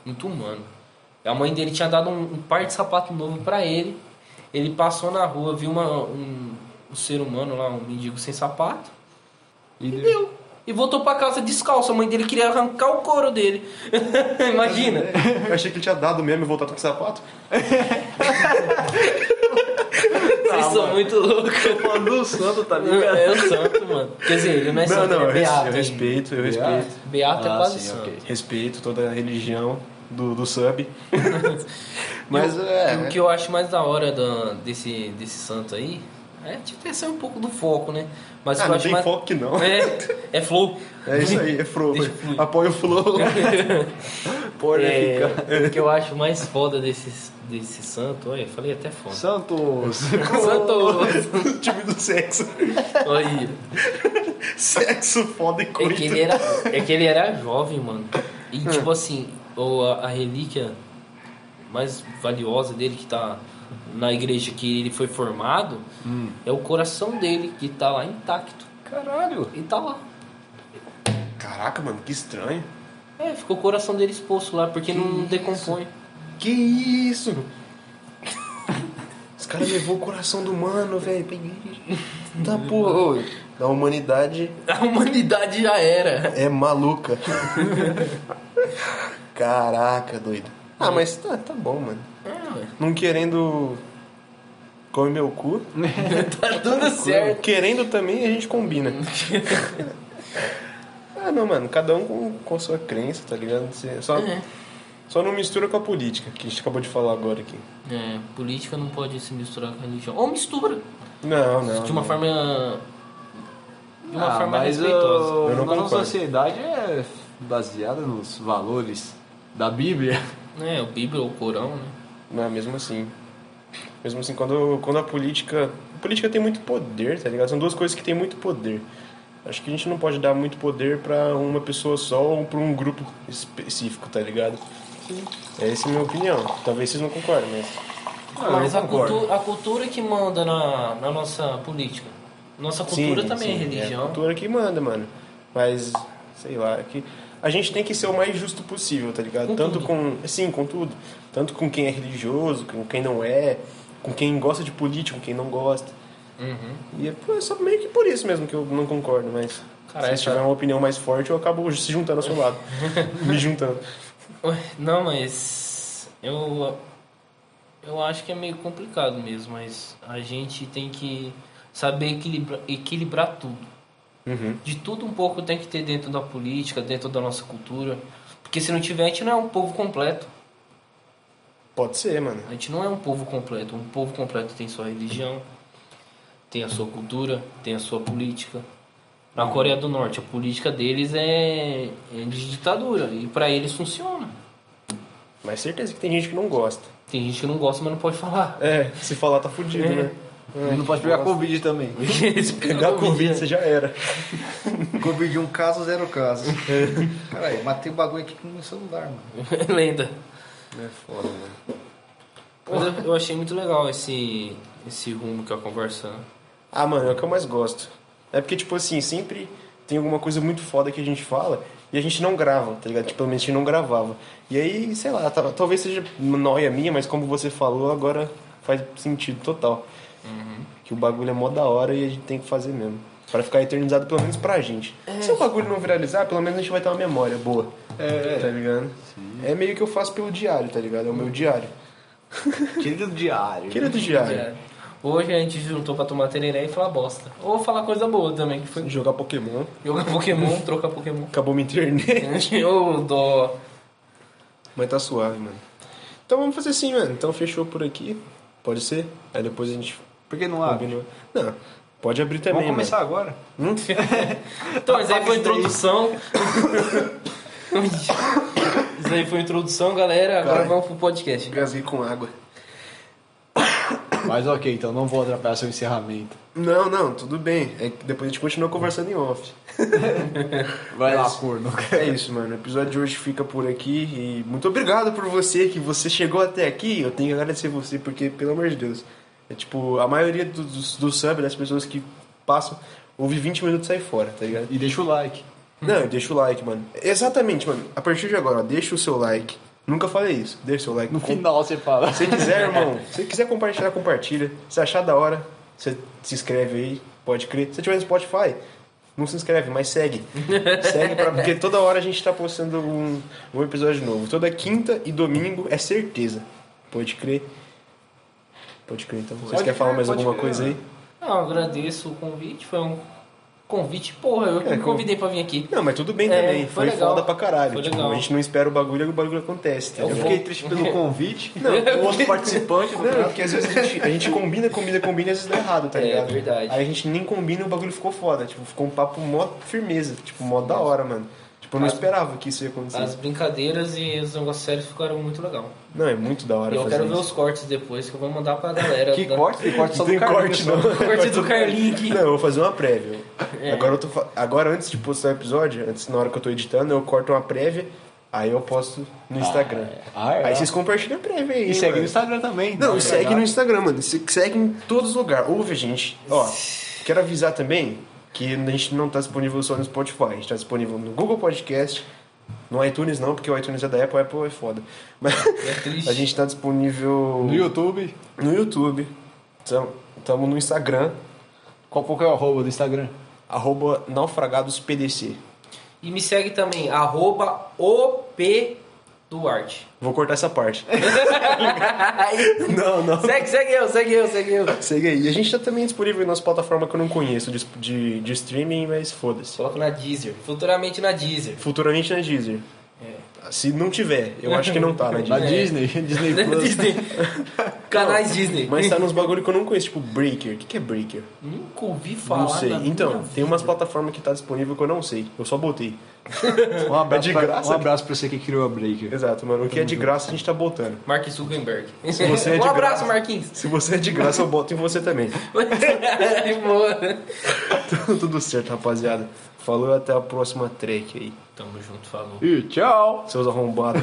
S1: muito humano. A mãe dele tinha dado um, um par de sapato novo pra ele. Ele passou na rua, viu uma- um, um ser humano lá, um mendigo sem sapato,
S3: E
S1: e
S3: deu-
S1: deu. E voltou pra casa descalço. A mãe dele queria arrancar o couro dele. [LAUGHS] Imagina.
S2: Eu achei que ele tinha dado mesmo e voltado com sapato.
S1: Vocês são muito loucos.
S3: Tô falando do santo, tá ligado?
S1: É o santo, mano. Quer dizer, ele não é
S2: Não,
S1: santo, ele
S2: não, eu
S1: é
S2: res-
S1: beato.
S2: eu
S1: ainda.
S2: respeito, eu
S3: Beato.
S2: respeito.
S1: Beato é
S3: Ah,
S1: quase
S3: sim,
S1: santo.
S3: ok.
S2: Respeito toda a religião do,
S1: [LAUGHS]
S2: do sub. Mas
S1: E o
S2: é.
S1: que eu acho mais da hora da- desse, desse santo aí é tipo ter sair um pouco do foco, né? Mas o
S2: Ah,
S1: que eu
S2: não
S1: acho
S2: tem
S1: mais-
S2: foco que não.
S1: É, é
S2: [LAUGHS]
S1: flow.
S2: É isso aí, é flow.
S1: Deixa fluir.
S2: Apoia
S1: [LAUGHS]
S2: o flow.
S3: Porra,
S1: É,
S3: fica.
S1: o que eu acho mais foda desse, desse santo, olha, eu falei até
S3: [LAUGHS]
S1: foda.
S3: Santos.
S1: Santo!
S2: [LAUGHS] o time do sexo.
S1: Olha.
S2: Sexo foda e
S1: É que, ele
S2: coito.
S1: era, é que ele era jovem, mano. E
S2: Hum.
S1: tipo assim, ou a, a relíquia mais valiosa dele que tá na igreja que ele foi formado
S2: Hum.
S1: é o coração dele, que tá lá intacto.
S3: Caralho.
S1: E tá lá.
S2: Caraca, mano, que estranho.
S1: É, ficou o coração dele exposto lá, porque não decompõe.
S2: Que isso? Os caras levou o coração do mano, velho. pra igreja. Tá porra. Ô, A humanidade
S1: [LAUGHS] A humanidade já era. [LAUGHS]
S2: é maluca. Caraca, doido. Ah, mas tá, tá bom, mano.
S1: É, ué.
S2: Não querendo comer meu cu.
S1: tá tudo certo.
S2: Querendo também a gente combina. ah, não, mano. Cada um com, com a sua crença, tá ligado? Você Só,
S1: É.
S2: só não mistura com a política, que a gente acabou de falar agora aqui.
S1: É, política não pode se misturar com a religião. Ou mistura.
S2: Não, não.
S1: De uma
S2: não.
S1: forma. De uma
S3: ah,
S1: forma
S3: mas
S1: respeitosa.
S3: o-
S2: Eu não
S3: a nossa
S2: concordo.
S3: sociedade é baseada nos valores da Bíblia.
S1: É, o Bíblia ou o Corão, né?
S2: Não, mesmo assim. Mesmo assim, quando, quando a política. A política tem muito poder, tá ligado? São duas coisas que têm muito poder. Acho que a gente não pode dar muito poder pra uma pessoa só ou pra um grupo específico, tá ligado? É essa a minha opinião. Talvez vocês não concordem, mas.
S3: Ah,
S1: Mas
S3: eu
S1: a,
S3: concordo.
S1: cultu a cultura que manda na, na nossa política. Nossa cultura também é religião.
S2: a cultura que manda, mano. Mas, sei lá, é que a gente tem que ser o mais justo possível, tá ligado?
S1: Com
S2: Tanto
S1: tudo.
S2: com. Sim, com tudo. Tanto com quem é religioso, com quem não é, com quem gosta de político, com quem não gosta.
S1: Uhum.
S2: E é, pô, é só meio que por isso mesmo que eu não concordo, mas.
S1: Cara,
S2: se
S1: essa-
S2: tiver uma opinião mais forte, eu acabo se juntando ao
S1: [LAUGHS]
S2: seu lado. Me juntando.
S1: Ué, Não, mas eu eu acho que é meio complicado mesmo, mas a gente tem que saber equilibrar, equilibrar tudo.
S2: Uhum.
S1: De tudo um pouco tem que ter dentro da política, dentro da nossa cultura, porque se não tiver a gente não é um povo completo.
S2: Pode ser, mano.
S1: A gente não é um povo completo. Um povo completo tem sua religião, tem a sua cultura, tem a sua política. Na Coreia do Norte, a política deles é, é de ditadura e pra eles funciona.
S2: Mas certeza que tem gente que não gosta.
S1: Tem gente que não gosta, mas não pode
S2: [LAUGHS]
S1: falar.
S2: É, se falar tá fudido,
S1: É.
S2: né?
S3: não pode pegar Covid também.
S1: Eles
S2: Pegar
S1: pegam
S2: Covid, você já era.
S3: Covid um caso, zero caso. Caralho, matei o um bagulho aqui com o meu celular, mano.
S1: [LAUGHS] Lenda.
S2: É foda, mano.
S1: Mas eu, eu achei muito legal esse, esse rumo que né? a conversa.
S2: Ah, mano, é o que eu mais gosto. É porque, tipo assim, sempre tem alguma coisa muito foda que a gente fala e a gente não grava, tá ligado? Tipo, pelo menos a gente não gravava. E aí, sei lá, tal- talvez seja noia minha, mas como você falou, agora faz sentido total. Que o bagulho é mó da hora e a gente tem que fazer mesmo. Pra ficar eternizado, pelo menos pra gente. Se o bagulho não viralizar, pelo menos a gente vai ter uma memória boa. É. Tá ligado? É meio que eu faço pelo diário, tá ligado? É o meu diário.
S3: Querido diário.
S2: Querido diário.
S1: É. Hoje a gente juntou pra tomar tereré e falar bosta. Ou falar coisa boa também, que foi [LAUGHS]
S2: Jogar Pokémon.
S1: jogar Pokémon, trocar
S2: [LAUGHS]
S1: Pokémon.
S2: Acabou minha internet.
S1: Eu dó.
S2: Mas tá suave, mano. Então vamos fazer assim, mano. Então fechou por aqui. Pode ser? Aí depois a gente
S3: Por que não abre?
S2: combinou. Não, pode abrir também,
S3: Vamos começar agora.
S2: mano. Hum?
S1: Então, mas aí foi a
S3: Apaga isso
S1: introdução. [LAUGHS] Isso aí foi a introdução, galera. Agora
S2: Vai.
S1: vamos pro podcast.
S2: Engasguei com água.
S3: Mas ok, então não vou atrapalhar seu encerramento.
S2: Não, não, tudo bem. É que depois a gente continua conversando em off.
S3: Vai
S2: lá,
S3: corno.
S2: É isso, mano. O episódio de hoje fica por aqui. E muito obrigado por você que você chegou até aqui. Eu tenho que agradecer você, porque, pelo amor de Deus, é tipo, a maioria dos dos do sub, das pessoas que passam, ouve 20 minutos e sai fora, tá ligado?
S3: E deixa o like.
S2: Não, e deixa o like, mano. Exatamente, mano. A partir de agora, ó, deixa o seu like. Nunca falei isso. Deixa o seu like.
S3: No final você fala.
S2: Se quiser, irmão, se quiser compartilhar, compartilha. Se achar da hora, você se inscreve aí, pode crer. Se tiver no Spotify, não se inscreve, mas segue. segue, pra, porque toda hora a gente tá postando um, um episódio novo. Toda quinta e domingo é certeza. Pode crer. Pode crer, então. Vocês
S3: Pode
S2: querem falar
S3: crer,
S2: mais
S3: pode
S2: alguma
S3: crer,
S2: coisa aí?
S1: Não, Ah, eu agradeço o convite. Foi um convite, porra. Eu que
S2: É,
S1: me convidei pra vir aqui.
S2: Não, mas tudo bem
S1: É,
S2: também.
S1: foi
S2: Foi,
S1: legal.
S2: foda pra caralho.
S1: Foi
S2: Tipo,
S1: legal. É
S2: a gente não espera o bagulho e o bagulho acontece. Tá
S1: Eu
S3: Eu
S2: ligado?
S3: fiquei triste pelo [LAUGHS] convite.
S1: Não,
S3: o outro participante. no
S2: Não,
S3: caso.
S2: porque às vezes a gente, a gente combina, combina, combina e às vezes dá errado, tá
S1: É,
S2: ligado?
S1: verdade.
S2: Aí a gente nem combina e o bagulho ficou foda. Tipo, ficou um papo mó firmeza. Tipo, mó da hora, mano. Tipo, eu não
S1: As-
S2: esperava que isso ia acontecer.
S1: As brincadeiras e os negócios sérios ficaram muito legal.
S2: Não, é muito da hora
S1: E eu
S2: fazer
S1: quero ver
S2: isso.
S1: os cortes depois que eu vou mandar pra galera.
S3: Que
S1: da-
S3: corte? Que corte só
S2: Não
S3: do
S2: tem corte,
S3: Carlinhos, só.
S1: [LAUGHS]
S2: não.
S1: Corte do Carlinho
S2: [LAUGHS]
S1: aqui.
S2: Não, eu vou fazer uma prévia.
S1: É.
S2: Agora, eu tô, fa- agora, antes de postar o episódio, antes, na hora que eu tô editando, eu corto uma prévia, aí eu posto no Instagram.
S3: Ah, é.
S2: Aí vocês compartilham a prévia aí,
S3: E segue
S2: mano.
S3: no Instagram também. tá.
S2: Não,
S3: Vai
S2: segue
S3: cagar.
S2: no Instagram, mano. Se- Segue em todos os lugares. Ouve a gente. Ó, quero avisar também que a gente não tá disponível só no Spotify. A gente tá disponível no Google Podcast. No iTunes não, porque o iTunes é da Apple, a Apple é foda. Mas
S1: É triste.
S2: a gente tá disponível
S3: No YouTube.
S2: no YouTube. Tamo, tamo no Instagram,
S3: Qual, qual que é o arroba do Instagram?
S2: arroba naufragadospdc.
S1: E me segue também, arroba OP
S2: [LAUGHS]
S1: Duarte.
S2: Vou cortar essa parte.
S3: [LAUGHS]
S2: não, não.
S1: segue, segue eu, segue eu, segue eu.
S2: Segue aí. E a gente tá também disponível em nossa plataforma que eu não conheço de, de, de streaming, mas foda-se.
S1: Coloca na Deezer. Futuramente na Deezer.
S2: Futuramente na Deezer.
S1: É.
S2: Se não tiver, eu acho que não tá
S3: [LAUGHS]
S2: na
S3: Na
S2: Disney.
S3: Disney. [LAUGHS] Disney
S1: [LAUGHS] É.
S3: Plus.
S2: [LAUGHS]
S1: Disney. Canais Disney.
S2: Mas tá nos bagulho que eu não conheço, tipo Breaker. O que, que é Breaker?
S1: Nunca ouvi falar.
S2: não sei.
S1: na minha
S2: Então,
S1: vida.
S2: tem umas plataformas que tá disponível que eu não sei. Eu só botei.
S3: Um abraço,
S2: É de
S3: pra,
S2: graça,
S3: um abraço pra você que criou a Breaker.
S2: Exato, mano. O que é de graça a gente tá botando.
S1: Mark Zuckerberg.
S2: Se você é
S1: [LAUGHS]
S2: de
S1: um abraço,
S2: graça.
S1: Marquinhos.
S2: Se você é de graça, eu boto em você [LAUGHS] também.
S1: De É, boa.
S2: Tudo certo, rapaziada. Falou e até a próxima track aí.
S1: Tamo junto, falou.
S3: E tchau!
S2: Seus arrombados.